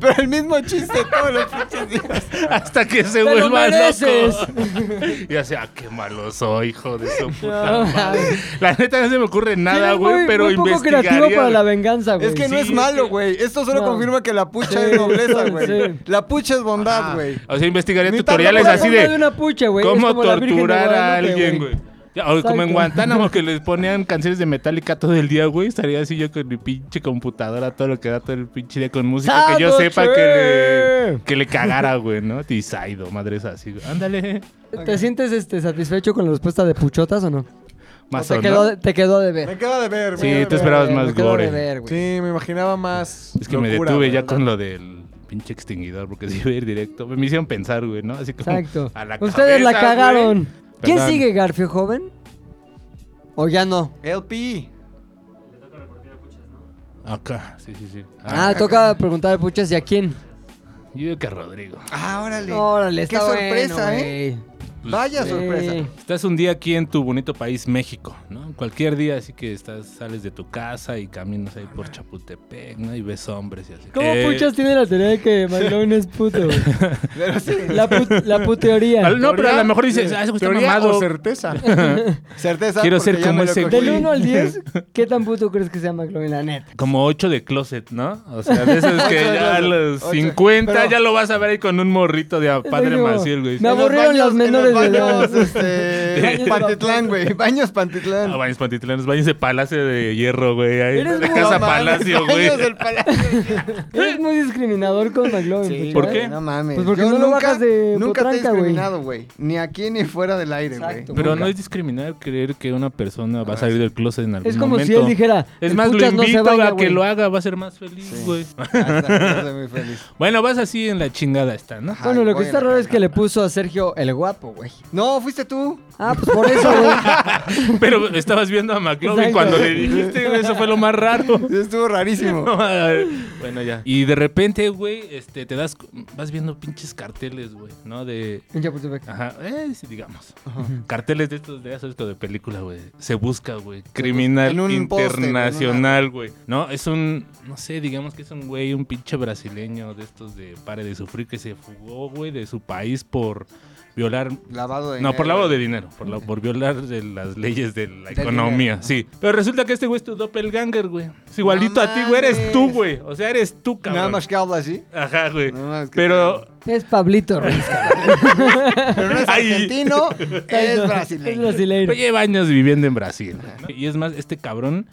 [SPEAKER 4] Pero el mismo chiste todos los pinches días.
[SPEAKER 3] hasta que se
[SPEAKER 1] lo
[SPEAKER 3] vuelva
[SPEAKER 1] mereces.
[SPEAKER 3] loco. Y así, ah, qué malo soy, hijo de su puta
[SPEAKER 1] No,
[SPEAKER 3] madre.
[SPEAKER 1] mames.
[SPEAKER 3] La neta no se me ocurre nada,
[SPEAKER 1] Eres
[SPEAKER 3] güey,
[SPEAKER 1] muy-
[SPEAKER 3] pero
[SPEAKER 1] muy poco creativo
[SPEAKER 3] investigaría.
[SPEAKER 1] para la venganza, güey.
[SPEAKER 4] Es que no
[SPEAKER 3] Sí,
[SPEAKER 4] es
[SPEAKER 3] es
[SPEAKER 4] malo,
[SPEAKER 3] que-
[SPEAKER 4] güey. Esto solo
[SPEAKER 1] No.
[SPEAKER 4] confirma que la pucha
[SPEAKER 1] Sí,
[SPEAKER 4] es nobleza, güey.
[SPEAKER 1] sí.
[SPEAKER 4] La pucha es bondad,
[SPEAKER 2] Ajá.
[SPEAKER 4] güey.
[SPEAKER 3] O sea, investigaría
[SPEAKER 4] Ni
[SPEAKER 3] tutoriales
[SPEAKER 4] tampoco
[SPEAKER 3] así
[SPEAKER 1] Forma
[SPEAKER 3] de
[SPEAKER 1] una pucha, güey. Es
[SPEAKER 3] cómo
[SPEAKER 1] como la Virgen de
[SPEAKER 3] torturar a
[SPEAKER 1] Guadalupe,
[SPEAKER 3] alguien, güey. Ya, O como en
[SPEAKER 1] Exacto.
[SPEAKER 3] Guantánamo que les ponían canciones de Metallica todo el día, güey. Estaría así yo con mi pinche computadora, todo lo que da todo el pinche día con música que yo
[SPEAKER 1] ¡Sado,
[SPEAKER 3] sepa
[SPEAKER 1] che!
[SPEAKER 3] que le, que le cagara, güey, ¿no? Tisaido, madres así, güey. Ándale.
[SPEAKER 1] ¿Te sientes este, satisfecho con la respuesta de puchotas o no?
[SPEAKER 3] Más
[SPEAKER 1] ¿O
[SPEAKER 3] o
[SPEAKER 1] te, quedó,
[SPEAKER 3] ¿no?
[SPEAKER 1] de- te quedó de ver.
[SPEAKER 2] Me queda de ver, me
[SPEAKER 3] Sí,
[SPEAKER 2] queda de
[SPEAKER 3] tú
[SPEAKER 2] ver.
[SPEAKER 3] esperabas más
[SPEAKER 1] Me quedó
[SPEAKER 3] gore.
[SPEAKER 1] de ver, güey.
[SPEAKER 2] Sí, me imaginaba más.
[SPEAKER 3] Es que me
[SPEAKER 2] locura,
[SPEAKER 3] detuve
[SPEAKER 2] güey.
[SPEAKER 3] ya con lo del pinche extinguidor, porque si iba a ir directo. Me hicieron pensar, güey, ¿no? Así como
[SPEAKER 1] Exacto.
[SPEAKER 3] a la
[SPEAKER 1] Ustedes la
[SPEAKER 3] cabeza, güey.
[SPEAKER 1] cagaron. ¿Quién
[SPEAKER 3] Perdón.
[SPEAKER 1] sigue, Garfio joven? ¿O ya no?
[SPEAKER 4] LP.
[SPEAKER 3] Acá, sí, sí, sí.
[SPEAKER 1] Ah,
[SPEAKER 3] Ah,
[SPEAKER 1] toca preguntar al puchas y a quién.
[SPEAKER 3] Yo digo que a Rodrigo.
[SPEAKER 4] Ah, órale.
[SPEAKER 1] Órale,
[SPEAKER 4] Qué
[SPEAKER 1] está
[SPEAKER 4] sorpresa,
[SPEAKER 1] bueno,
[SPEAKER 4] ¿eh?
[SPEAKER 1] güey.
[SPEAKER 4] Vaya
[SPEAKER 1] Sí.
[SPEAKER 4] sorpresa.
[SPEAKER 3] Estás un día aquí en tu bonito país, México, ¿no? Cualquier día, así que estás, sales de tu casa y caminas ahí por Chapultepec, ¿no? Y ves hombres y así.
[SPEAKER 1] ¿Cómo
[SPEAKER 3] Eh,
[SPEAKER 1] puchas tiene la teoría de que McLovin es puto, güey?
[SPEAKER 4] Pero sí.
[SPEAKER 1] La, put- la puteoría.
[SPEAKER 3] al- No, pero a lo mejor dices, ah, ese güey está
[SPEAKER 2] Teoría
[SPEAKER 3] mamado.
[SPEAKER 2] o certeza.
[SPEAKER 4] Certeza.
[SPEAKER 3] Quiero
[SPEAKER 4] porque
[SPEAKER 3] ser
[SPEAKER 4] ya
[SPEAKER 3] como
[SPEAKER 4] me lo
[SPEAKER 3] ese
[SPEAKER 4] cogí.
[SPEAKER 1] Del 1 al 10, ¿qué tan puto crees que sea McLovin, la neta?
[SPEAKER 3] Como ocho de closet, ¿no? O sea, de esos que
[SPEAKER 4] Ocho de
[SPEAKER 3] ya a
[SPEAKER 4] closet,
[SPEAKER 3] los
[SPEAKER 4] ocho.
[SPEAKER 3] 50
[SPEAKER 4] Pero-
[SPEAKER 3] ya lo vas a ver ahí con un morrito de a padre
[SPEAKER 1] digo,
[SPEAKER 3] Maciel, güey.
[SPEAKER 1] Me
[SPEAKER 4] En los
[SPEAKER 1] aburrieron las
[SPEAKER 4] baños- en
[SPEAKER 1] menores de
[SPEAKER 4] los
[SPEAKER 1] edad.
[SPEAKER 4] baños, este,
[SPEAKER 1] Baños
[SPEAKER 4] Pantitlán,
[SPEAKER 1] de-
[SPEAKER 4] güey. Baños Pantitlán.
[SPEAKER 3] No, baños Pantitlán, baños de Palacio de Hierro, güey. Ahí,
[SPEAKER 1] Eres
[SPEAKER 3] de
[SPEAKER 1] muy
[SPEAKER 3] Casa
[SPEAKER 4] No
[SPEAKER 3] Palacio,
[SPEAKER 4] mames,
[SPEAKER 3] güey.
[SPEAKER 4] Baños del Palacio.
[SPEAKER 1] Eres muy discriminador con McLovin.
[SPEAKER 4] Sí,
[SPEAKER 1] pucha,
[SPEAKER 3] ¿Por
[SPEAKER 1] ¿eh?
[SPEAKER 3] qué?
[SPEAKER 4] No mames.
[SPEAKER 1] Pues porque
[SPEAKER 4] Yo
[SPEAKER 1] no lo bajas de
[SPEAKER 4] Nunca te he
[SPEAKER 1] potranca, güey.
[SPEAKER 4] discriminado, güey. Ni aquí ni fuera del aire, güey.
[SPEAKER 1] Exacto.
[SPEAKER 3] Pero
[SPEAKER 1] Nunca. Ah,
[SPEAKER 3] no es discriminar creer que una persona va a salir del closet en algún
[SPEAKER 1] Es como
[SPEAKER 3] momento.
[SPEAKER 1] si él dijera,
[SPEAKER 3] Es
[SPEAKER 1] "El
[SPEAKER 3] más, lo
[SPEAKER 1] puchas no se
[SPEAKER 3] invito
[SPEAKER 1] baña,
[SPEAKER 3] a que
[SPEAKER 1] güey".
[SPEAKER 3] lo haga, va a ser más feliz, güey.
[SPEAKER 4] Ah, está, estoy muy feliz.
[SPEAKER 3] Bueno, vas así en la chingada esta, ¿no?
[SPEAKER 4] Ajá.
[SPEAKER 1] Bueno,
[SPEAKER 4] Ay,
[SPEAKER 1] lo que
[SPEAKER 4] voy a
[SPEAKER 1] está
[SPEAKER 4] la
[SPEAKER 1] raro es
[SPEAKER 4] cama.
[SPEAKER 1] que le puso a Sergio el guapo, güey.
[SPEAKER 4] No, fuiste tú.
[SPEAKER 1] Ah, pues por eso, güey.
[SPEAKER 3] Pero estabas viendo a McLovin
[SPEAKER 1] Exacto.
[SPEAKER 3] cuando le dijiste, güey, eso fue lo más raro.
[SPEAKER 4] Estuvo rarísimo.
[SPEAKER 3] No, a ver, bueno, ya. Y de repente, güey, este, te das, cu- vas viendo pinches carteles, güey, ¿no? De,
[SPEAKER 1] En Chapultepec.
[SPEAKER 3] Ajá, eh, sí, digamos. Carteles de estos de ya sabes, como de película, güey. Se busca, güey. Criminal
[SPEAKER 4] en un póster, güey, en una-
[SPEAKER 3] internacional, güey. No, es un, no sé, digamos que es un güey, un pinche brasileño de estos de pare de sufrir que se fugó, güey, de su país por violar.
[SPEAKER 4] Lavado de
[SPEAKER 3] No, por
[SPEAKER 4] dinero.
[SPEAKER 3] lavado de dinero, por, la- por violar de las leyes de la
[SPEAKER 4] Del
[SPEAKER 3] economía,
[SPEAKER 4] dinero.
[SPEAKER 3] sí. Pero resulta que este güey es tu doppelganger, güey. Es igualito a ti, güey, eres
[SPEAKER 4] mames.
[SPEAKER 3] tú, güey. O sea, eres tú, cabrón.
[SPEAKER 4] Nada más que habla así.
[SPEAKER 3] Ajá, güey.
[SPEAKER 4] No mames, qué
[SPEAKER 3] Pero
[SPEAKER 1] Es Pablito Ruiz.
[SPEAKER 4] Pero no es
[SPEAKER 3] Ay.
[SPEAKER 4] argentino, es brasileño.
[SPEAKER 1] Es brasileño.
[SPEAKER 3] Pero lleva años viviendo en Brasil. ¿no? Y es más, este cabrón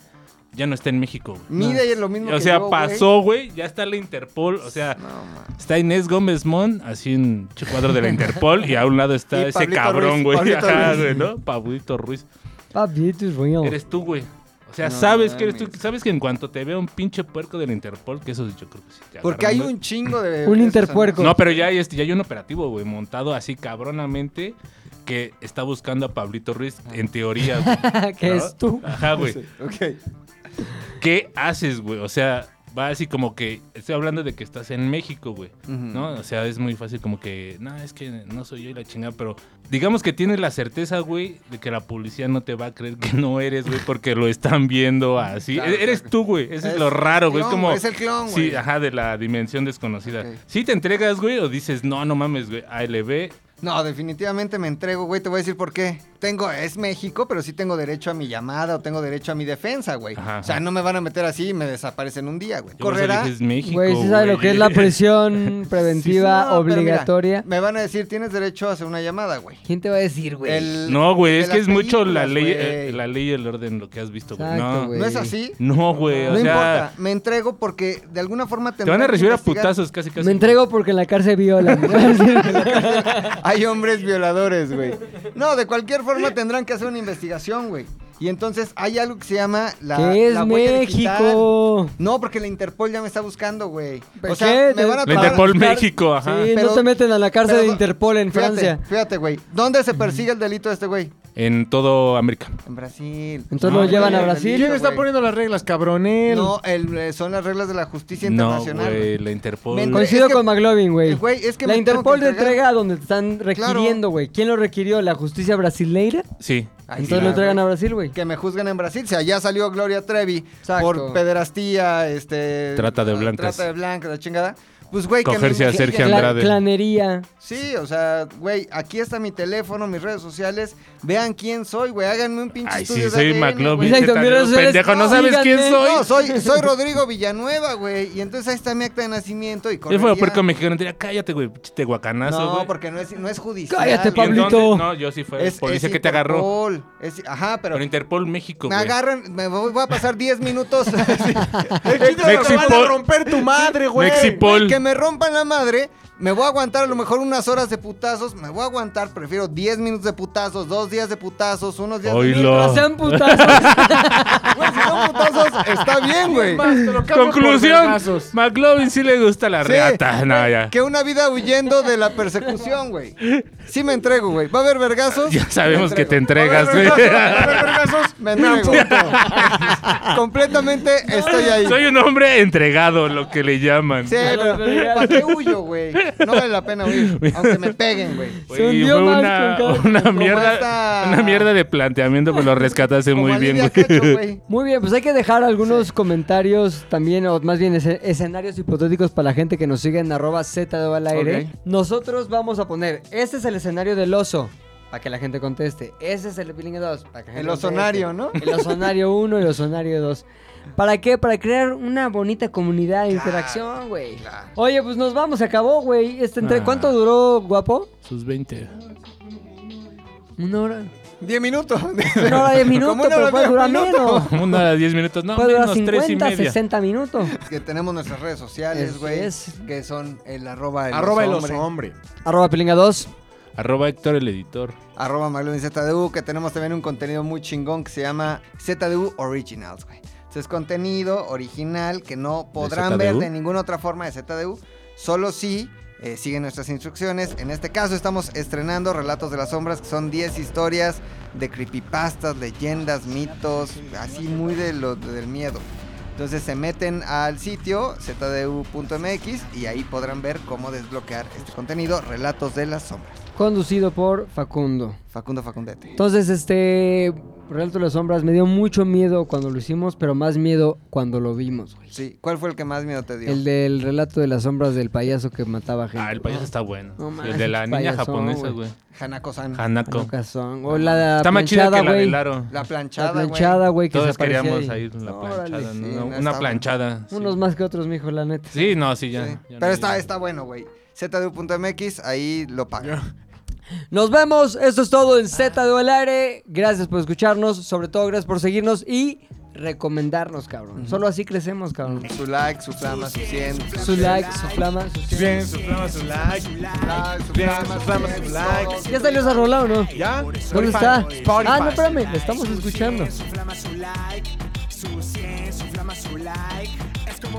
[SPEAKER 3] ya no está en México, güey.
[SPEAKER 4] Mide lo mismo
[SPEAKER 3] O
[SPEAKER 4] que
[SPEAKER 3] sea,
[SPEAKER 4] yo, güey.
[SPEAKER 3] pasó, güey, ya está la Interpol, o sea,
[SPEAKER 4] No, man.
[SPEAKER 3] está Inés Gómez Mon, así en su cuadro de la Interpol, y a un lado está
[SPEAKER 4] Y
[SPEAKER 3] ese
[SPEAKER 4] Pablito
[SPEAKER 3] cabrón,
[SPEAKER 4] Ruiz,
[SPEAKER 3] güey.
[SPEAKER 4] Pablito
[SPEAKER 3] Ajá,
[SPEAKER 4] Ruiz.
[SPEAKER 3] güey, ¿no? Pablito Ruiz.
[SPEAKER 1] Papito, es bueno.
[SPEAKER 3] Eres tú, güey. O sea,
[SPEAKER 4] No
[SPEAKER 3] sabes que eres tú.
[SPEAKER 4] mames.
[SPEAKER 3] Sabes que en cuanto te vea un pinche puerco del Interpol, que eso yo creo que sí. te
[SPEAKER 4] Porque hay
[SPEAKER 3] agarran,
[SPEAKER 4] un chingo de.
[SPEAKER 1] Un
[SPEAKER 4] esos
[SPEAKER 1] interpuerco.
[SPEAKER 3] güey. No, pero ya hay, este, ya hay un operativo, güey, montado así cabronamente que está buscando a Pablito Ruiz, en teoría, güey.
[SPEAKER 1] que
[SPEAKER 3] ¿no?
[SPEAKER 1] es tú.
[SPEAKER 3] Ajá, güey.
[SPEAKER 4] Ok.
[SPEAKER 3] ¿Qué haces, güey? O sea, va así como que. Estoy hablando de que estás en México, güey.
[SPEAKER 4] Ujú.
[SPEAKER 3] ¿No? O sea, es muy fácil como que. No, es que no soy yo y la chingada, pero. Digamos que tienes la certeza, güey, de que la policía no te va a creer que no eres, güey, porque lo están viendo así.
[SPEAKER 4] Claro,
[SPEAKER 3] E- eres
[SPEAKER 4] claro.
[SPEAKER 3] tú, güey. Eso es,
[SPEAKER 4] Es
[SPEAKER 3] lo raro, güey. Es
[SPEAKER 4] clon,
[SPEAKER 3] como.
[SPEAKER 4] güey, es el clon,
[SPEAKER 3] Sí,
[SPEAKER 4] güey.
[SPEAKER 3] ajá, de la dimensión desconocida.
[SPEAKER 4] Ok.
[SPEAKER 3] Sí, te entregas, güey, o dices, no, no mames, güey, ALB.
[SPEAKER 4] No, definitivamente me entrego, güey. Te voy a decir por qué. Tengo, es México, pero sí tengo derecho a mi llamada o tengo derecho a mi defensa, güey.
[SPEAKER 3] Ajá,
[SPEAKER 4] O sea,
[SPEAKER 3] ajá.
[SPEAKER 4] no me van a meter así y me desaparecen un día, güey.
[SPEAKER 3] Yo por eso
[SPEAKER 4] Correrá.
[SPEAKER 3] dije, es México.
[SPEAKER 1] Güey, ¿sí sabes lo que es la
[SPEAKER 3] güey.
[SPEAKER 1] presión preventiva
[SPEAKER 4] Sí, sí, no, pero mira,
[SPEAKER 1] obligatoria?
[SPEAKER 4] me van a decir, tienes derecho a hacer una llamada, güey.
[SPEAKER 1] ¿Quién te va a decir, güey?
[SPEAKER 4] El-
[SPEAKER 3] No, güey,
[SPEAKER 4] de
[SPEAKER 3] es que
[SPEAKER 4] las
[SPEAKER 3] es mucho la
[SPEAKER 4] películas,
[SPEAKER 3] ley,
[SPEAKER 4] güey.
[SPEAKER 3] eh, la ley y el orden, lo que has visto, güey.
[SPEAKER 1] Exacto,
[SPEAKER 3] No,
[SPEAKER 1] güey.
[SPEAKER 4] ¿No es así?
[SPEAKER 3] no, güey, o
[SPEAKER 4] no
[SPEAKER 3] sea,
[SPEAKER 4] importa, me entrego porque de alguna forma
[SPEAKER 3] te van a
[SPEAKER 4] tendrán que
[SPEAKER 3] recibir a
[SPEAKER 4] investigar.
[SPEAKER 3] putazos casi, casi.
[SPEAKER 1] Me entrego porque en la cárcel violan.
[SPEAKER 4] Hay hombres violadores, güey. No, de cualquier forma tendrán que hacer una investigación, güey. Y entonces hay algo que se llama la.
[SPEAKER 1] que es
[SPEAKER 4] la huella digital.
[SPEAKER 1] México.
[SPEAKER 4] No, porque la Interpol ya me está buscando, güey.
[SPEAKER 1] ¿Pero
[SPEAKER 4] O sea,
[SPEAKER 1] qué?
[SPEAKER 4] me van a
[SPEAKER 3] La
[SPEAKER 4] tomar-
[SPEAKER 3] Interpol México, ajá.
[SPEAKER 1] Sí,
[SPEAKER 4] Pero-
[SPEAKER 1] no te meten a la cárcel
[SPEAKER 4] pero-
[SPEAKER 1] de Interpol en
[SPEAKER 4] Fíjate,
[SPEAKER 1] Francia.
[SPEAKER 4] Fíjate, güey. ¿Dónde se persigue el delito de este güey?
[SPEAKER 3] En todo América.
[SPEAKER 4] En Brasil.
[SPEAKER 1] Entonces
[SPEAKER 3] No,
[SPEAKER 1] lo llevan a
[SPEAKER 4] güey,
[SPEAKER 1] Brasil.
[SPEAKER 4] ¿quién
[SPEAKER 2] ¿Quién está
[SPEAKER 4] güey.
[SPEAKER 2] poniendo las reglas, cabronel?
[SPEAKER 4] No, el- eh, son las reglas de la justicia
[SPEAKER 3] No,
[SPEAKER 4] internacional.
[SPEAKER 3] güey,
[SPEAKER 4] güey.
[SPEAKER 3] la Interpol.
[SPEAKER 4] Me entre-
[SPEAKER 1] Coincido
[SPEAKER 4] Es que-
[SPEAKER 1] con McLovin, güey.
[SPEAKER 4] Eh, Güey, es que
[SPEAKER 1] la
[SPEAKER 4] me tengo
[SPEAKER 1] Interpol
[SPEAKER 4] que
[SPEAKER 1] te
[SPEAKER 4] entregar.
[SPEAKER 1] entrega donde te están requiriendo, güey. ¿Quién lo requirió? ¿La justicia brasileira?
[SPEAKER 3] Sí.
[SPEAKER 4] Ahí
[SPEAKER 1] Entonces
[SPEAKER 4] está,
[SPEAKER 1] lo entregan
[SPEAKER 4] güey.
[SPEAKER 1] a Brasil, güey.
[SPEAKER 4] Que me juzgan en Brasil. Si allá salió Gloria Trevi
[SPEAKER 1] Exacto.
[SPEAKER 4] por pederastía, este.
[SPEAKER 3] Trata de blancas.
[SPEAKER 4] Trata de blancas, la chingada. Pues, güey, que me
[SPEAKER 3] Cogerse a
[SPEAKER 4] investiguen.
[SPEAKER 3] Sergio
[SPEAKER 1] Cla-
[SPEAKER 3] Andrade.
[SPEAKER 1] Clanería.
[SPEAKER 4] Sí, o sea, güey, aquí está mi teléfono, mis redes sociales. Vean quién soy, güey. Háganme un pinche
[SPEAKER 3] Ay, sí,
[SPEAKER 4] estudio de
[SPEAKER 3] soy
[SPEAKER 4] ADN,
[SPEAKER 3] McLovin.
[SPEAKER 4] güey.
[SPEAKER 1] Exacto,
[SPEAKER 3] ¿qué tal?
[SPEAKER 1] mira, eso eres-
[SPEAKER 3] Pendejo, no
[SPEAKER 1] no,
[SPEAKER 3] sabes quién
[SPEAKER 1] díganme.
[SPEAKER 3] soy.
[SPEAKER 4] No, soy, soy Rodrigo Villanueva, güey. Y entonces ahí está mi acta de nacimiento y
[SPEAKER 3] Yo
[SPEAKER 4] correría.
[SPEAKER 3] fui a Puerto Mexicano y te diría, cállate, güey, pinche tehuacanazo,
[SPEAKER 4] No,
[SPEAKER 3] güey.
[SPEAKER 4] porque no es, no es judicial.
[SPEAKER 1] Cállate,
[SPEAKER 4] güey.
[SPEAKER 3] ¿Y en dónde?
[SPEAKER 1] Pablito.
[SPEAKER 3] No, yo sí fue
[SPEAKER 4] Es-
[SPEAKER 3] policía
[SPEAKER 4] es
[SPEAKER 3] que te agarró.
[SPEAKER 4] Interpol, es- ajá, pero...
[SPEAKER 3] Pero Interpol México,
[SPEAKER 4] Me
[SPEAKER 3] güey.
[SPEAKER 4] agarran, me voy voy a pasar 10 minutos. así,
[SPEAKER 2] El chiste es que te van a
[SPEAKER 3] Mexipol.
[SPEAKER 2] romper tu madre, güey.
[SPEAKER 3] Mexipol. Pol.
[SPEAKER 4] Que me rompan la madre. Me voy a aguantar a lo mejor unas horas de putazos. Me voy a aguantar, prefiero 10 minutos de putazos, dos días de putazos, unos días de
[SPEAKER 3] Oílo.
[SPEAKER 1] No sean putazos.
[SPEAKER 4] Güey, si son putazos, está bien, güey.
[SPEAKER 3] Conclusión. McLovin sí le gusta la
[SPEAKER 4] Sí,
[SPEAKER 3] reata. No, ya.
[SPEAKER 4] Que una vida huyendo de la persecución, güey. Sí me entrego, güey. ¿Va a haber vergazos?
[SPEAKER 3] Ya sabemos
[SPEAKER 4] Me
[SPEAKER 3] que te
[SPEAKER 4] entrego.
[SPEAKER 3] entregas,
[SPEAKER 2] güey.
[SPEAKER 3] güey.
[SPEAKER 4] Me entrego. Completamente estoy ahí.
[SPEAKER 3] Soy un hombre entregado, lo que le llaman.
[SPEAKER 4] Sí,
[SPEAKER 1] A los
[SPEAKER 4] pero
[SPEAKER 1] vergazos.
[SPEAKER 4] ¿para qué huyo, güey? No vale la pena huir. Aunque me peguen, güey.
[SPEAKER 3] Güey,
[SPEAKER 1] Se hundió
[SPEAKER 3] fue
[SPEAKER 1] más
[SPEAKER 3] una,
[SPEAKER 1] con cada-
[SPEAKER 3] una
[SPEAKER 4] como
[SPEAKER 3] mierda,
[SPEAKER 4] esta-
[SPEAKER 3] una mierda de planteamiento, pero lo rescataste
[SPEAKER 4] Como
[SPEAKER 3] muy
[SPEAKER 4] a
[SPEAKER 3] bien,
[SPEAKER 4] Lidia
[SPEAKER 3] güey.
[SPEAKER 4] Cacho, güey.
[SPEAKER 1] Muy bien, pues hay que dejar algunos comentarios también, o más bien esce- escenarios hipotéticos para la gente que nos sigue en arroba Z de O al aire.
[SPEAKER 4] Ok.
[SPEAKER 1] Nosotros vamos a poner, este es el escenario del oso, para que la gente conteste. Este es el de Pilingue 2, para que la gente
[SPEAKER 4] El
[SPEAKER 1] conteste.
[SPEAKER 4] ozonario, ¿no?
[SPEAKER 1] El ozonario 1 y el ozonario 2. ¿Para qué? Para crear una bonita comunidad de interacción, güey. Oye, pues nos vamos, se acabó, güey. Este entre...
[SPEAKER 3] Ah.
[SPEAKER 1] ¿Cuánto duró, guapo?
[SPEAKER 3] Sus 20.
[SPEAKER 1] Una hora.
[SPEAKER 4] 10 minutos.
[SPEAKER 1] Una hora de minutos,
[SPEAKER 4] Como una
[SPEAKER 1] pero
[SPEAKER 4] hora,
[SPEAKER 1] puede
[SPEAKER 4] diez
[SPEAKER 1] durar
[SPEAKER 4] minutos.
[SPEAKER 1] menos.
[SPEAKER 3] Como una hora 10 minutos, no,
[SPEAKER 1] Puede durar
[SPEAKER 3] menos 3 y
[SPEAKER 1] 50,
[SPEAKER 3] media.
[SPEAKER 1] 60 minutos.
[SPEAKER 4] Que tenemos nuestras redes sociales,
[SPEAKER 1] Así
[SPEAKER 4] güey.
[SPEAKER 1] es.
[SPEAKER 4] Que son el arroba el
[SPEAKER 2] Arroba el
[SPEAKER 4] oso
[SPEAKER 2] oso,
[SPEAKER 4] hombre.
[SPEAKER 2] hombre.
[SPEAKER 1] Arroba Pilinga 2.
[SPEAKER 3] Arroba Héctor el editor.
[SPEAKER 4] arroba Maglón y ZDU, que tenemos también un contenido muy chingón que se llama ZDU Originals, güey. Entonces, es contenido original que no podrán
[SPEAKER 3] ZDU?
[SPEAKER 4] ver de ninguna otra forma de ZDU, solo si eh, siguen nuestras instrucciones. En este caso estamos estrenando Relatos de las Sombras, que son 10 historias de creepypastas, leyendas, mitos, así muy de lo, del miedo. Entonces se meten al sitio zdu.mx y ahí podrán ver cómo desbloquear este contenido, Relatos de las Sombras.
[SPEAKER 1] conducido por Facundo.
[SPEAKER 4] Facundo Facundete.
[SPEAKER 1] Entonces, este Relato de las Sombras me dio mucho miedo cuando lo hicimos, pero más miedo cuando lo vimos, güey.
[SPEAKER 4] Sí, ¿cuál fue el que más miedo te dio?
[SPEAKER 1] El del relato de las sombras del payaso que mataba gente.
[SPEAKER 3] Ah, el payaso está bueno.
[SPEAKER 1] No
[SPEAKER 3] el de la
[SPEAKER 1] manches,
[SPEAKER 3] niña
[SPEAKER 1] payasón,
[SPEAKER 3] japonesa,
[SPEAKER 1] güey.
[SPEAKER 3] güey.
[SPEAKER 4] Hanako-san.
[SPEAKER 1] güey.
[SPEAKER 3] Hanako.
[SPEAKER 1] No, cazón. O la
[SPEAKER 3] Está más chida
[SPEAKER 1] planchada,
[SPEAKER 3] que la
[SPEAKER 1] güey.
[SPEAKER 3] del aro.
[SPEAKER 4] la
[SPEAKER 1] La
[SPEAKER 4] planchada, güey.
[SPEAKER 1] planchada, güey, que
[SPEAKER 3] Todos
[SPEAKER 1] se aparecía
[SPEAKER 3] queríamos
[SPEAKER 1] ahí.
[SPEAKER 3] ir a la
[SPEAKER 1] Órale.
[SPEAKER 4] sí,
[SPEAKER 3] planchada. ¿no?
[SPEAKER 4] no, está
[SPEAKER 3] una
[SPEAKER 4] bueno.
[SPEAKER 3] planchada. sí.
[SPEAKER 1] Unos más que otros, mijo, la neta.
[SPEAKER 3] Sí, no, sí,
[SPEAKER 4] Sí.
[SPEAKER 3] ya. ya
[SPEAKER 4] Pero
[SPEAKER 3] no
[SPEAKER 4] está,
[SPEAKER 3] hay-
[SPEAKER 4] está bueno, güey. ZDU.mx, ahí lo paga.
[SPEAKER 1] Nos vemos. Esto es todo en Z de Gracias por escucharnos. Sobre todo, gracias por seguirnos. Y
[SPEAKER 5] recomendarnos, cabrón. Solo así crecemos, cabrón.
[SPEAKER 4] Su like, su flama, su 100.
[SPEAKER 5] Su like, su flama, su
[SPEAKER 2] Bien, su flama, su like.
[SPEAKER 4] like, su
[SPEAKER 2] Bien,
[SPEAKER 4] flama,
[SPEAKER 2] su
[SPEAKER 4] su
[SPEAKER 2] flama,
[SPEAKER 4] cien.
[SPEAKER 2] su like.
[SPEAKER 5] ¿Ya salió esa rola o no?
[SPEAKER 2] ¿Ya?
[SPEAKER 5] ¿Dónde
[SPEAKER 2] Spotify.
[SPEAKER 5] está?
[SPEAKER 2] Spotify.
[SPEAKER 5] Ah, no, espérame, la estamos escuchando.
[SPEAKER 6] Su flama, su like, su 100, su flama, su like. Es como